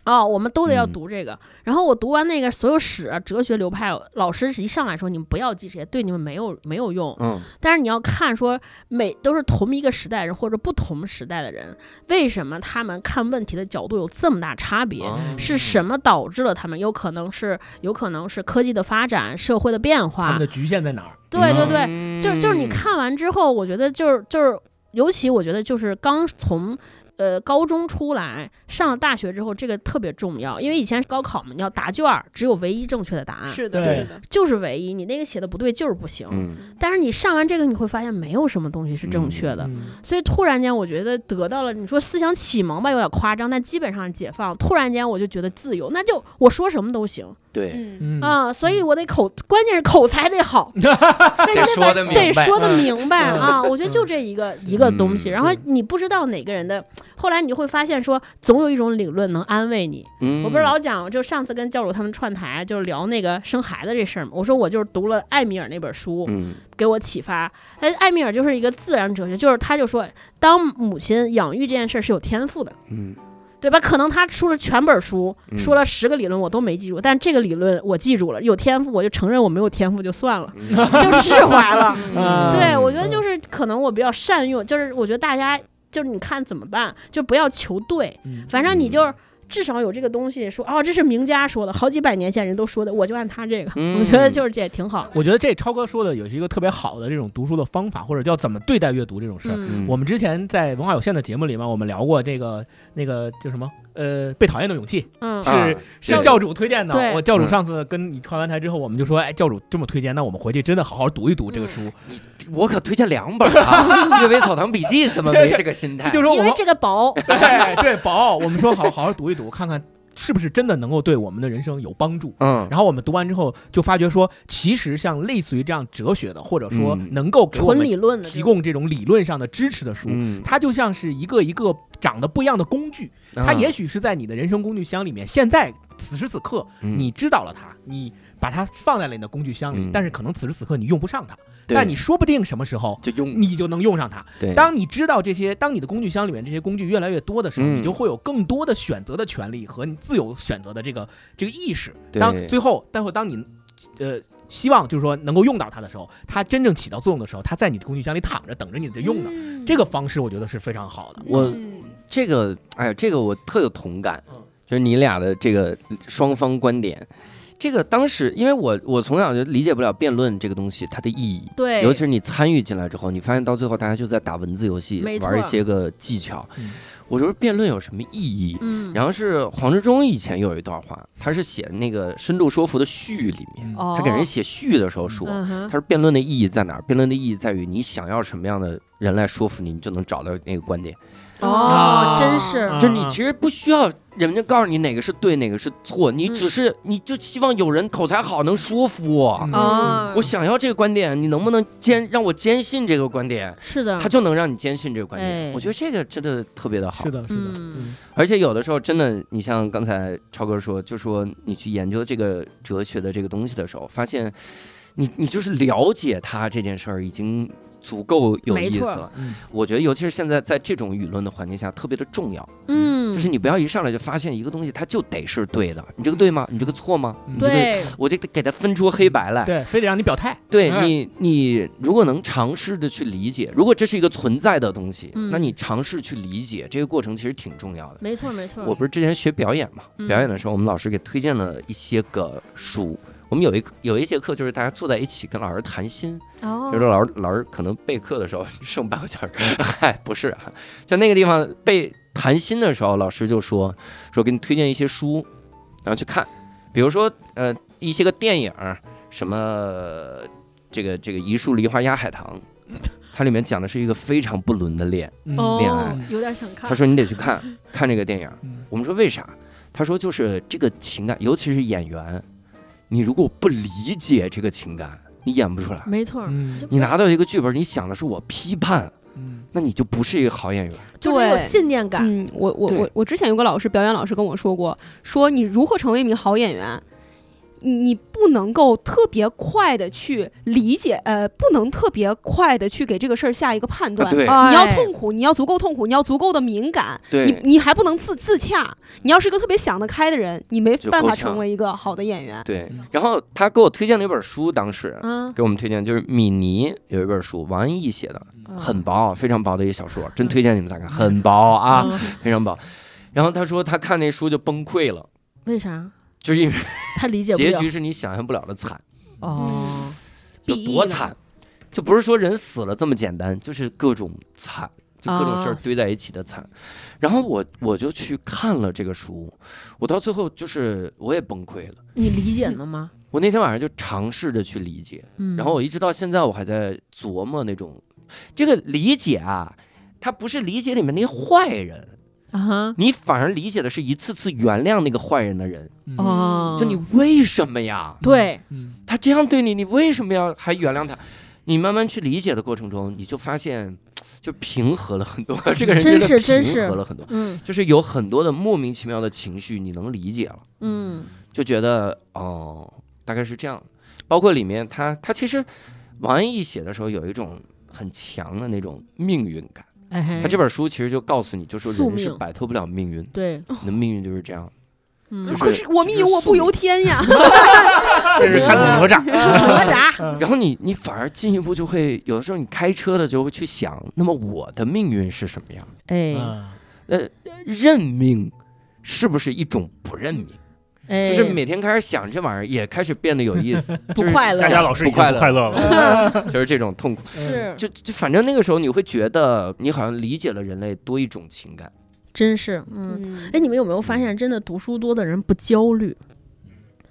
Speaker 7: 哦，我们都得要
Speaker 1: 嗯
Speaker 7: 读这个。然后我读完那个所有史、啊、哲学流派，老师一上来说你们不要记这些，对你们没有没有用。
Speaker 1: 嗯
Speaker 7: 但是你要看说每都是同一个时代人或者不同时代的人，为什么他们看问题的角度有这么大差别？
Speaker 8: 哦
Speaker 1: 啊
Speaker 7: 是
Speaker 8: 嗯
Speaker 7: 什么导致了他们？有可能是，有可能是科技的发展、社会的变
Speaker 8: 他
Speaker 7: 化
Speaker 8: 们。的嗯局限在哪儿？
Speaker 7: 对对对，
Speaker 1: 对
Speaker 7: 就是就是你看完之后，我觉得就是就是，尤其我觉得就是刚从。呃，高中出来上了大学之后，这个特别重要，因为以前高考嘛，你要答卷儿，只有唯一正确的答案，
Speaker 6: 是的，
Speaker 8: 对
Speaker 6: 是的，
Speaker 7: 嗯就是唯一，你那个写的不对就是不行。
Speaker 1: 嗯，
Speaker 7: 但是你上完这个，你会发现没有什么东西是正确的，
Speaker 8: 嗯
Speaker 7: 所以突然间我觉得得到了你说思想启蒙吧，有点夸张，但基本上解放。突然间我就觉得自由，那就我说什么都行
Speaker 1: 对，
Speaker 6: 嗯，
Speaker 8: 嗯
Speaker 7: 啊、所以我得口，关键是口才得好，
Speaker 1: 得说得明白
Speaker 7: 得说的明白
Speaker 8: 嗯
Speaker 7: 啊！我觉得就这一个一个东西，
Speaker 1: 嗯
Speaker 7: 然后你不知道哪个人的，后来你就会发现说，总有一种理论能安慰你。
Speaker 1: 嗯
Speaker 7: 我不是老讲，就上次跟教主他们串台，就是聊那个生孩子这事儿嘛。我说我就是读了艾米尔那本书，
Speaker 1: 嗯
Speaker 7: 给我启发。但艾米尔就是一个自然哲学，就是他就说，当母亲养育这件事儿是有天赋的，
Speaker 1: 嗯
Speaker 7: 对吧？可能他出了全本书，
Speaker 1: 嗯
Speaker 7: 说了十个理论我都没记住，但这个理论我记住了。有天赋我就承认我没有天赋就 算了，就 释怀了。
Speaker 8: 啊
Speaker 7: 对，我觉得就是可能我比较善用，就是我觉得大家就是你看怎么办，就不要求对，
Speaker 8: 嗯
Speaker 7: 反正你就是。至少有这个东西说，哦，这是名家说的，好几百年前人都说的，我就按他这个，
Speaker 1: 嗯
Speaker 7: 我觉得就是这也挺好。
Speaker 8: 我觉得这超哥说的有一个特别好的这种读书的方法，或者叫怎么对待阅读这种事儿。
Speaker 7: 嗯，
Speaker 8: 我们之前在文化有限的节目里面，我们聊过这个那个叫什么呃，被讨厌的勇气
Speaker 7: 嗯
Speaker 1: 啊
Speaker 8: 是是
Speaker 7: 教主
Speaker 8: 教主推荐的
Speaker 7: 对。
Speaker 8: 我教主
Speaker 1: 嗯
Speaker 8: 上次跟你串完台之后，我们就说，哎，教主这么推荐，那我们回去真的好好读一读这个书。
Speaker 1: 我可推荐两本 啊，《阅微草堂笔记》怎么没这个心态？
Speaker 8: 就是说我
Speaker 7: 因
Speaker 8: 们
Speaker 7: 为这个薄，
Speaker 1: 哎
Speaker 8: 对对薄，我们说好好好读一读，看看是不是真的能够对我们的人生有帮助。
Speaker 1: 嗯，
Speaker 8: 然后我们读完之后，就发觉说，其实像类似于这样哲学的，或者说
Speaker 1: 嗯
Speaker 8: 能够给我
Speaker 7: 纯
Speaker 8: 们
Speaker 7: 理论的这
Speaker 8: 提
Speaker 7: 种，
Speaker 8: 供这种理论上的支持的书，
Speaker 1: 嗯，
Speaker 8: 它就像是一个一个长得不一样的工
Speaker 1: 啊
Speaker 8: 具。
Speaker 1: 嗯
Speaker 8: 它也许是在你的人生工具箱里面，现在此时此刻你知道了它，你把它放在了你的工具箱里
Speaker 1: 嗯，
Speaker 8: 但是可能此时此刻你用不上它，
Speaker 1: 对嗯
Speaker 8: 但你说不定什么时候。
Speaker 1: 就用
Speaker 8: 你就能用上它。
Speaker 1: 对
Speaker 8: 当你知道这些，当你的工具箱里面这些工具越来越多的时候，
Speaker 1: 嗯
Speaker 8: 你就会有更多的选择的权利和你自由选择的这个这个意识。
Speaker 1: 对
Speaker 8: 当最后，但会当你呃希望就是说能够用到它的时候，它真正起到作用的时候，它在你的工具箱里躺着等着你在用呢。
Speaker 7: 嗯
Speaker 8: 这个方式我觉得是非常好的。
Speaker 1: 我
Speaker 6: 嗯
Speaker 1: 这个，哎呀，这个我特有同感
Speaker 8: 嗯，
Speaker 1: 就是你俩的这个双方观点。这个当时，因为我我从小就理解不了辩论这个东西它的意义，
Speaker 7: 对，
Speaker 1: 尤其是你参与进来之后，你发现到最后大家就在打文字游戏
Speaker 7: 没，错
Speaker 1: 玩一些个技巧
Speaker 8: 嗯。
Speaker 1: 我说辩论有什么意义？
Speaker 7: 嗯，
Speaker 1: 然后是黄志忠以前有一段话，他是写那个深度说服的序里面，
Speaker 7: 哦，
Speaker 1: 他给人写序的时候说，
Speaker 7: 嗯哼
Speaker 1: 他说辩论的意义在哪儿？辩论的意义在于你想要什么样的人来说服你，你就能找到那个观点。
Speaker 7: 哦
Speaker 8: 啊，
Speaker 7: 真是
Speaker 8: 啊
Speaker 1: 就你其实不需要人家告诉你哪个是对，哪个是错，
Speaker 7: 嗯
Speaker 1: 你只是你就希望有人口才好能说服我。
Speaker 8: 嗯
Speaker 7: 哦，
Speaker 1: 我想要这个观点，你能不能坚让我坚信这个观点？
Speaker 7: 是的，
Speaker 1: 他就能让你坚信这个观点
Speaker 7: 嗯哎。
Speaker 1: 我觉得这个真的特别的好
Speaker 8: 是。的，是的，
Speaker 7: 嗯
Speaker 1: 而且有的时候真的，你像刚才超哥说，就说你去研究这个哲学的这个东西的时候，发现你你就是了解它这件事儿已经足够有
Speaker 7: 没
Speaker 1: 意思
Speaker 7: 错
Speaker 1: 了
Speaker 8: 嗯。
Speaker 1: 我觉得，尤其是现在在这种舆论的环境下，特别的重要。
Speaker 7: 嗯，嗯，
Speaker 1: 就是你不要一上来就发现一个东西，它就得是对的。你这个对
Speaker 7: 嗯
Speaker 1: 吗？你这个错吗？你这个，
Speaker 7: 对，
Speaker 1: 我得给它分出黑白来。
Speaker 8: 对，非得让你表态。
Speaker 1: 对
Speaker 8: 嗯
Speaker 1: 你，你如果能尝试的去理解，如果这是一个存在的东西，
Speaker 7: 嗯
Speaker 1: 那你尝试去理解这个过程其实挺重要的。
Speaker 7: 没错没错。
Speaker 1: 我不是之前学表演嘛，
Speaker 7: 嗯
Speaker 1: 表演的时候我们老师给推荐了一些个书。我们有一有一节课就是大家坐在一起跟老师谈心，
Speaker 7: 哦
Speaker 1: 有时候老师老师可能备课的时候 剩半个小时，嗨，不是啊，在那个地方被谈心的时候，老师就说说给你推荐一些书，然后去看，比如说呃一些个电影儿，什么呃这个这个一树梨花压海棠，它里面讲的是一个非常不伦的恋。
Speaker 8: 嗯
Speaker 1: 恋爱
Speaker 7: 哦，有点想看。
Speaker 1: 他说你得去看看这个电影儿
Speaker 8: 嗯，
Speaker 1: 我们说为啥？他说就是这个情感，尤其是演员，你如果不理解这个情感，你演不出来。
Speaker 7: 没错，
Speaker 8: 嗯
Speaker 7: 就
Speaker 1: 你拿到一个剧本，你想的是我批判，
Speaker 8: 嗯
Speaker 1: 那你就不是一个好演员。
Speaker 7: 就得有信念感。
Speaker 6: 嗯，我我
Speaker 1: 对
Speaker 6: 我我之前有个老师，表演老师跟我说过，说你如何成为一名好演员，你你不能够特别快的去理解，呃，不能特别快的去给这个事儿下一个判断。
Speaker 1: 啊对
Speaker 6: 你
Speaker 7: 你
Speaker 6: 要痛苦，你要足够痛苦，你要足够的敏感，你
Speaker 1: 对
Speaker 6: 你还不能自自洽。你要是一个特别想得开的人，你没
Speaker 1: 就
Speaker 6: 办
Speaker 1: 够
Speaker 6: 法
Speaker 1: 呛
Speaker 6: 成为一个好的演员。
Speaker 1: 对
Speaker 8: 嗯。
Speaker 1: 然后他给我推荐了一本书，当时
Speaker 7: 嗯，
Speaker 1: 给我们推荐就是米妮有一本书，王安忆写的，
Speaker 7: 嗯
Speaker 1: 很薄，非常薄的一小说，真推荐你们仨看，很薄啊，，
Speaker 7: 嗯
Speaker 1: 非常薄。然后他说他看那书就崩溃了，
Speaker 7: 为啥
Speaker 1: 就是因为
Speaker 7: 他理解不
Speaker 1: 结
Speaker 7: 了？
Speaker 1: 局是你想象不了的惨。
Speaker 7: 哦，
Speaker 1: 有
Speaker 6: 鄙夷
Speaker 1: 多
Speaker 6: 了
Speaker 1: 惨，就不是说人死了这么简单，就是各种惨，就各种事儿
Speaker 7: 啊
Speaker 1: 堆在一起的惨。然后我我就去看了这个书，我到最后就是我也崩溃了。
Speaker 7: 你理解了吗？
Speaker 1: 我那天晚上就尝试着去理解，
Speaker 7: 嗯，
Speaker 1: 然后我一直到现在我还在琢磨那种这个理解啊，它不是理解里面那坏人，
Speaker 7: 啊哈，
Speaker 1: 你反而理解的是一次次原谅那个坏人的人。
Speaker 8: 嗯
Speaker 7: 哦，
Speaker 1: 就你为什么呀？
Speaker 7: 对，
Speaker 8: 嗯
Speaker 1: 他这样对你，你为什么要还原谅他？你慢慢去理解的过程中，你就发现，就平和了很多。 这个人
Speaker 7: 真
Speaker 1: 的
Speaker 7: 是真
Speaker 1: 平
Speaker 7: 是
Speaker 1: 和了很多，
Speaker 7: 嗯
Speaker 1: 就是有很多的莫名其妙的情绪，你能理解了，
Speaker 7: 嗯
Speaker 1: 就觉得哦，大概是这样。包括里面他他其实王安忆写的时候有一种很强的那种命运感。
Speaker 7: 哎嘿，
Speaker 1: 他这本书其实就告诉你，就说
Speaker 7: 宿
Speaker 1: 人是
Speaker 7: 命
Speaker 1: 摆脱不了命运，
Speaker 7: 对，
Speaker 1: 你的命运就是这样。
Speaker 7: 嗯
Speaker 1: 就是
Speaker 6: 啊可是我命由我不由天 呀！
Speaker 4: 这是看懂哪吒，
Speaker 7: 哪 吒，
Speaker 1: 然后你你反而进一步就会有的时候你开车的就会去想，那么我的命运是什么样？
Speaker 7: 哎
Speaker 8: 嗯
Speaker 1: 呃，认命是不是一种不认命？
Speaker 7: 哎，
Speaker 1: 就是每天开始想这玩意儿，也开始变得有意思，
Speaker 7: 不
Speaker 1: 就是
Speaker 7: 快乐
Speaker 1: 想
Speaker 4: 大家老师
Speaker 1: 不
Speaker 4: 已经
Speaker 1: 快
Speaker 4: 不快乐了。
Speaker 1: 就是这种痛苦。
Speaker 7: 是，
Speaker 1: 就就反正那个时候你会觉得你好像理解了人类多一种情感，
Speaker 7: 真是，嗯，哎，你们有没有发现，真的读书多的人不焦虑，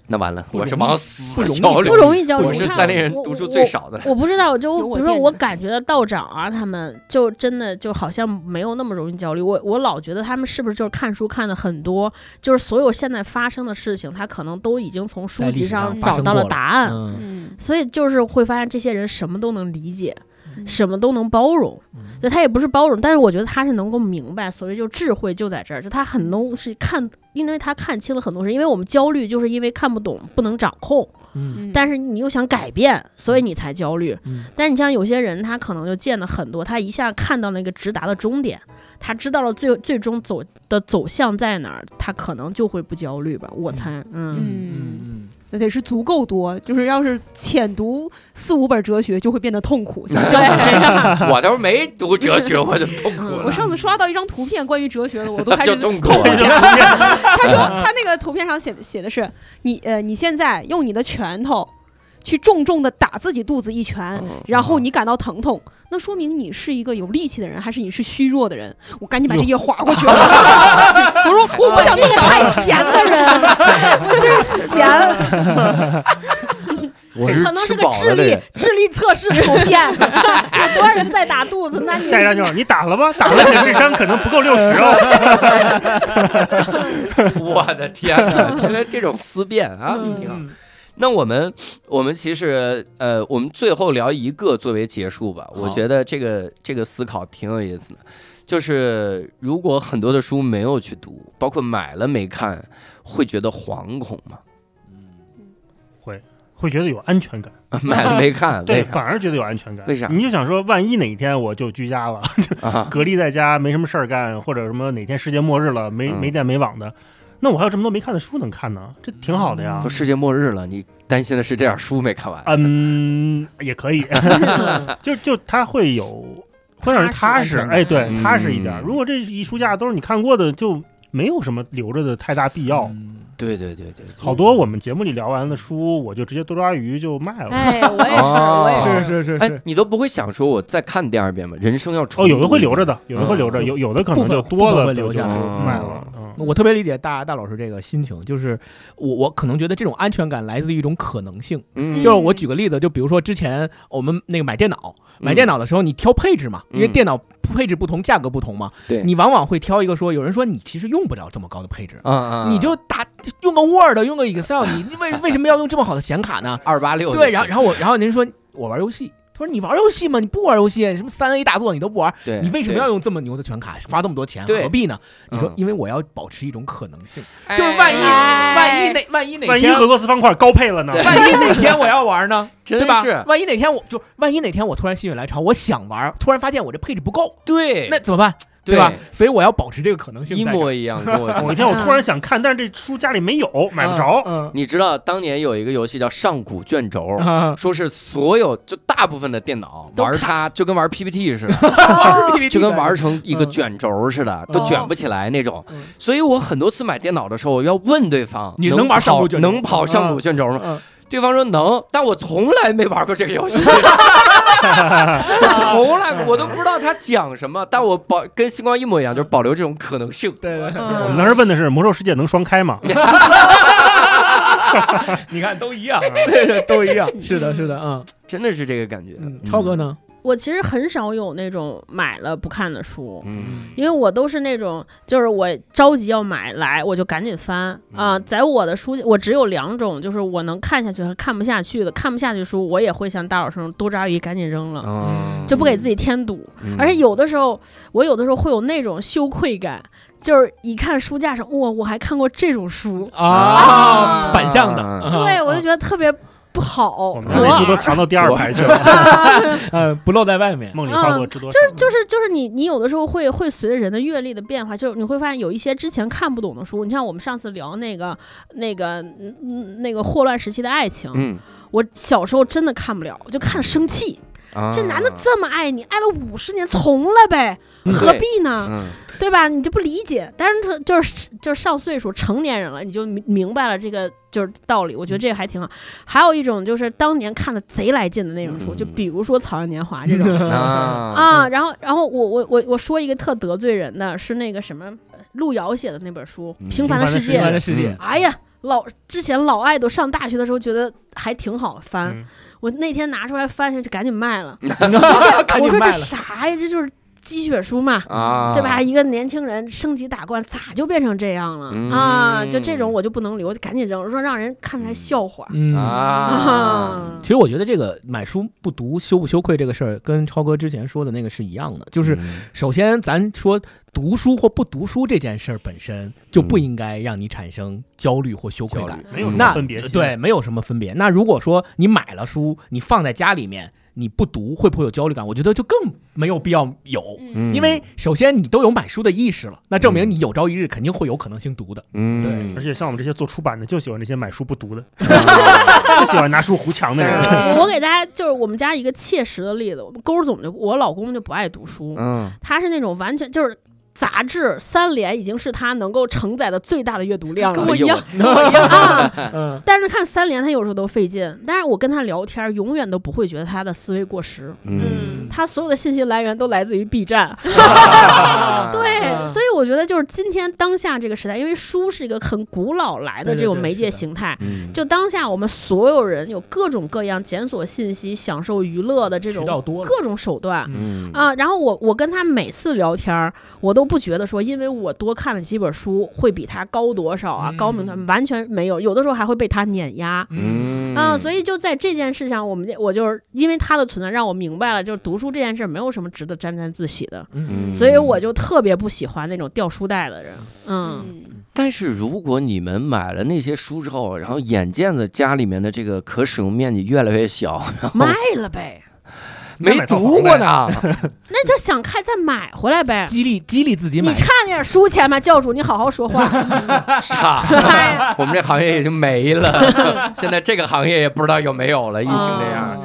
Speaker 1: 那完了，
Speaker 8: 不
Speaker 1: 我是
Speaker 8: 容易
Speaker 1: 往死
Speaker 8: 不容 易
Speaker 1: 焦虑
Speaker 7: 不，容易焦虑？
Speaker 1: 我是
Speaker 7: 你看
Speaker 1: 单立人
Speaker 7: 我
Speaker 1: 读书
Speaker 7: 我
Speaker 1: 最
Speaker 7: 我
Speaker 1: 少的。
Speaker 7: 我不知道，就
Speaker 6: 有我
Speaker 7: 比如说，
Speaker 6: 垫
Speaker 7: 我
Speaker 6: 着
Speaker 7: 感觉到道长啊，他们就真的就好像没有那么容易焦虑。我我老觉得他们是不是就是看书看的很多，就是所有现在发生的事情，他可能都已经从书
Speaker 8: 在历
Speaker 7: 籍
Speaker 8: 史上发
Speaker 7: 找
Speaker 8: 生
Speaker 7: 到了
Speaker 8: 过了
Speaker 7: 答案，
Speaker 8: 嗯
Speaker 6: 嗯，
Speaker 7: 所以就是会发现这些人什么都能理解，
Speaker 6: 嗯
Speaker 7: 什么都能包容
Speaker 8: 嗯。
Speaker 7: 就他也不是包容，但是我觉得他是能够明白，所谓就智慧就在这儿，就他很能是看，因为他看清了很多事。因为我们焦虑，就是因为看不懂，不能掌控。
Speaker 8: 嗯
Speaker 7: 但是你又想改变，所以你才焦虑。
Speaker 8: 嗯
Speaker 7: 但你像有些人，他可能就见了很多，他一下看到那个直达的终点，他知道了最最终走的走向在哪儿，他可能就会不焦虑吧。我猜， 嗯，
Speaker 8: 嗯
Speaker 6: 那得是足够多，就是要是浅读四五本哲学，就会变得痛 苦。像
Speaker 7: 对，
Speaker 1: 我倒是没读哲学，我就痛苦
Speaker 7: 嗯
Speaker 6: 我
Speaker 1: 了，
Speaker 6: 上次刷到一张图片，关于哲学的，我都 开
Speaker 1: 就
Speaker 6: 始
Speaker 1: 痛苦了。
Speaker 6: 他说他那个图片上写写的是你呃，你现在用你的拳头去重重的打自己肚子一拳，
Speaker 1: 嗯
Speaker 6: 然后你感到疼痛，那说明你是一个有力气的人，还是你是虚弱的人？我赶紧把这页划过去 了。我说我
Speaker 1: 啊
Speaker 6: 不想
Speaker 7: 这个
Speaker 6: 动脑。
Speaker 7: 太闲的人，真是闲，
Speaker 1: 我
Speaker 7: 这可能
Speaker 1: 吃
Speaker 7: 是个
Speaker 1: 饱
Speaker 7: 智
Speaker 1: 了的
Speaker 7: 力
Speaker 1: 人，
Speaker 7: 智力测试图片，有多少人在打肚子？那你
Speaker 4: 下一张就是你打 了吗？打了，你的智商可能不够六十哦。
Speaker 1: 我的天哪，原来这种思辨啊，
Speaker 7: 嗯
Speaker 1: 挺好。那我们我们其实呃，我们最后聊一个作为结束吧。我
Speaker 8: 好
Speaker 1: 觉得这个这个思考挺有意思的，就是如果很多的书没有去读，包括买了没看，会觉得惶恐吗？
Speaker 8: 嗯
Speaker 4: 会会觉得有安全感，
Speaker 1: 买了没看，
Speaker 4: 对，
Speaker 1: 为啥
Speaker 4: 反而觉得有安全感。
Speaker 1: 为啥
Speaker 4: 你就想说，万一哪一天我就居家了，
Speaker 1: 啊？
Speaker 4: 隔离在家没什么事儿干，或者什么哪天世界末日了，没
Speaker 1: 嗯
Speaker 4: 没电没网的，那我还有这么多没看的书能看呢，这挺好的呀
Speaker 1: 都。世界末日了，你担心的是这点书没看完，
Speaker 4: 嗯，也可以，就就它会有会让人踏实，
Speaker 8: 踏实
Speaker 4: 哎，对，
Speaker 1: 嗯
Speaker 4: 踏实一点。如果这一书架都是你看过的，就没有什么留着的太大必要。
Speaker 8: 嗯
Speaker 1: 对对对对，对
Speaker 4: 好多我们节目里聊完的书，我就直接多抓鱼就卖了。啊
Speaker 7: 哎，我也是，
Speaker 1: 哦
Speaker 7: 我也
Speaker 8: 嗯是是是
Speaker 1: 哎
Speaker 8: 是，，
Speaker 1: 你都不会想说我再看第二遍吗？人生要重
Speaker 4: 哦，有的会留着
Speaker 1: 的，
Speaker 4: 的，有的会留着，
Speaker 8: 嗯
Speaker 4: 有有的可能
Speaker 8: 部分
Speaker 4: 就多
Speaker 8: 部分
Speaker 4: 了
Speaker 8: 会
Speaker 4: 就
Speaker 8: 留着
Speaker 4: 就就
Speaker 1: 嗯
Speaker 4: 卖了。嗯
Speaker 8: 我特别理解大大老师这个心情，就是我我可能觉得这种安全感来自于一种可能性。
Speaker 1: 嗯，
Speaker 8: 就是我举个例子，就比如说之前我们那个买电脑，买电脑的时候你挑配置嘛，
Speaker 1: 嗯
Speaker 8: 因为电脑配置不同，价格不同嘛，
Speaker 1: 对
Speaker 8: 你往往会挑一个说，有人说你其实用不了这么高的配置，
Speaker 1: 啊啊，
Speaker 8: 你就打用个 Word，用个 Excel，你你为为什么要用这么好的显卡呢？
Speaker 1: 二八六
Speaker 8: 对，然后然后我然后您说我玩游戏，他说你玩游戏吗？你不玩游戏，什么三 A 大作你都不玩，
Speaker 1: 对，
Speaker 8: 你为什么
Speaker 1: 对
Speaker 8: 要用这么牛的全卡，花这么多钱，
Speaker 1: 对
Speaker 8: 何必呢？你说
Speaker 1: 嗯
Speaker 8: 因为我要保持一种可能性，
Speaker 1: 哎
Speaker 8: 就是万一
Speaker 7: 哎
Speaker 8: 万一哪万一哪
Speaker 4: 万一
Speaker 8: 天
Speaker 4: 俄罗斯方块高配了呢？
Speaker 1: 对
Speaker 8: 万一哪天我要玩呢？
Speaker 1: 真
Speaker 8: 对吧
Speaker 1: 是？
Speaker 8: 万一哪天我就万一哪天我突然心血来潮，我想玩，突然发现我这配置不够，
Speaker 1: 对
Speaker 8: 那怎么办？
Speaker 1: 对
Speaker 8: 吧？所以我要保持这个可能性
Speaker 1: 哎一
Speaker 8: 在这儿。
Speaker 1: 模一样，跟 我
Speaker 4: 某
Speaker 1: 说
Speaker 4: 一天我突然想看，但是这书家里没有，买不着。
Speaker 8: 嗯，
Speaker 1: 你知道当年有一个游戏叫《上古卷轴》，
Speaker 8: 嗯，
Speaker 1: 说是所有就大部分的电脑
Speaker 8: 都
Speaker 1: 玩
Speaker 8: 看
Speaker 1: 它就跟玩 PPT 似的，就跟玩成一个卷轴似的，都卷不起来那种
Speaker 8: 嗯。
Speaker 1: 所以我很多次买电脑的时候，我要问对方，
Speaker 8: 你
Speaker 1: 能
Speaker 8: 能玩上古
Speaker 1: 跑
Speaker 8: 卷轴
Speaker 1: 能跑上古卷轴吗？
Speaker 8: 嗯
Speaker 1: 对方说能，但我从来没玩过这个游戏，我从来我都不知道他讲什么，但我保跟星光一模一样，就是保留这种可能性。
Speaker 8: 对对，
Speaker 7: 嗯
Speaker 4: 我们当时问的是魔兽世界能双开
Speaker 8: 嗯
Speaker 4: 吗？
Speaker 8: 你看都一样，对对都一样，是的，是的，嗯
Speaker 1: 真的是这个感觉。
Speaker 8: 嗯，超哥呢？
Speaker 7: 我其实很少有那种买了不看的书，
Speaker 1: 嗯？
Speaker 7: 因为我都是那种，就是我着急要买来，我就赶紧翻
Speaker 1: 嗯
Speaker 7: 啊、在我的书，我只有两种，就是我能看下去和看不下去的。看不下去书，我也会像大老师那种多抓鱼赶紧扔了，
Speaker 1: 嗯，
Speaker 7: 就不给自己添堵。
Speaker 1: 嗯，
Speaker 7: 而且有的时候，我有的时候会有那种羞愧感，就是一看书架上，哇，我还看过这种书，
Speaker 8: 啊，反向的，
Speaker 1: 啊
Speaker 8: 嗯
Speaker 7: 对我就觉得特别不
Speaker 4: 我
Speaker 7: 好。
Speaker 4: 们
Speaker 7: 左
Speaker 4: 把
Speaker 7: 啊
Speaker 4: 那书都藏到第二排去了。
Speaker 8: 嗯，不露在外面，
Speaker 4: 梦里花过知多少？
Speaker 1: 嗯
Speaker 7: 就是就是你你有的时候会会随着人的阅历的变化，就是你会发现有一些之前看不懂的书，你像我们上次聊那个那个嗯嗯那个霍乱时期的爱情，
Speaker 1: 嗯，
Speaker 7: 我小时候真的看不了，我就看生气，
Speaker 1: 啊
Speaker 7: 这男的这么爱你，爱了五十年，从了呗，何必呢？
Speaker 1: 嗯
Speaker 7: 对吧？你就不理解，但是他就是就是上岁数成年人了，你就明明白了这个就是道理，
Speaker 1: 嗯
Speaker 7: 我觉得这个还挺好。还有一种就是当年看的贼来劲的那种书，
Speaker 1: 嗯
Speaker 7: 就比如说《草样年华》这种。
Speaker 1: 啊
Speaker 7: 啊，然后然后我我我我说一个特得罪人的是那个什么呃路遥写的那本书
Speaker 1: 嗯
Speaker 7: 《平凡的世
Speaker 4: 平
Speaker 7: 界
Speaker 8: 平凡》
Speaker 4: 凡的
Speaker 8: 的世界，
Speaker 7: 哎呀，老之前老爱都上大学的时候觉得还挺好翻，
Speaker 4: 嗯
Speaker 7: 我那天拿出来翻下去赶紧卖了，
Speaker 8: 赶
Speaker 7: 我
Speaker 8: 紧
Speaker 7: 说
Speaker 8: 卖
Speaker 7: 这
Speaker 8: 了，
Speaker 7: 啥呀？这就是鸡血书嘛。
Speaker 1: 啊，
Speaker 7: 对吧？？一个年轻人升级打怪，咋就变成这样了、啊？就这种我就不能留，赶紧扔，说让人看出来笑话。
Speaker 8: 嗯。
Speaker 1: 啊，
Speaker 7: 啊
Speaker 8: 其实我觉得这个买书不读羞不羞愧这个事儿，跟超哥之前说的那个是一样的，
Speaker 1: 就
Speaker 8: 就
Speaker 1: 是
Speaker 8: 首先，咱说读书或不读书这件事儿本身就不应该让你产生焦虑或羞愧感，
Speaker 4: 没有什么
Speaker 8: 那
Speaker 4: 分别嗯心。
Speaker 8: 对，没有什么分别。那如果说你买了书，你放在家里面，你不读，会不会有焦虑感？我觉得就更没有必要有，
Speaker 1: 嗯
Speaker 8: 因为首先你都有买书的意识了，那证明
Speaker 1: 嗯
Speaker 8: 你有朝一日肯定会有可能性读的。
Speaker 1: 嗯
Speaker 8: 对
Speaker 4: 而且像我们这些做出版的，就喜欢这些买书不读的，就喜欢拿书胡强的人。
Speaker 8: 嗯
Speaker 7: 我给大家就是我们家一个切实的例子，我们勾儿总就我老公就不爱读书，
Speaker 1: 嗯
Speaker 7: 他是那种完全就是杂志三联已经是他能够承载的最大的阅读量了，
Speaker 1: 跟
Speaker 8: 哎
Speaker 1: 我一样，嗯
Speaker 7: 跟我一样 啊。
Speaker 8: 嗯
Speaker 7: 但是看三联他有时候都费劲，但是我跟他聊天永远都不会觉得他的思维过时。
Speaker 1: 嗯，
Speaker 7: 他所有的信息来源都来自于 B 站，
Speaker 8: 嗯
Speaker 7: 嗯对， 所以我觉得就是今天当下这个时代，因为书是一个很古老来的
Speaker 8: 对对
Speaker 7: 这种
Speaker 8: 对
Speaker 7: 媒
Speaker 8: 是
Speaker 7: 介
Speaker 8: 的
Speaker 7: 形态，
Speaker 1: 嗯
Speaker 7: 就当下我们所有人有各种各样检索信息、享受娱乐的这
Speaker 8: 渠
Speaker 7: 种
Speaker 8: 道多了，
Speaker 7: 各种手段，
Speaker 1: 嗯
Speaker 7: 啊，然后我我跟他每次聊天儿，我都不觉得说，因为我多看了几本书，会比他高多少啊，高明他
Speaker 8: 嗯
Speaker 7: 完全没有，有的时候还会被他碾压。
Speaker 1: 嗯
Speaker 7: 啊，所以就在这件事上，我们这我就是因为他的存在，让我明白了，就是读书这件事没有什么值得沾沾自喜的，
Speaker 1: 嗯
Speaker 7: 所以我就特别不喜欢那种掉书袋的人。嗯，
Speaker 6: 嗯
Speaker 1: 但是如果你们买了那些书之后，然后眼见着家里面的这个可使用面积越来越小，
Speaker 7: 嗯卖了呗，
Speaker 1: 没读过呢，
Speaker 7: 那就想开再买回 来呗。
Speaker 8: 激励激励自己买
Speaker 7: 你，差那点书钱吧，教主，你好好说 话。哎
Speaker 1: 差，我们这行业也就没了。 现在这个行业也不知道有没有了，疫情这
Speaker 6: 哦
Speaker 1: 样，
Speaker 8: 啊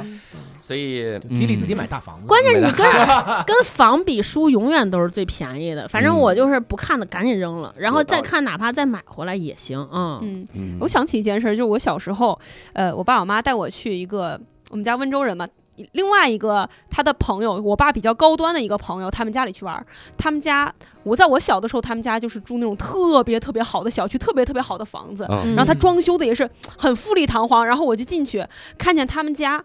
Speaker 1: 所以
Speaker 8: 激励自己买大房子。
Speaker 7: 关键是你跟 跟房比，书永远都是最便宜的。
Speaker 1: 嗯
Speaker 7: 反正我就是不看的赶紧扔了，然后再看，哪怕再买回来也行。嗯，
Speaker 6: 嗯，
Speaker 1: 嗯
Speaker 6: 我想起一件事儿，就是我小时候，呃，我爸我妈带我去一个我们家温州人嘛，另外一个他的朋友，我爸比较高端的一个朋友，他们家里去玩儿。他们家我在我小的时候，他们家就是住那种特别特别好的小区，特别特别好的房子，
Speaker 1: 嗯
Speaker 6: 然后他装修的也是很富丽堂皇。然后我就进去看见他们家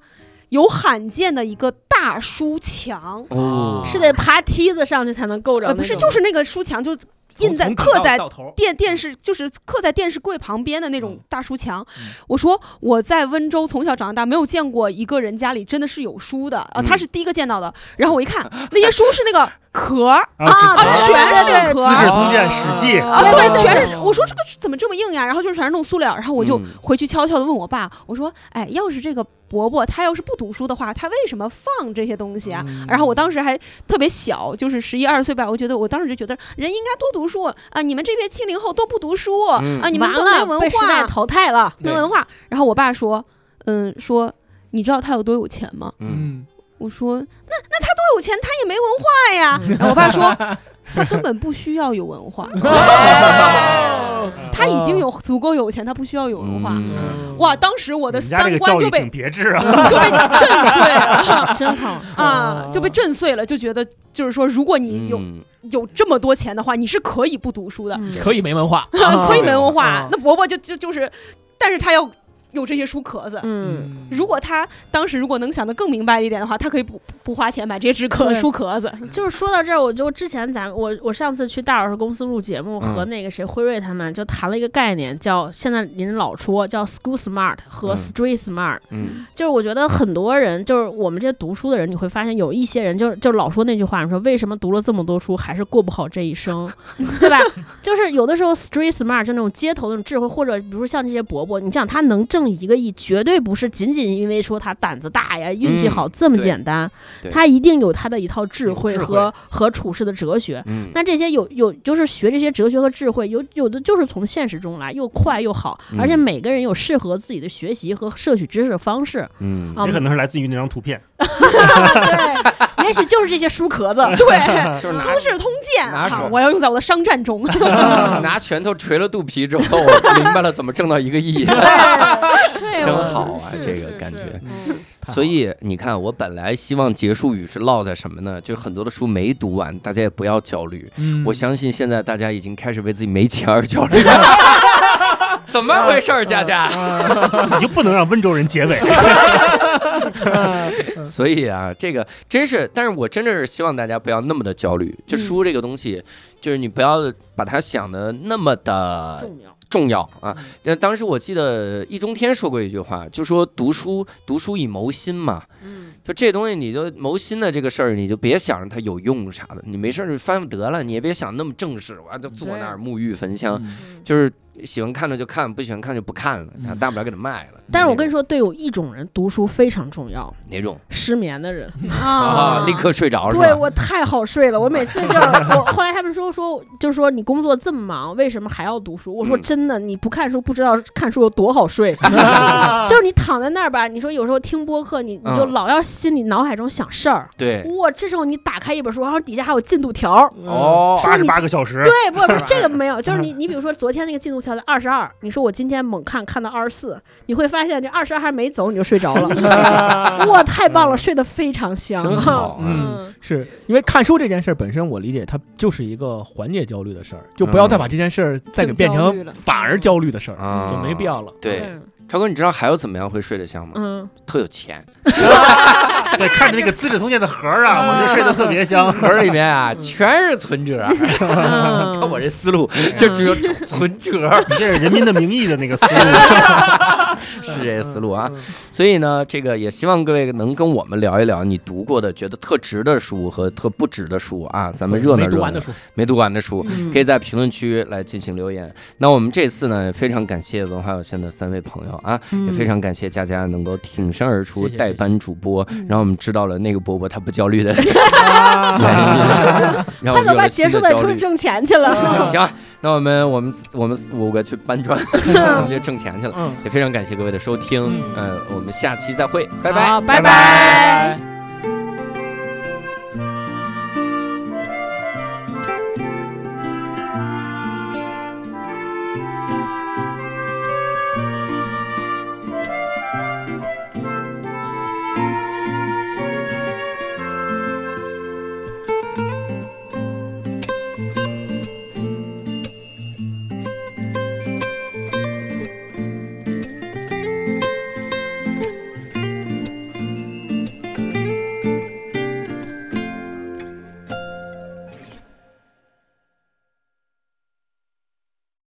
Speaker 6: 有罕见的一个大书墙，
Speaker 1: 哦，
Speaker 7: 是得爬梯子上去才能够着那
Speaker 6: 呃，
Speaker 7: 种。
Speaker 6: 不是，就是那个书墙就
Speaker 8: 从
Speaker 6: 印在
Speaker 8: 从底
Speaker 6: 刻
Speaker 8: 到
Speaker 6: 在
Speaker 8: 到头，
Speaker 6: 电电视就是刻在电视柜旁边的那种
Speaker 8: 嗯
Speaker 6: 大书墙。
Speaker 8: 嗯
Speaker 6: 我说我在温州从小长到大，没有见过一个人家里真的是有书的啊，
Speaker 1: 嗯
Speaker 6: 他是第一个见到的。然后我一看，那些书是那个壳儿
Speaker 7: 啊
Speaker 4: 哦
Speaker 6: 啊，
Speaker 7: 对
Speaker 6: 全是那个壳
Speaker 4: 资
Speaker 6: 儿
Speaker 4: 质通鉴史记
Speaker 6: 啊，
Speaker 7: 对对，
Speaker 6: 对
Speaker 7: 对
Speaker 6: 全是。我说这个怎么这么硬呀？然后就是全是弄塑料。然后我就
Speaker 1: 嗯
Speaker 6: 回去悄悄的问我爸，我说，哎，要是这个伯伯他要是不读书的话，他为什么放这些东西啊？
Speaker 4: 嗯
Speaker 6: 然后我当时还特别小，就是十一二岁吧，我觉得我当时就觉得人应该多读书啊！你们这些七零后都不读书、
Speaker 1: 嗯
Speaker 6: 啊，你们
Speaker 7: 完
Speaker 6: 都没
Speaker 7: 了，被
Speaker 6: 文
Speaker 7: 时代
Speaker 6: 化，啊
Speaker 7: 淘汰 了。
Speaker 6: 没文化。然后我爸说，嗯，说你知道他有多有钱吗？
Speaker 1: 嗯，
Speaker 8: 嗯，
Speaker 6: 我说那那他多有钱，他也没文化呀。
Speaker 4: 嗯
Speaker 6: 然后我爸说， 他根本不需要有文化，他已经有足够有钱，他不需要有文化。
Speaker 1: 嗯
Speaker 6: 哇！当时我
Speaker 4: 我
Speaker 6: 的
Speaker 4: 们家这
Speaker 6: 三
Speaker 4: 个
Speaker 6: 观
Speaker 4: 教
Speaker 6: 就
Speaker 4: 育
Speaker 6: 被
Speaker 4: 挺别致啊，
Speaker 6: 就被震碎 了
Speaker 7: 真好，
Speaker 6: 啊，就被震碎了，就觉得就是说，如果你有
Speaker 1: 嗯
Speaker 6: 有这么多钱的话，你是可以不读书的，
Speaker 7: 嗯
Speaker 8: 可以没文化，
Speaker 6: 可以没文化
Speaker 8: 啊。
Speaker 6: 那伯伯就就就是，但是他要有这些书壳子。
Speaker 7: 嗯，
Speaker 6: 如果他当时如果能想得更明白一点的话，他可以不不花钱买这些纸壳
Speaker 7: 对
Speaker 6: 书壳子。
Speaker 7: 就是说到这儿，我就之前咱我我上次去大老师公司录节目，
Speaker 1: 嗯
Speaker 7: 和那个谁辉瑞他们就谈了一个概念，叫现在人老说叫 school smart 和
Speaker 1: 嗯
Speaker 7: street smart，、
Speaker 1: 嗯
Speaker 7: 就是我觉得很多人，就是我们这些读书的人，你会发现有一些人就就老说那句话，说为什么读了这么多书还是过不好这一生，对吧？ 就是有的时候 street smart 就那种街头那种智慧，或者比如说像这些伯伯，你想他能挣一个亿，绝对不是仅仅因为说他胆子大呀、运气好、这么
Speaker 1: 对
Speaker 7: 简单
Speaker 1: 对，
Speaker 7: 他一定有他的一套智
Speaker 8: 有
Speaker 7: 慧
Speaker 8: 智慧
Speaker 7: 和和处世的哲学。
Speaker 1: 嗯，
Speaker 7: 那这些有有就是学这些哲学和智慧，有有的就是从现实中来，又快又好，而且
Speaker 1: 嗯
Speaker 7: 每个人有适合自己的学习和摄取知识的方式。
Speaker 1: 嗯
Speaker 6: 哦
Speaker 7: 啊
Speaker 4: 也可能是来自于那张图片。
Speaker 1: 啊
Speaker 7: 对，也许就是这些书壳子。 对，
Speaker 1: 就是拿
Speaker 6: 《资治通鉴》
Speaker 1: 拿手
Speaker 6: 啊，我要用在我的商 战中。
Speaker 1: 拿拳头捶了肚皮之后，我明白了怎么挣到一个亿，
Speaker 7: 对，
Speaker 1: 真
Speaker 7: 我
Speaker 1: 好啊
Speaker 7: 是
Speaker 1: 这个
Speaker 7: 是
Speaker 1: 感
Speaker 7: 是
Speaker 1: 觉
Speaker 7: 嗯
Speaker 1: 所以你看，我本来希望结束语是落在什么呢？就是很多的书没读完，大家也不要焦虑。
Speaker 8: 嗯
Speaker 1: 我相信现在大家已经开始为自己没钱而焦虑啊了。 怎么回事儿，佳佳？
Speaker 4: 你就不能让温州人结尾。
Speaker 1: 所以啊，这个真是，但是我真的是希望大家不要那么的焦虑。就书这个东西，就是你不要把它想的那么的
Speaker 7: 重要。
Speaker 1: 重要啊。那当时我记得易中天说过一句话，就说读书，读书以谋心嘛。
Speaker 7: 嗯，
Speaker 1: 就这东西，你就谋新的这个事儿，你就别想着它有用啥的，你没事儿就翻翻得了，你也别想那么正式，我就坐那儿沐浴焚香，
Speaker 8: 嗯
Speaker 1: 就是喜欢看的就看，不喜欢看就不看了，
Speaker 8: 嗯
Speaker 1: 大不了给它卖了。
Speaker 7: 但是我跟你
Speaker 1: 说
Speaker 7: 说，对有一种人读书非常重要，
Speaker 1: 哪种
Speaker 7: 失眠的人。
Speaker 1: 啊，立刻睡着是
Speaker 7: 对
Speaker 1: 吧？
Speaker 7: 我太好睡了，我每次就是我后来他们说说，就是说你工作这么忙，为什么还要读书？我说
Speaker 1: 嗯
Speaker 7: 真的，你不看书不知道看书有多 好睡，就是你躺在那儿吧，你说有时候听播客，你你就
Speaker 1: 嗯
Speaker 7: 老要心里脑海中想事儿，
Speaker 1: 对，
Speaker 7: 哇，这时候你打开一本书，然后底下还有进度条儿，
Speaker 1: 哦
Speaker 7: 说
Speaker 4: 八
Speaker 7: 你
Speaker 4: 十八个小时，
Speaker 7: 对，不 不是这个没有，就是你你比如说昨天那个进度条在二十二，你说我今天猛看看到二十四，你会发现这二十二还没走你就睡 着了，哇，太棒了，睡得非常香，
Speaker 1: 真好啊！
Speaker 7: 嗯，
Speaker 8: 是因为看书这件事儿本身，我理解它就是一个缓解焦虑的事儿，就不要再把这件事儿再给变
Speaker 7: 更焦虑
Speaker 8: 成
Speaker 7: 了
Speaker 8: 反而焦虑的事
Speaker 1: 啊
Speaker 8: 儿，嗯就没必要了。
Speaker 1: 对，，超哥，你知道还有怎么样会睡得香吗？
Speaker 7: 嗯，
Speaker 1: 特有钱，
Speaker 4: 对，看着那个《资治通鉴》的盒儿啊，我就睡得特别 香。
Speaker 1: 盒儿里面啊全是存折， 看
Speaker 7: 嗯
Speaker 1: 我这思路，就只有存折。
Speaker 4: 你这是《人民的名义》的那个思路，
Speaker 1: 是这个思路啊。
Speaker 8: 嗯
Speaker 1: 所以呢，这个也希望各位能跟我们聊一聊你读过的觉得特值的书和特不值的书啊，咱们热闹
Speaker 8: 没
Speaker 1: 热
Speaker 8: 读
Speaker 1: 闹
Speaker 8: 完的。书，
Speaker 1: 没读完的书，
Speaker 7: 嗯
Speaker 1: 可以在评论区来进行留言。那我们这次呢，也非常感谢文化有限的三位朋友啊，也非常感谢佳佳能够挺身而出
Speaker 8: 嗯谢谢嗯
Speaker 1: 代班主播，
Speaker 7: 嗯
Speaker 1: 然后我们知道了那个伯伯他不焦虑的原因，然后我 们有
Speaker 7: 快走吧，
Speaker 1: 了
Speaker 7: 结
Speaker 1: 新
Speaker 7: 束
Speaker 1: 的
Speaker 7: 了，
Speaker 1: 焦
Speaker 7: 出去
Speaker 1: 虑。
Speaker 7: 挣钱去 了。
Speaker 1: 行，啊那我们我们我们四五个去搬砖， 我们就挣钱去了。
Speaker 8: 嗯，
Speaker 1: 嗯也非常感谢各位的收听，呃，我们下期再会，拜拜，
Speaker 7: 好拜
Speaker 1: 拜
Speaker 7: 拜
Speaker 8: 拜。